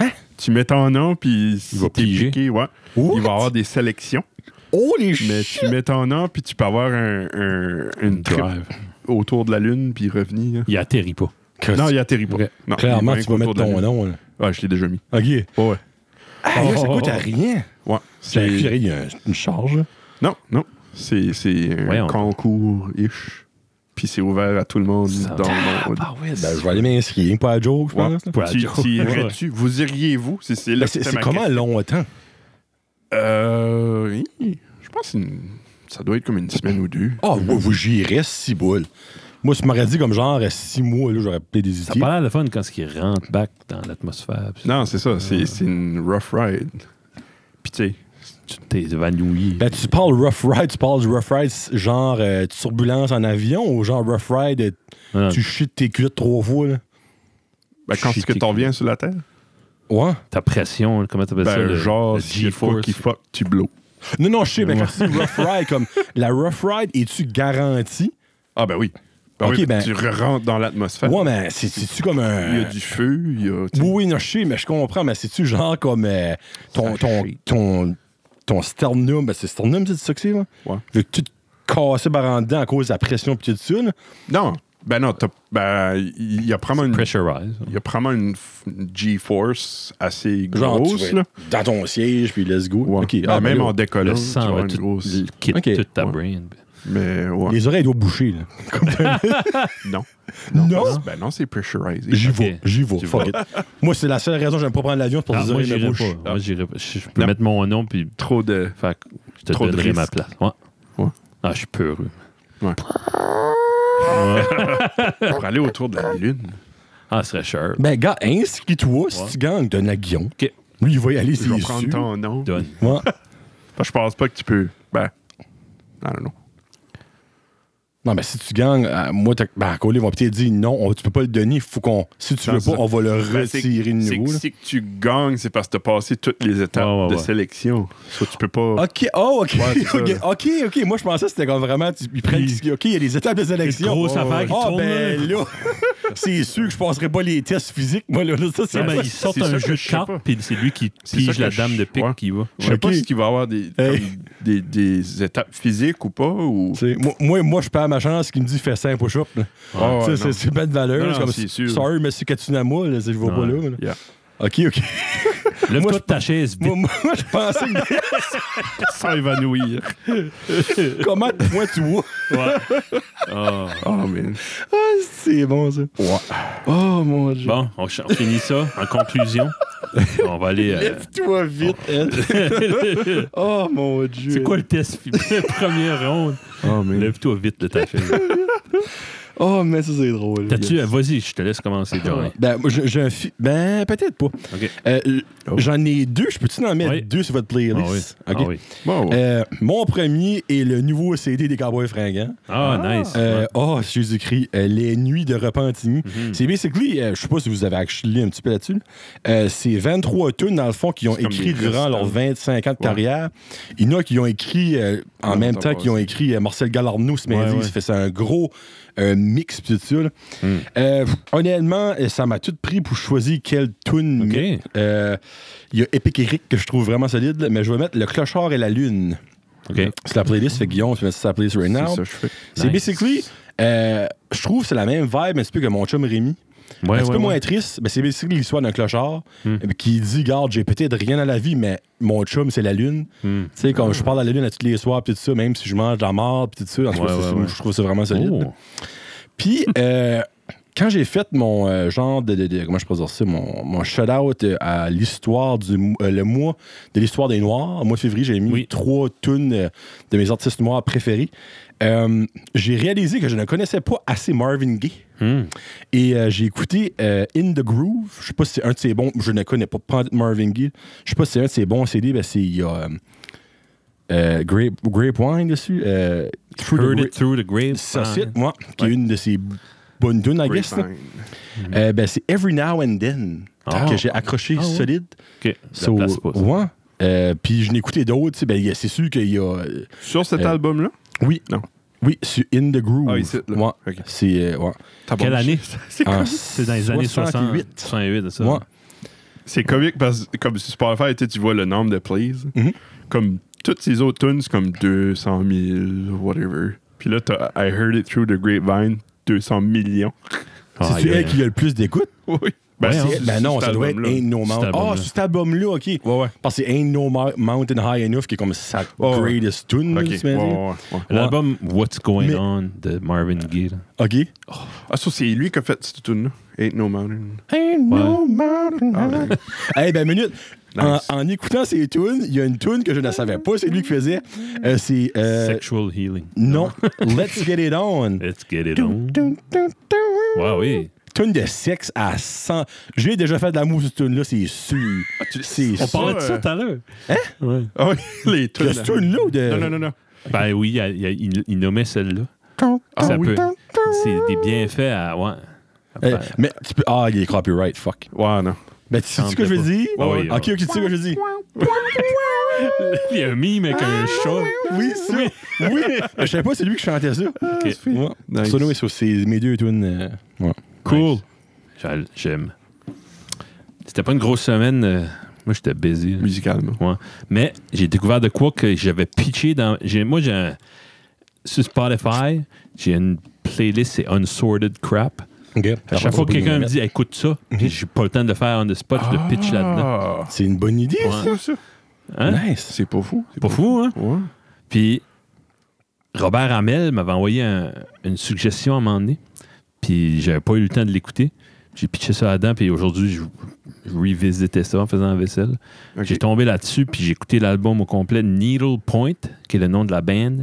Hein? Tu mets ton nom, puis si va t'es piger. piqué, ouais, What? il va y avoir des sélections. Oh, les Mais shit! tu mets ton nom, puis tu peux avoir un, un- une trip Drive. autour de la Lune, puis revenir. là. Il atterrit pas. Non, il atterrit pas. Ok. Non, Clairement, il tu vas va rien qu'autour mettre de la ton Lune. nom. là. Ouais, je l'ai déjà mis. OK. Ouais, ouais. Hey, là, ça Oh, coûte oh, à oh. rien. Ouais, J'ai c'est- il y a un- une charge. là. Non, non. C'est c'est un Voyons. concours-ish. Puis c'est ouvert à tout le monde Ça- dans le monde. ouais. Ben, je vais aller m'inscrire. Pas à joke, je Ouais. pense. là. Pas à Tu- joke. tu Ouais. irais-tu? Vous iriez-vous? C'est c'est là Mais que C'est c'était c'est ma comment question. longtemps? Euh, hi, je pense que c'est une- ça doit être comme une semaine ou deux. Ah, ouais, vous j'irais six boules. Moi, si tu m'aurais dit comme genre à six mois, là, j'aurais peut-être Ça hésité. a pas l'air le fun quand ce il rentre back dans l'atmosphère. pis Non, c'est ça. C'est c'est une rough ride. Puis tu sais, Tu t'es évanoui. Ben, tu parles rough ride, tu parles du rough ride genre euh, turbulence en avion ou genre rough ride, euh, Non, tu chutes tes culottes trois fois, là? ben, quand est-ce que Shit, t'en reviens sur la Terre? Ouais. Ta pression, comment t'appelles ça? Ben, le- genre, le si G-Force G-Force. qui fuck, tu blow. Non, non, je sais, mais Ouais. quand tu dis rough ride, comme la rough ride, es-tu garantie? Ah ben oui. Ben Ok, oui, ben- Tu rentres dans l'atmosphère. Ouais, mais c'est- c'est-tu comme Il y a un. du feu, il y a... tu sais, Oui, oui, non, je sais, mais je comprends, mais c'est-tu genre comme euh, ton, Ça ton, chie. ton, ton sternum, ben c'est sternum, c'est ça que c'est, là? Ouais. Vu que tu te cassais par en dedans à cause de la pression pis tout ça, là. Non, ben non, t'as- ben, il y a probablement une, Pressurize. il y a probablement une f- une G-force assez Genre, tu grosse, vas là. dans ton siège, puis let's go. Ouais. OK. Ben, même ben là, en décollant, Le tu vas sang avoir va une tout grosse... le- quitte Ok. toute ta Ouais. brain. Mais ouais. Les oreilles doivent boucher. [LAUGHS] Là. Non. Non. parce- Ben non, c'est pressurisé. [LAUGHS] J'y Ok. vais, j'y vais. Tu fuck it. Moi, c'est la seule raison que j'aime pas prendre l'avion, c'est pour Ah, les moi, oreilles de j'irai bouche. pas. Moi, j'irai pas. Je je peux Non. mettre mon nom, puis Trop de. fait que je te Trop de donnerai ma risques. place. Ouais. Ouais. Ah, je suis peureux. Ouais. Ouais. Pour aller autour de la Lune. Ah, ce serait cher. Ben, gars, inscris-toi si Ouais. tu gagnes, donne à Guillaume. Ok. Lui, il va y aller, Je s'il vais est prendre sûr. ton nom. Donne. Ouais. Parce que Je pense pas que tu peux. Ben. I don't know. Non, mais si tu gagnes, euh, moi, t'as- ben, Colin va peut-être dire non, on- tu peux pas le donner. Faut qu'on, si tu Non, veux c'est pas, ça. on va le Ben, c'est- retirer de c'est que nouveau. là. Si que tu gagnes, c'est parce que tu as passé toutes les étapes Ouais, ouais, de ouais. sélection. Ça, tu peux pas. Ok, oh, ok, Ouais, c'est ça, [LAUGHS] ok, là. ok, ok. Moi, je pensais que c'était comme vraiment, tu- ils prennent, ok, il y a les étapes des élections. grosse Ah, affaire qui ah, tourne, ben [LAUGHS] là, c'est sûr que je passerai pas les tests physiques, moi, là, là, ça, c'est. Non, mais ça- ils sortent c'est ça un que jeu je de sais cartes, pas. puis c'est lui qui C'est ça pige que la je- dame de pique ouais. qui va. Je sais pas Ok. Eh. si qu'il va y avoir des, Hey. comme des, des étapes physiques ou pas. Ou... C'est- moi- Moi, moi, je perds ma chance qui me dit fais 5 push-ups. là. Ah, ouais, Ça, non. c'est- c'est pas de valeur. Non, c'est comme, c'est sûr. Sorry, monsieur Katunama, là, c'est- je vois pas là. Ouais. là. Yeah. Ok, [LAUGHS] ok. Lève-toi Moi, de je- ta chaise vite. moi, moi, moi, je pensais que [LAUGHS] Sans évanouir. Comment moi tu vois? Ouais. Ah. Oh, man. C'est bon ça. Oh mon dieu. Bah, Bon, on, ch- on finit ça [LAUGHS] en conclusion. on va aller. euh, Lève-toi vite, [LAUGHS] Ed. Oh mon dieu. C'est quoi le test [LAUGHS] première ronde? Ah, Oh, man. Lève-toi vite de ta chaise. [LAUGHS] Oh mais ça c'est drôle. T'as-tu. euh, Vas-y, je te laisse commencer, Johnny. Ben, moi, j'ai j'ai un fi- Ben, peut-être pas. OK. Euh, euh, Oh. J'en ai deux. Je peux-tu en mettre Oui. deux sur votre Ah playlist? oui. Ah OK. oui. Bon, bah, ouais. Euh, mon premier est le nouveau CD des Cowboys fringants. Ah, nice. Euh, Ouais. Oh, Jésus-Christ, euh, Les Nuits de Repentigny. Mhm. C'est basically, euh, je sais pas si vous avez actually un petit peu là-dessus, euh, c'est 23 tunes dans le fond qui ont C'est comme écrit des durant restes, leurs hein. 25 ans de Ouais. carrière. Il y en a qui ont écrit euh, en Ouais, même t'as temps pas qui ont ça. écrit euh, Marcel Gallarnou, ce midi. Ouais, ouais. Ça fait c'est un gros euh, mix pis tout ça. là. Hmm. Euh, honnêtement, euh, ça m'a tout pris pour choisir quelle tune OK. mettre. Euh, Il y a Epic Eric que je trouve vraiment solide, là, mais je vais mettre Le Clochard et la Lune. OK. C'est la playlist, fait Guillaume, tu mets ça sur la playlist right Hmm. c'est now. ça que je fais. C'est Nice. basically, euh, je trouve que c'est la même vibe un petit peu que mon chum Rémi. un Ouais, petit ouais, peu moins ouais. Hmm. triste, mais c'est basically l'histoire d'un clochard euh, qui dit Garde, j'ai peut-être rien à la vie, mais mon chum, c'est la lune. Hmm. Tu sais, comme je parle à la lune à tous les soirs, pis tout ça, même si je mange de la mort, pis tout ça. En tout cas, Ouais, c'est- ouais, c'est- ouais. je trouve ça vraiment solide. Oh. Puis, euh, quand j'ai fait mon euh, genre de, de- de- Comment je peux dire ça Mon, mon shout-out euh, à l'histoire du. m- euh, le mois de l'histoire des Noirs, au mois de février, j'ai mis Oui. trois tunes euh, de mes artistes noirs préférés. Euh, j'ai réalisé que je ne connaissais pas assez Marvin Gaye. Hmm. Et euh, j'ai écouté euh, In the Groove. Je sais pas si c'est un de ses bons. Je ne connais pas pas Marvin Gaye. Je sais pas si c'est un de ses bons CD. Ben, c'est. Il y a. euh, euh, Grape, Grape Wine dessus. euh, Through the Heard Grape- it through the Ah, grave. Saucite, moi, qui est une de ses bonnes tunes, I guess. là. Grapevine. Euh, ben, c'est Every Now and Then Ah. que j'ai accroché Ah ouais. solide. OK. Ça So, place pas. ça. ouais. Euh, Puis je n'ai écouté d'autres. tu sais, Ben, il y a- c'est sûr qu'il y a. euh, Sur cet Euh, album-là, Oui. Non. Oui, sur In the Groove. Ah, ici, là. Ouais. Ok. C'est. euh, ouais. t'as Quelle bon- année? C'est En C'est dans les années 68. 68. 68, ça. Ouais. C'est comique parce que comme Spotify, tu sais, tu vois le nombre de plays. Mhm. Comme toutes ces autres tunes, c'est comme 200 000, whatever. Puis là, t'as I Heard It Through the Grapevine, 200 [LAUGHS] millions. Ah, C'est-tu yeah. elle qui a le plus d'écoute? oui. Ben, Ouais, hein. c'est- Ben c'est non, cet ça doit être album-là. Ain't No Cet Mountain. Ah, album-là. c'est cet album-là, OK. Ouais, ouais. Parce que c'est Ain't No Mou- Mountain High Enough qui est comme sa Ouais, ouais. greatest tune. Ok. tu Ouais, m'as dit. ouais, ouais. L'album What's Going Mais- On de Marvin Gaye. là. OK. Ah, ça, c'est lui qui a fait cette tune-là. Ain't No Mountain. Ain't no mountain Ah, high. ouais. Hey, ben, minute. En, Nice. en écoutant ces tunes, il y a une tune que je ne savais pas, c'est lui qui faisait. Euh, c'est. euh, Sexual Healing. non, [LAUGHS] Let's Get It On. Let's get it on. Ouais, oui. Tune de sexe à 100. J'ai déjà fait de l'amour sur cette tune-là, c'est sûr. C'est On sûr. parlait de euh, ça tout à l'heure. Hein? Ouais. Ah oui, les tunes. De cette tune-là ou de. Non, non, non, non. Ben oui, il, y a- il y a- il- il nommait celle-là. non. ça peut. C'est des bienfaits à. Ouais. Eh, mais tu peux. Ah, il est copyright, fuck. Ouais, non. Mais tu sais ce que je Semble veux dire? pas. Ouais, ouais, ok, ok, ouais. tu sais ce que je dis. [LAUGHS] Il y a un mime avec un chat. Oui, ça. Oui. Mais je savais pas, c'est lui qui chantait ça. Ok. Ouais. Nice. Ça, oui, ça, c'est mes deux tunes. euh, ouais. Cool. J'ai- J'aime. C'était pas une grosse semaine. euh, moi, j'étais busy. là. Musicalement. Ouais. Mais j'ai découvert de quoi que j'avais pitché dans. j'ai- Moi, j'ai un- sur Spotify, j'ai une playlist, c'est Unsorted Crap. Ok. À chaque fois que quelqu'un me dit écoute ça, puis j'ai pas le temps de le faire on the spot, je le pitch là-dedans. Ah, C'est une bonne idée, Ouais. ça. Hein? ça. Nice. C'est pas fou. C'est Pas fou, hein? Ouais. Puis Robert Hamel m'avait envoyé un- une suggestion à un moment donné, puis j'avais pas eu le temps de l'écouter. J'ai pitché ça là-dedans, puis aujourd'hui, je, je revisitais ça en faisant la vaisselle. Ok. J'ai tombé là-dessus, puis j'ai écouté l'album au complet Needle Point, qui est le nom de la band.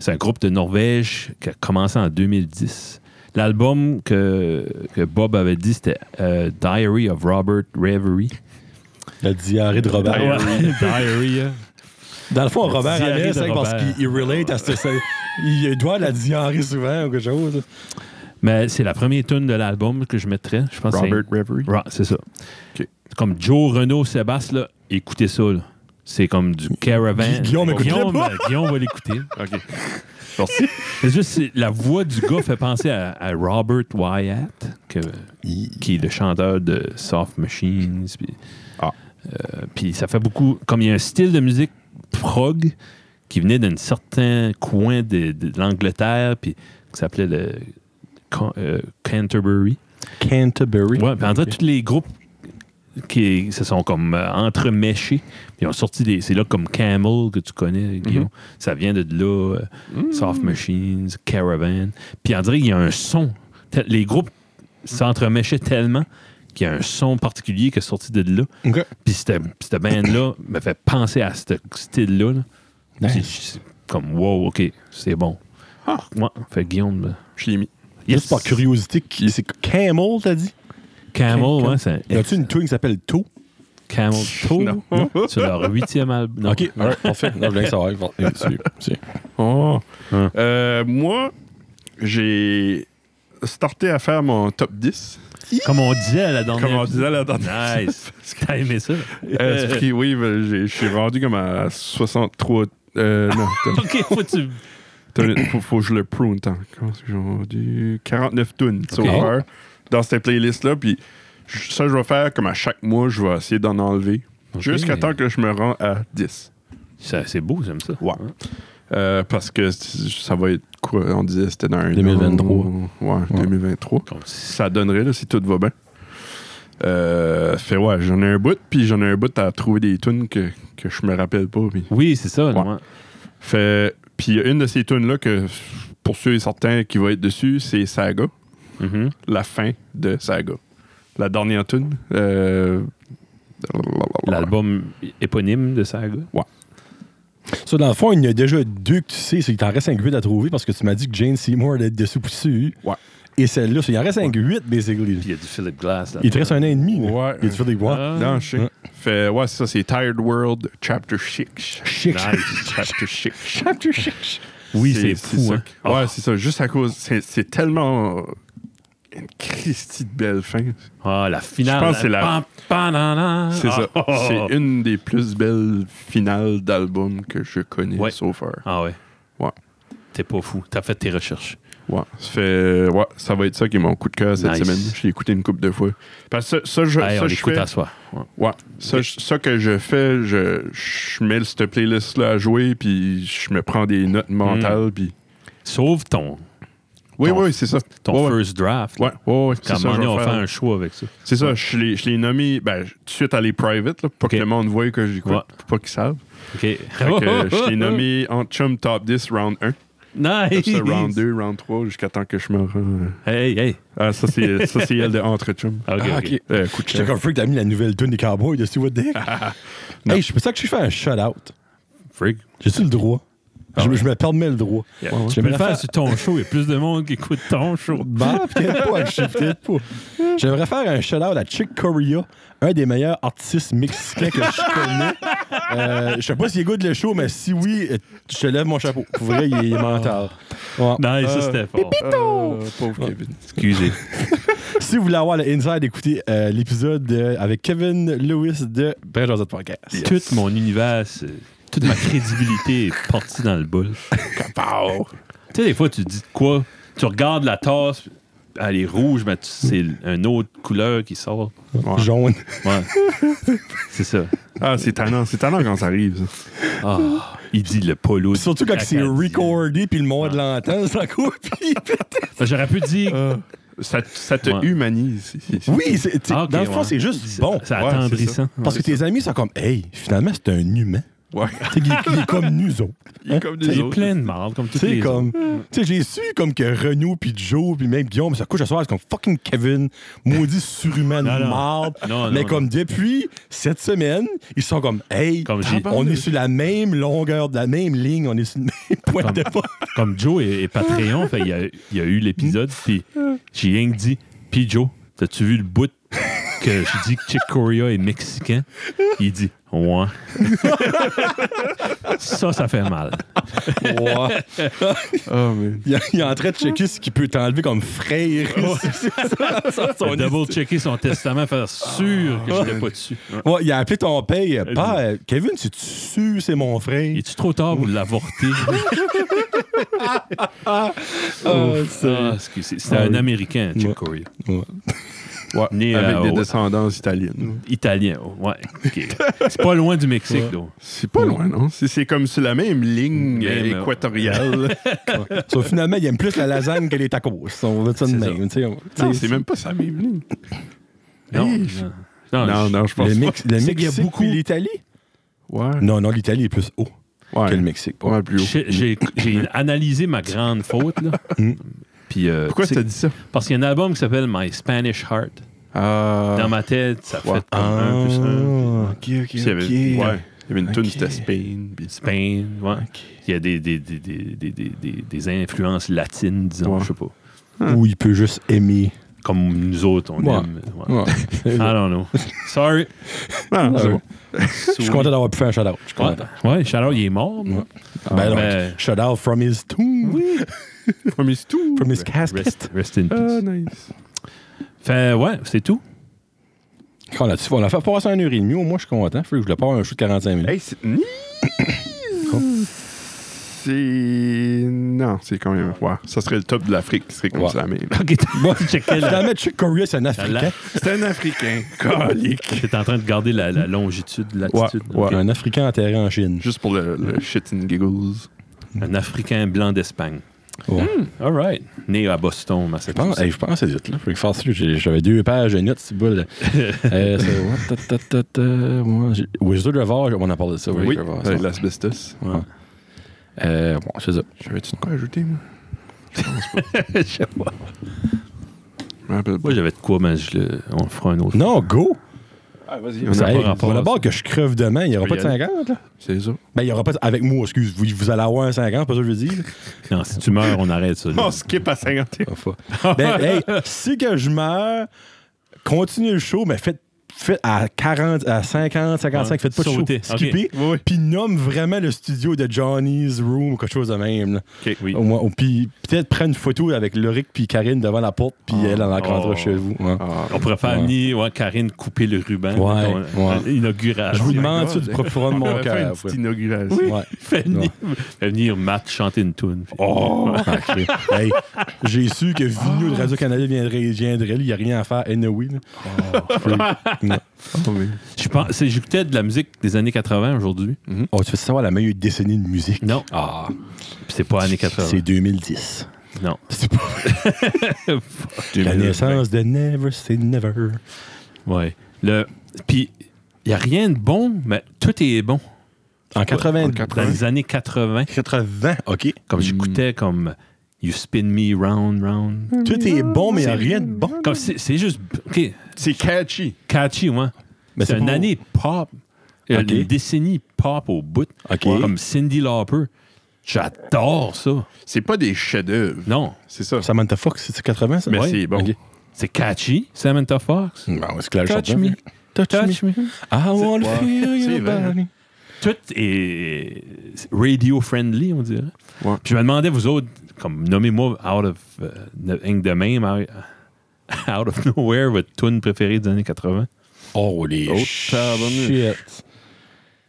C'est un groupe de Norvège qui a commencé en 2010. L'album que, que Bob avait dit, c'était euh, Diary of Robert Reverie. La diarrhée de Robert. [LAUGHS] Diary. hein. Dans le fond, La Robert diarrhée Hamel, de c'est parce Robert. qu'il il relate à ce. ça- Il doit à la diarrhée souvent ou quelque chose. Mais c'est la première tune de l'album que je mettrais. Je pense que c'est- Robert Reverie. Ra- c'est ça. Ok. C'est Comme Joe Renault Sébastien, là, écoutez ça. là. C'est comme du caravan. Gu- Guillaume, écoute-le Guillaume, pas. euh, Guillaume va l'écouter. OK. [LAUGHS] Merci. C'est juste c'est- la voix du gars fait penser à, à Robert Wyatt, que- qui est le chanteur de Soft Machines. Puis Ah. euh, puis ça fait beaucoup. Comme il y a un style de musique prog qui venait d'un certain coin de, de l'Angleterre, puis qui s'appelait le Can- euh, Canterbury. Canterbury. Ouais, puis en fait, tous les groupes qui se sont comme euh, entreméchés, puis ils ont sorti des. C'est là comme Camel que tu Mhm. connais, Guillaume. Ça vient de là, euh, Mm. Soft Machines, Caravan. Puis on dirait qu'il y a un son. Tel- Les groupes s'entremêchaient tellement qu'il y a un son particulier qui est sorti de là. Ok. Puis cette, cette band-là me fait penser à ce style-là. là. Nice. Puis C'est comme, wow, OK, c'est bon. Ah. Ouais, fait que Guillaume. là, Je l'ai mis. yes. Juste par curiosité, qui- c'est Camel, t'as dit? Camel, ouais, c'est Y a-tu une twin qui s'appelle To? Camel Toe. Non. [LAUGHS] C'est leur huitième album. Non. Ok, alright, parfait. Non, je voulais savoir. Euh, c'est- c'est- Oh. Hein. Euh, moi, j'ai starté à faire mon top 10. Comme on disait à la dernière. Comme on disait à la dernière. [LAUGHS] Nice. T'as aimé ça? Euh, c'est qui, oui, ben, j'ai- je suis rendu comme à 63. Euh, non, [LAUGHS] attends, [LAUGHS] ok, faut que tu. attends une minute, faut, faut que je le prune. Attends, comment est-ce que j'ai rendu 49 tunes so Ok. far dans cette playlist-là. Puis je- ça, je vais faire comme à chaque mois, je vais essayer d'en enlever Ok. jusqu'à temps que je me rends à 10. Ça, c'est beau, j'aime ça. Ouais. Euh, parce que c- ça va être quoi On disait c'était dans un 2023. an. Ouais, 2023. Comme si- ça donnerait là, si tout va bien. Euh, fait ouais, j'en ai un bout, puis j'en ai un bout à trouver des tunes que, que je me rappelle pas. puis- Oui, c'est ça. non, hein. Fait, puis il y a une de ces tunes là que pour ceux et certains qui vont être dessus, c'est Saga, Mhm. la fin de Saga. La dernière tune. euh, L'album éponyme de Saga. Ça, dans le fond, il y en a déjà deux que tu sais, c'est qu'il t'en reste 5-8 à trouver parce que tu m'as dit que Jane Seymour allait être dessus pour dessus. Ouais. Et celle-là, ça, il en reste 5-8, basically. Puis il y a du Philip Glass. là. Il te reste un an et demi. là. Ouais. Il y a du Philip Glass. Ah, Non, je sais. Ouais. Fait ouais, c'est ça, c'est Tired World Chapter 6. Chic. Nice. Chapter 6. Chapter chic. Oui, c'est fou. ça hein. que- Ouais, c'est ça. Juste à cause. C'est c'est tellement. euh, Une Christie de belle fin. [LAUGHS] Ah, la finale. Je pense que c'est la- Pam, pam, nan, nan. C'est ça. Ah, oh, oh. C'est une des plus belles finales d'album que je connais Ouais. so far. Ah ouais. Ouais. T'es pas fou. T'as fait tes recherches. Ouais. Ça, fait, ouais, ça va être ça qui est mon coup de cœur cette Nice. semaine. Je l'ai écouté une couple de fois. Parce que ça, ça, je, Hey, ça, on je l'écoute fais- à soi. Ouais. ouais. ça, je- ça que je fais, je, je mets cette playlist-là à jouer, puis je me prends des notes mentales. Puis... Sauve ton, Mm. Oui, Ton- oui, c'est ça. ton ouais, ouais. first draft. Ouais, ouais, ouais, c'est Quand à un ça. moment je donné, vais on fait faire. un choix avec ça. C'est ça, je l'ai, je l'ai nommé, ben, tout de suite à les private, là, pour Ok. que le monde voie que j'écoute, Ouais. pour pas qu'ils savent. OK. Fait que [LAUGHS] je l'ai [LAUGHS] nommé en chum top 10, round 1. Comme Nice. ça, round 2, round 3, jusqu'à temps que je me rends. Hey, hey. Ah, ça, c'est, ça, c'est elle de Entre [LAUGHS] Chum. OK, Ah, OK. ok. Euh, coup de J'étais cœur. comme freak, t'as mis la nouvelle tune des Cowboys de Stewart Dick. Non. hey, c'est pour ça que je fais un shout-out. Frig. J'ai-tu le droit? je, me- je me permets le droit. Yeah. Ouais, ouais. Tu peux le J'aimerais faire faire- sur ton show. Il y a plus de monde qui écoute ton show. [LAUGHS] Bah, peut-être pas, je sais peut-être pas. J'aimerais faire un shout-out à Chick Corea, un des meilleurs artistes mexicains que je connais. Euh, je sais pas s'il goûte le show, mais si oui, euh, je te lève mon chapeau. Pour vrai, il est mental. Ouais. Nice, ça c'était fort. Euh, pauvre Kevin. Excusez. Si vous voulez avoir le inside, écoutez euh, l'épisode euh, avec Kevin Lewis de Bref dans notre podcast. Tout mon univers, c'est- toute ma crédibilité est partie dans le bol. Pow! Tu sais, des fois, tu dis de quoi? Tu regardes la tasse, elle est rouge, mais tu- c'est une autre couleur qui sort. Ouais. Jaune. Ouais. c'est ça. Ah, c'est talent, c'est talent quand ça arrive. ça. Ah, il dit le polo. Puis Surtout quand c'est acadien. recordé puis le monde Ah. l'entend, ça [LAUGHS] copie. J'aurais pu dire. Euh, Ça, ça te Ouais. humanise. [LAUGHS] C'est- c'est- Oui, c'est- t'sais, Ah, ok, dans le fond, ouais. c'est juste bon. C'est Ouais, c'est attendrissant. Parce que tes amis sont comme, hey, finalement, c'est un humain. Ouais. T'sais, il, il est comme nous [LAUGHS] autres. Il est comme des Il est autres. plein de marde, comme toutes C'est les comme. Tu sais, j'ai su comme que Renaud, puis Joe, puis même Guillaume, ça couche à soir, c'est comme fucking Kevin, maudit surhumain de [LAUGHS] Non, non. marde. Non, non, Mais non. comme depuis cette semaine, ils sont comme, hey, Comme j'ai- on est sur la même longueur, de la même ligne, on est sur le même point [LAUGHS] de départ. comme Joe et, et Patreon, fait, il, y a, il y a eu l'épisode, puis j'ai rien que dit, puis Joe, t'as-tu vu le bout que je dis que Chick Corea est mexicain? Il dit, ouais. ça, ça fait mal. Ouais. Ah, man. il, est- il est en train de checker ce qui peut t'enlever comme frère. C'est ça, dans son Il a double-checké son testament, faire sûr que j'étais pas dessus. Ouais, il a appelé ton père. Père, Kevin, si tu sues, c'est mon frère. Es-tu trop tard pour l'avorter? Euh, c'est- Ah, excusez. C'était Ah un oui. Américain, Chick Ouais. Corea. Ouais. Ouais, Né, avec euh, des au- descendances italiennes. Italien, Oh, ouais. ok. C'est pas loin du Mexique, donc. C'est pas loin, non? C'est- C'est comme sur la même ligne Même, euh, euh, équatoriale. So, finalement, il aime plus la lasagne que les tacos. On va dire ça de C'est ça. même. tu sais, on- Non, tu sais, c'est même pas sa même ligne. Non, Hey, non. je- non, Non, Ah, je- non, je pense Le, Mex- le C'est Mexique, qu'il y a beaucoup- puis l'Italie? Ouais. Non, non, l'Italie est plus haut ouais. que le Mexique. Pas mal plus haut. J'ai- J'ai j'ai analysé ma grande faute, là. Puis, euh, Mm. Pourquoi tu sais, t'as dit ça? Parce qu'il y a un album qui s'appelle My Spanish Heart. Ah. Dans ma tête, ça fait Ouais. Ah. comme Ah. un plus un. ok, ok, Puis il y avait- Ouais. Il y avait une tune, Ok. c'était Spain. puis- Spain, ouais. Ok. Il y a des, des, des, des, des, des- des- des influences latines, disons, Ouais. je sais pas. Ou il peut juste aimer. Ah, Comme nous autres, on Ouais. aime. ouais. [LAUGHS] Ouais. I [LAUGHS] don't know. Sorry. Ah, c'est Ouais. bon. Je suis content d'avoir pu faire un shout-out. Je suis Ouais, content. ouais Shadow, il est mort. non? Ben, Ben- donc, shout-out from his tomb. From his two. From his casket. Rest, rest in peace. Ah, nice. Fait, ouais, c'est tout. On a, on a fait passer un heure et demie. Au moins, je suis content. Faut que je le pars un shoot de 45 minutes. Hey, c'est. Ni- C'est. Non, c'est quand même. Ouais. Ça serait le top de l'Afrique qui serait comme Ouais. ça, mais. Ok, Bon, checkais la- Finalement, Chick Corea, c'est un Africain. la- C'est un Africain. [LAUGHS] Colique. T'es en train de garder la, la longitude, latitude. Ouais, ouais. Un Africain enterré en Chine. Juste pour le, le shit and giggles. Un Africain blanc d'Espagne. Hmm, Ouais. All right. Né à Boston, Je pense, Massachusetts. hey, je pense que c'est vite, là. Faut que je fasse ça. J'ai- J'avais deux pages de notes, c'est [LAUGHS] boule. euh, c'est- ouais, ta, ta, ta, ta, ouais, j'ai- Wizard of Oz, on en parlé de ça. Ah Oui, Wizard of Oz, avec ouais. l'asbestos. Ouais. Euh, bon, c'est ça. J'avais-tu de quoi ajouter, moi? [LAUGHS] Je sais pas. Je me rappelle pas. Moi, j'avais de quoi, mais je le- on le fera un autre. Non, go! Ah, vas-y. on Ça a a- pas Hey, rapport bon, à d'abord que je creve demain, il n'y aura peux pas de y aller. 50, là. C'est ça. Ben, il n'y aura pas de- Avec moi, excuse, vous, vous allez avoir un 50, pas ça que je veux dire. Non, si tu meurs, on arrête ça. là. [LAUGHS] [LAUGHS] On skip à 50. Enfin. [LAUGHS] ben, hey, si que je meurs, continuez le show, mais faites, faites à 40, à 50, 55, Ouais, faites pas de show. sauter, ok. Skippez, Ah, Oui, oui. puis nomme vraiment le studio de Johnny's Room ou quelque chose de même. là. OK, oui. Au moins, ou puis peut-être prendre une photo avec Loric puis Karine devant la porte, puis elle, elle en rentrera Oh. chez vous. hein. ouais. Ah, On pourrait faire Ouais. venir ouais, Karine couper le ruban. Ouais, On- on- ouais. Je Inauguration. [LAUGHS] vous my demande Ah, ça God. du propre fond de on mon pourrait faire cœur. une ouais. petite inauguration. Ouais. Fait venir, fait venir Matt chanter une tune. Oh! sacré. Hey, J'ai su que Vigneault de Ah. Radio-Canada viendrait, viendrait, il n'y a rien à faire, anyway. là. Oh, mais- Je pense, c'est- j'écoutais de la musique des années 80 aujourd'hui. Oh, tu fais savoir la meilleure décennie de musique. Non, Ah, puis c'est pas années 80. c'est 2010. Non. C'est pas la naissance de Never Say Never. Ouais. Le, puis il y a rien de bon, mais tout est bon. En Hmm. 80. en Dans 80. les années 80, 80, OK. comme j'écoutais comme You Spin Me Round Round. Tout est bon, mais il n'y a rien de bon. Comme c'est, c'est juste ok, C'est catchy. catchy, ouais. Mais c'est c'est une pas- année pop, euh, Ok. une décennie pop au bout. Ok. Comme Cindy Lauper. J'adore ça. C'est pas des chefs-d'œuvre. Non, C'est ça. Samantha Fox, c'est 80, ça? Mais Ouais. c'est bon. OK. c'est catchy, Samantha Fox. Non, Ben c'est clair, je Touch chante me. bien. Hmm. Touch, Touch me. me. I want to Ouais. feel C'est your vrai. body. Tout est radio-friendly, on dirait. Ouais. Puis je me demandais, vous autres, comme nommez-moi out of euh, de- rien que de même, out [LAUGHS] out of nowhere, votre tune préférée des années 80. Oh, les Oh, tabarnouche. shit.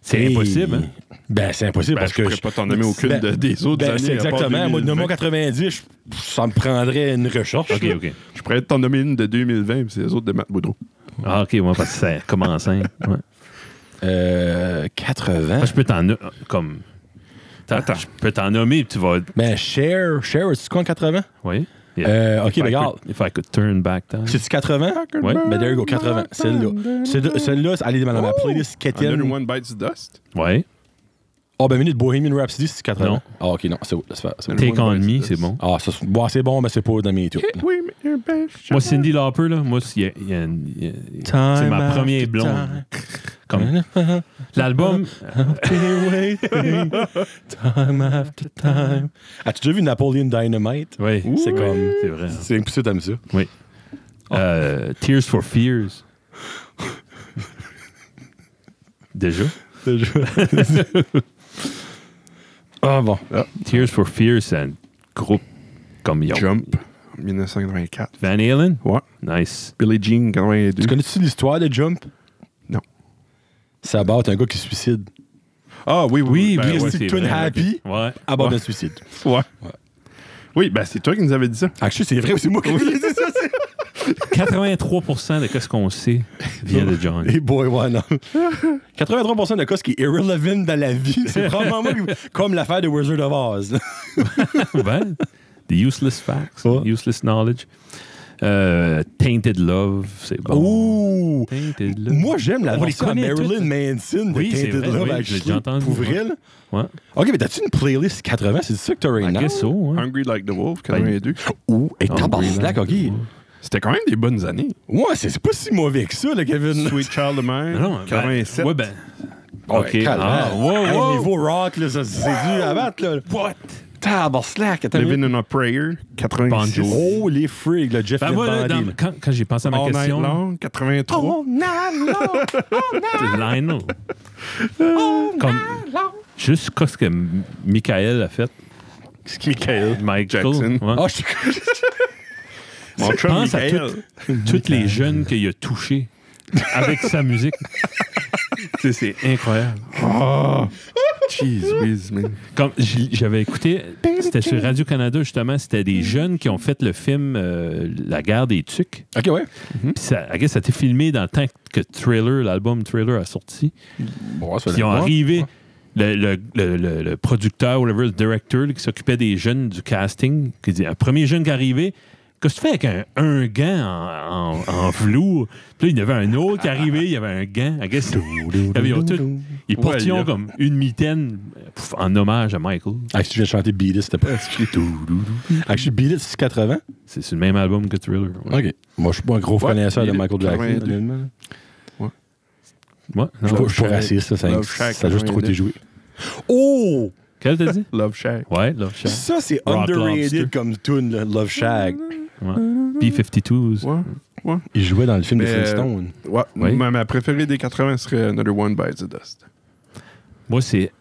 C'est Hey. impossible. hein? Ben, c'est impossible Ben, parce je que. ben, pourrais pas t'en nommer aucune de- des autres années, C'est à part exactement. Moi, de nommer 2020. 90, je- ça me prendrait une recherche. Ok, là. ok. Je pourrais t'en nommer une de 2020, puis c'est les autres de Matt Boudreau. Ah, ok, moi, parce que ça commence. Hein. [LAUGHS] Ouais. Euh, 80. Moi, je peux t'en no- comme. t'as- Je peux t'en nommer, puis tu vas. Ben, Cher, Cher, c'est quoi en 80? Oui. Euh, ok, ben, regarde. If I could turn back time. C'est-tu 80? Ouais. Ben, there you go, Ah, 80. Celle-là. Celle- Celle-là, c'est- allez dans ma playlist Keten. Another One Bites the Dust. Ouais. Ah, ben, minute, Bohemian Rhapsody, c'est 80. Non. Ah, ok, non, c'est c'est pas- c'est- Take on me, c'est bon. Ah, ça, c'est bon, c'est bon, mais c'est pas dans mes trucs. Oui, mais un bel Moi, char- Cindy Lauper, là, moi, c'est- il y a- il y a une- il y a- c'est ma première blonde. Comme- [LAUGHS] L'album, time after time. As-tu déjà vu Napoleon Dynamite? oui, C'est comme. c'est vrai. C'est impossible d'aimer ça. Oui. Euh, Tears for Fears. Déjà? [LAUGHS] Déjà. ah bon. Tears for Fears, c'est un groupe comme ils ont- Jump, 1984. Van Halen? Ouais. Nice. Billie Jean, 82. Tu connais-tu l'histoire de Jump? Non. Ça abat un gars qui se suicide. Ah oui, oui, ben, oui, ouais. c'est Twin vrai, Happy. ok. Ouais. Aborde Ouais. un suicide. Ouais. Oui, ben c'est toi qui nous avais dit ça. Actually, c'est vrai, c'est moi qui ai dit ça. 83% de ce qu'on sait vient de John. Et boy, ouais, [LAUGHS] non. 83% de cas, ce qui est irrelevant dans la vie, c'est probablement moi [LAUGHS] qui- comme l'affaire de Wizard of Oz. ben, the useless facts, Ouais. useless knowledge. Euh, tainted Love, c'est bon. Ouh! Tainted Love. Moi, j'aime la On les version à connaît Marilyn toutes. Manson de Oui, c'est Tainted vrai, Love, oui, je l'ai actually, déjà entendu, Pour ouais. vrai, là. Ouais. OK, mais t'as-tu une playlist 80? C'est ça que t'as right I now? guess so, hein. Hungry Like the Wolf, 82. Ouh, et Ah, oui, tabarnak, là. OK. C'était quand même des bonnes années. Ouais, c'est c'est pas si mauvais que ça, le Kevin. Sweet Child of Mine, Non, non, ben, 87. ouais, ben, Ouais, OK. calme, Ah, hein. wow, Hey, wow. niveau rock, là, ça, c'est dû à battre, là. What? Tabarnak, attends. une minute. Living in a Prayer, 86. Banjo. Oh, les frigs, le Jeff ben, moi, là, dans- Limbandy. quand, quand j'ai pensé à ma All Night question, Oh, Long, 83. Lionel. Comme, juste ce que M- Michael a fait. Michael. Michael. Jackson. ouais. Ah, je suis Mon Je chum pense à Michael. toutes, toutes les jeunes qu'il a touchés avec sa musique. C'est- C'est incroyable. Oh, jeez whiz, man. Comme j- j'avais écouté, c'était sur Radio-Canada, justement, c'était des jeunes qui ont fait le film euh, La guerre des tucs. OK, ouais. Puis ça, I guess ça a été filmé dans le temps que Thriller, l'album Thriller a sorti. Bon, ça Puis ils ont arrivé, le, le- le- le- le producteur, whatever, le directeur là, qui s'occupait des jeunes du casting, qui dit, un premier jeune qui est arrivé, qu'est-ce que tu fais avec un, un gant en, en- en velours? Puis là, il y en avait un autre qui est arrivé, il y avait un gant. I guess, ils, avaient- ils ont tout- ils portaient Ouais, là. comme une mitaine pouf, en hommage à Michael. Ah, si tu viens de chanter Beat It, c'était pas. Ah, Actually, Beat It, c'est 80. C'est c'est le même album que Thriller. ouais. OK. Moi, je suis pas un gros connaisseur de Beat It, Michael Jackson. 82. honnêtement. Ouais, non. Je suis pas Shack. raciste, ça, ça Love ça Shack, a juste trop 82. été joué. Oh! Quel t'as dit? Love Shack. Ouais, Love Shack. [LAUGHS] Ça, c'est Rock Lobster. underrated comme tune, là, Love Shack. Ouais. B-52s. Ouais. Il jouait dans le film Mais, euh, de Flintstone. Ouais. Oui. Ma, ma préférée des 80 serait Another One Bites the Dust. Moi, c'est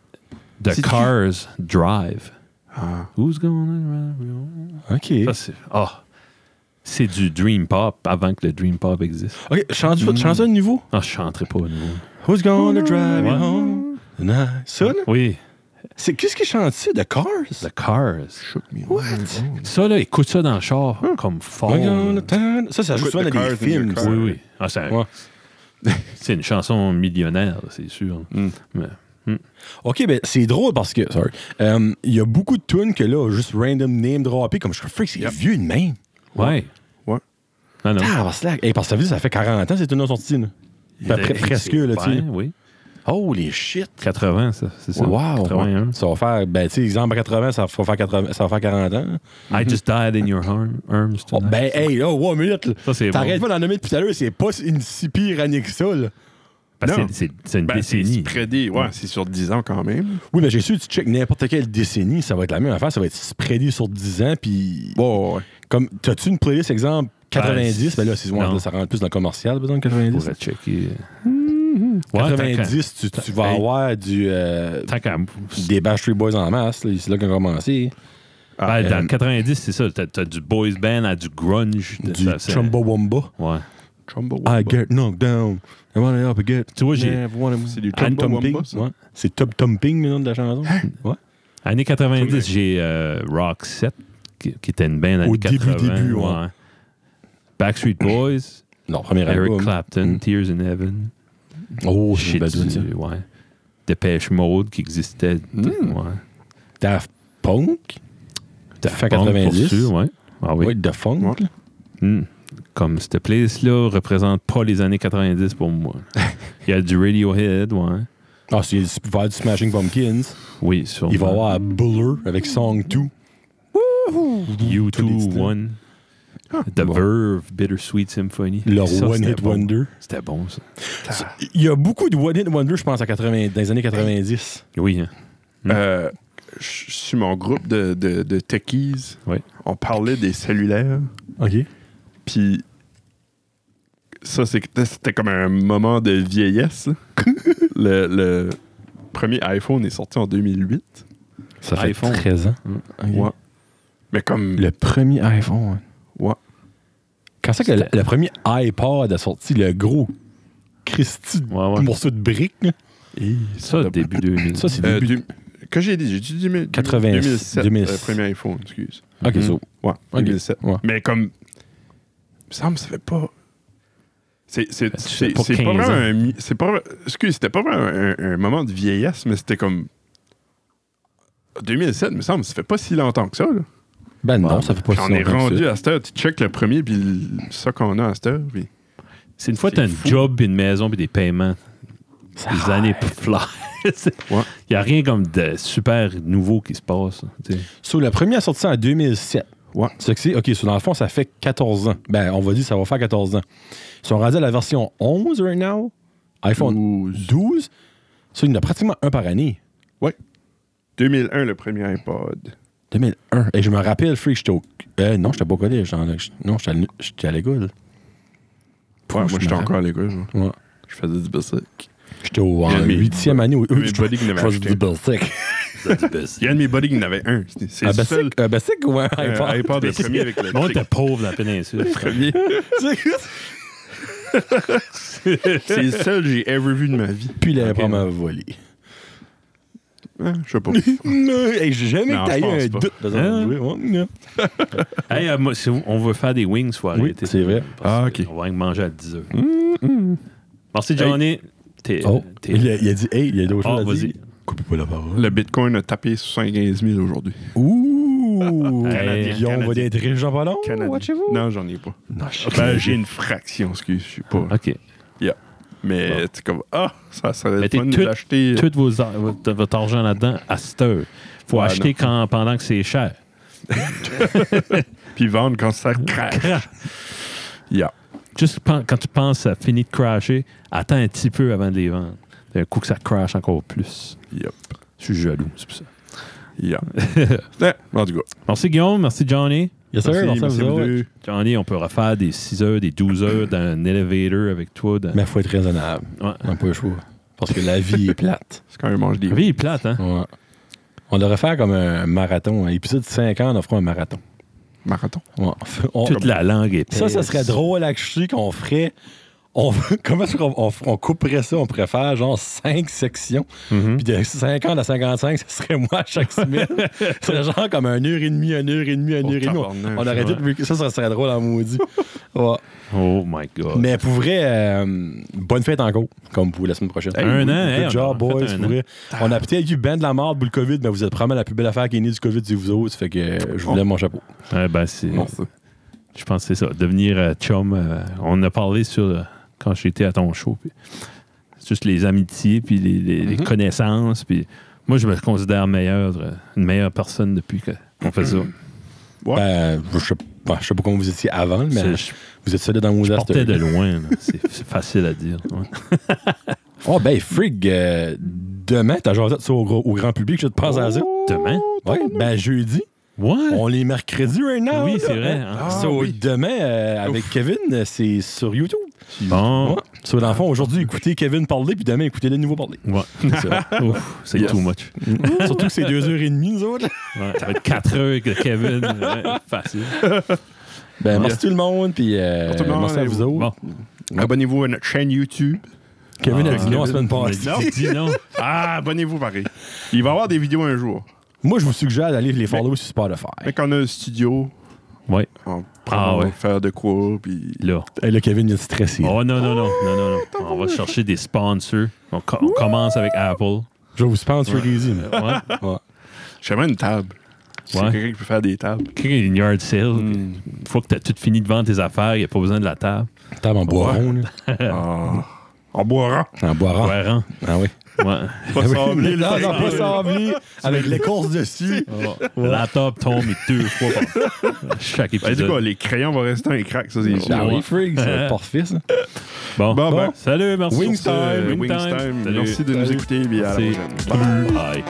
The C'est- Cars Drive. Ah. Who's gonna drive you? OK. Ça, c'est. Ah! C'est du Dream Pop avant que le Dream Pop existe. OK, change change ça de niveau. Ah, je chanterai pas au nouveau. Who's gonna drive you Ouais. home? tonight? Ça, là, Oui, c'est qu'est-ce qu'il chante ça? The Cars? The Cars. Shook me. What? Ça, là, écoute ça dans le char Hein? comme fort. We're gonna là. turn- Ça, ça joue Put souvent the dans cars des in films. your car. ça. Oui, oui. Ah, c'est, un- Ouais. c'est une chanson millionnaire, là, c'est sûr. Hmm. Mais- OK, ben c'est drôle parce que, sorry, euh, il y a beaucoup de tunes que là, juste random name droppé, comme je suis freak, c'est vieux de même. ouais. Ouais. Non, non. Ah, parce que là, hey, parce que ça veut dire que ça fait 40 ans, ces tunes-là sont sorties, là. Ben, pre- C'est- presque, là, tu sais. ben, Oui. Holy shit! 80, ça, c'est ça. Wow! 81. Ça va faire, ben, tu sais, exemple, 80, ça va faire, 80, ça va faire 40 ans. I just died in your arm- arms. Mm-hmm. Oh, tonight. ben, hey, là, one minute, là. Ça, c'est T'arrêtes bon. pas d'en nommer depuis tout à l'heure, c'est pas une si pire année que ça, là. Parce que non. c'est, c'est- c'est une Ben, c'est décennie. spreadé. Ouais, c'est sur 10 ans quand même. Oui, mais j'ai su, tu check n'importe quelle décennie, ça va être la même affaire, ça va être spreadé sur 10 ans, puis. Ouais, ouais. Comme, t'as-tu une playlist, exemple, 90, ben, là, c'est, ouais, non. là, ça rentre plus dans le commercial, besoin de 90. Faudrait checker. Mm-hmm. Ouais, tant qu'à- 90, tu, tu vas Hey. avoir du, euh, Tant qu'à des Backstreet Boys en masse. là. C'est là qu'on a commencé. Ben, euh, dans le 90, c'est ça. T'as, t'as du boys band à du grunge. Du Ça, c'est- Chumbawamba. Ouais. Trumbo. Ah, I get knocked down. I wanna up again. Tu vois, j'ai. C'est du Tom Trumbo Tumping. Wamba, ça. Ouais. C'est Top Tumping, le nom de la chanson. Ouais. Années 90, Premier. j'ai euh, Rock 7, qui, qui était une band années Au début, 80. début, ouais. Backstreet Boys, Non, premier [COUGHS] Eric album. Clapton, Mm. Tears in Heaven. Oh, c'est une Shit, belle tune, ça. du- ouais. Dépêche Mode qui existait. Mm. Ouais. Daft Punk. Daft Punk Punk, pour 90. sûr, ouais. Ah oui. Ouais, Daft Funk. Ouais. là. Mm. Comme cette [LAUGHS] playlist-là représente pas les années 90 pour moi. Il y a du Radiohead, ouais. Ah, s'il va y avoir du Smashing Pumpkins, Oui, sûrement. il va y avoir Blur avec Song 2. U2, Tout One. The Ah, bon. Verve, Bittersweet Symphony. Le Ça, One c'était Hit bon. Wonder. C'était bon, ça. Il y a beaucoup de One Hit Wonder, je pense, à 80, dans les années 90. Oui, hein. Hmm. Euh, je suis mon groupe de, de, de techies. Ouais. On parlait des cellulaires. OK. Puis ça, c'est- c'était comme un moment de vieillesse. [LAUGHS] là. le, le premier iPhone est sorti en 2008. Ça fait 13 ans. Mm. Ouais. Mais comme Le premier iPhone. Ouais. Quand c'est que le, le premier iPod a sorti le gros Christy Ouais, ouais. morceau de brique, là? Et Ça, de- début 2000. ça c'est Euh, début. du- que j'ai dit, j'ai dit 2000, 80, 2007, 2006. euh, premier iPhone, excuse. Ok, Mhm. ça. Ouais, Ok, 2007. ouais. Mais comme, il me semble que ça fait pas... C'est c'est- Ça fait c'est- pas c'est pas 15 vraiment ans. un... mi- c'est pas- Excuse, c'était pas vraiment un, un moment de vieillesse, mais c'était comme... 2007, il me semble, ça fait pas si longtemps que ça. Là. Ben non, Bon, ça fait pas Puis on est longtemps que ça. rendu à cette heure, tu check le premier, puis le- ça qu'on a à cette heure, puis... C'est une fois que C'est t'as un fou. job, puis une maison, puis des paiements. Ah, Les années fly. [LAUGHS] Il Ouais. n'y a rien comme de super nouveau qui se passe. hein, [LAUGHS] tu sais. So, le premier a sorti en 2007. Ouais. C'est que c'est, OK, so, dans le fond, ça fait 14 ans. Ben, on va dire ça va faire 14 ans. Ils sont rendus à la version 11 right now. iPhone 12. 12. Ça, il y en a pratiquement un par année. 2001, le premier iPod. 2001. Et je me rappelle, Freak, j'étais au... Euh, non, j'étais pas au collège. j'en- Non, j'étais à- j'étais à l'école. Ouais, moi, je j'étais me encore à l'école. moi. Ouais. Je faisais du basic. J'étais au- en Il y a mes- 8e année. au- mes [LAUGHS] je- buddies qui je l'avaient faisais acheté. du Belsic. ben, Il y a un de mes buddies qui en avait un. C'est- C'est Un le seul Belsic? Un Belsic ou un euh, iPod? iPod, le premier avec le Bon, clic. t'es pauvre dans la péninsule. premier. C'est le seul que j'ai ever vu de ma vie. [LAUGHS] Puis il avait Ok. pas mal volé. [LAUGHS] Hein, je sais pas. Hey, J'ai jamais Non, que je t'as eu pense un pas. doute. de ça. Hein? Oui, ouais, ouais. Hey, euh, moi, si on veut faire des wings, faut arrêter. c'est vrai. Mm, Ah, ok. On va manger à 10h. Merci, Johnny. T'es- Oh, t'es- il a, il a dit, hey, il y a d'autres Ah, choses à vas-y. dire. Coupez pas la parole. Le Bitcoin a tapé 75 000 aujourd'hui. Oh, Ouh! Canadien, Hey, on va Canadien. être riche dans pas long. Canadien. Watchez-vous. Non, j'en ai pas. Non, je- Ben, j'ai une fraction, excuse. Je sais pas. Ah, OK. Mais tu comme, ah, ça serait le Mais t'es fun de tout- l'acheter. euh, Tout vos, votre votre argent là-dedans à cette heure. Faut Ah, acheter quand, pendant que c'est cher. Puis vendre quand [LAUGHS] ça crache. Yeah. Juste pen- quand tu penses ça finit de crasher, attends un petit peu avant de les vendre. D'un coup que ça crash encore plus. Yep. Je suis jaloux, c'est pour ça. Yeah. [LAUGHS] Ouais, en tout cas. Merci Guillaume, merci Johnny. Yes, sir, merci à vous vous autres. deux. Johnny, on peut refaire des 6 heures, des 12 heures dans un elevator avec toi. dans- Mais faut être raisonnable. Ouais. On n'a pas le choix. Parce que la vie est plate. C'est quand même mange des La vie est plate, hein? [LAUGHS] Ouais. On devrait faire comme un marathon. Un épisode 5 ans, on offre un marathon. marathons. Ouais. On- Toute la langue est Ça, ça épaisse. serait drôle à chier qu'on ferait. On, [LAUGHS] comment est-ce qu'on on, on couperait ça? On pourrait faire genre 5 sections. Mhm. Puis de 50 à 55, ça serait moi chaque semaine. [LAUGHS] Ce serait genre comme un heure et demie, un heure et demie, un Oh, heure et demie. tabarnak, On aurait ouais. dit que ça, ça serait drôle en [LAUGHS] maudit. Ouais. Oh my God. Mais pour vrai, euh, bonne fête encore, comme pour la semaine prochaine. Hey, un an, Good hey, on a job, fait boys. un pour an. vrai. On a peut-être eu ben de la mort pour le COVID, mais vous êtes probablement la plus belle affaire qui est née du COVID, c'est vous autres. Fait que euh, Oh. je vous lève mon chapeau. Ouais, ben, c'est- Non, ça. Je pense que c'est ça. Devenir euh, chum. euh, on a parlé sur euh, quand j'étais à ton show. puis c'est juste les amitiés, puis les, les- Mm-hmm. les connaissances. Puis moi, je me considère meilleur, euh, une meilleure personne depuis que- qu'on fait ça. Mm-hmm. Ouais. Ben, je sais pas, je sais pas comment vous étiez avant, mais C'est- je vous êtes solide dans vos partais de loin. là. C'est c'est facile à dire. ouais. Oh, ben, frig, euh, demain, t'as genre ça au, gros- au grand public, je te pense à ça. Oh, Demain? Ouais, ben, jeudi. Ouais. On est mercredi right now. Oui, là. c'est vrai. hein. Ah, So, oui. demain, euh, avec Kevin, euh, c'est sur YouTube. Bon. Ouais. So, dans le fond, aujourd'hui, écoutez Kevin parler, puis demain, écoutez le nouveau [LAUGHS] parler. Ouais. C'est ça. [LAUGHS] Ouf, C'est Yes. too much. Surtout que c'est deux heures et demie, nous autres. Ouais, ça va être 4 heures avec le Kevin. Ouais, facile. Ben, merci tout le monde, puis euh, tout le monde, merci à vous allez-vous. autres. Bon. Abonnez-vous à notre chaîne YouTube. Kevin Ah, a dit non la Kevin. semaine passée. Mais Dis non. Ah, abonnez-vous, pareil. Il va y avoir des vidéos un jour. Moi, je vous suggère d'aller les follow sur Spotify. Mais quand on a un studio, Ouais, on peut Ah, ouais. faire de quoi, puis... là. Et là, Kevin, il est stressé. Oh non, non, Ah! non, non, non, non. On va chercher des sponsors. On, co- on commence avec Apple. Je vais vous sponsoriser. mais- Ouais. Ouais. J'ai même une table. C'est Ouais. quelqu'un qui peut faire des tables. Quelqu'un qui a une yard sale. Hmm. Une fois que t'as tout fini de vendre tes affaires, il n'y a pas besoin de la table. T'as en boiron, là. Ah. En boira. En boiron. Cohérent. Ah oui. hein? Ouais. Pas sablé, le non, non, pas sablé. sablé, Avec l'écorce dessus. Ah. La table tombe deux fois par chaque Ben, du coup, épisode. les crayons vont rester dans les cracks, ça, c'est sûr. Ah oui, freak, c'est parfait, ça. Bon, Bon, ben, salut, merci. Wings Sur ce, Time, Wings Wings Time. Salut. Merci de nous Salut. écouter, bien à la Merci. prochaine. Bye.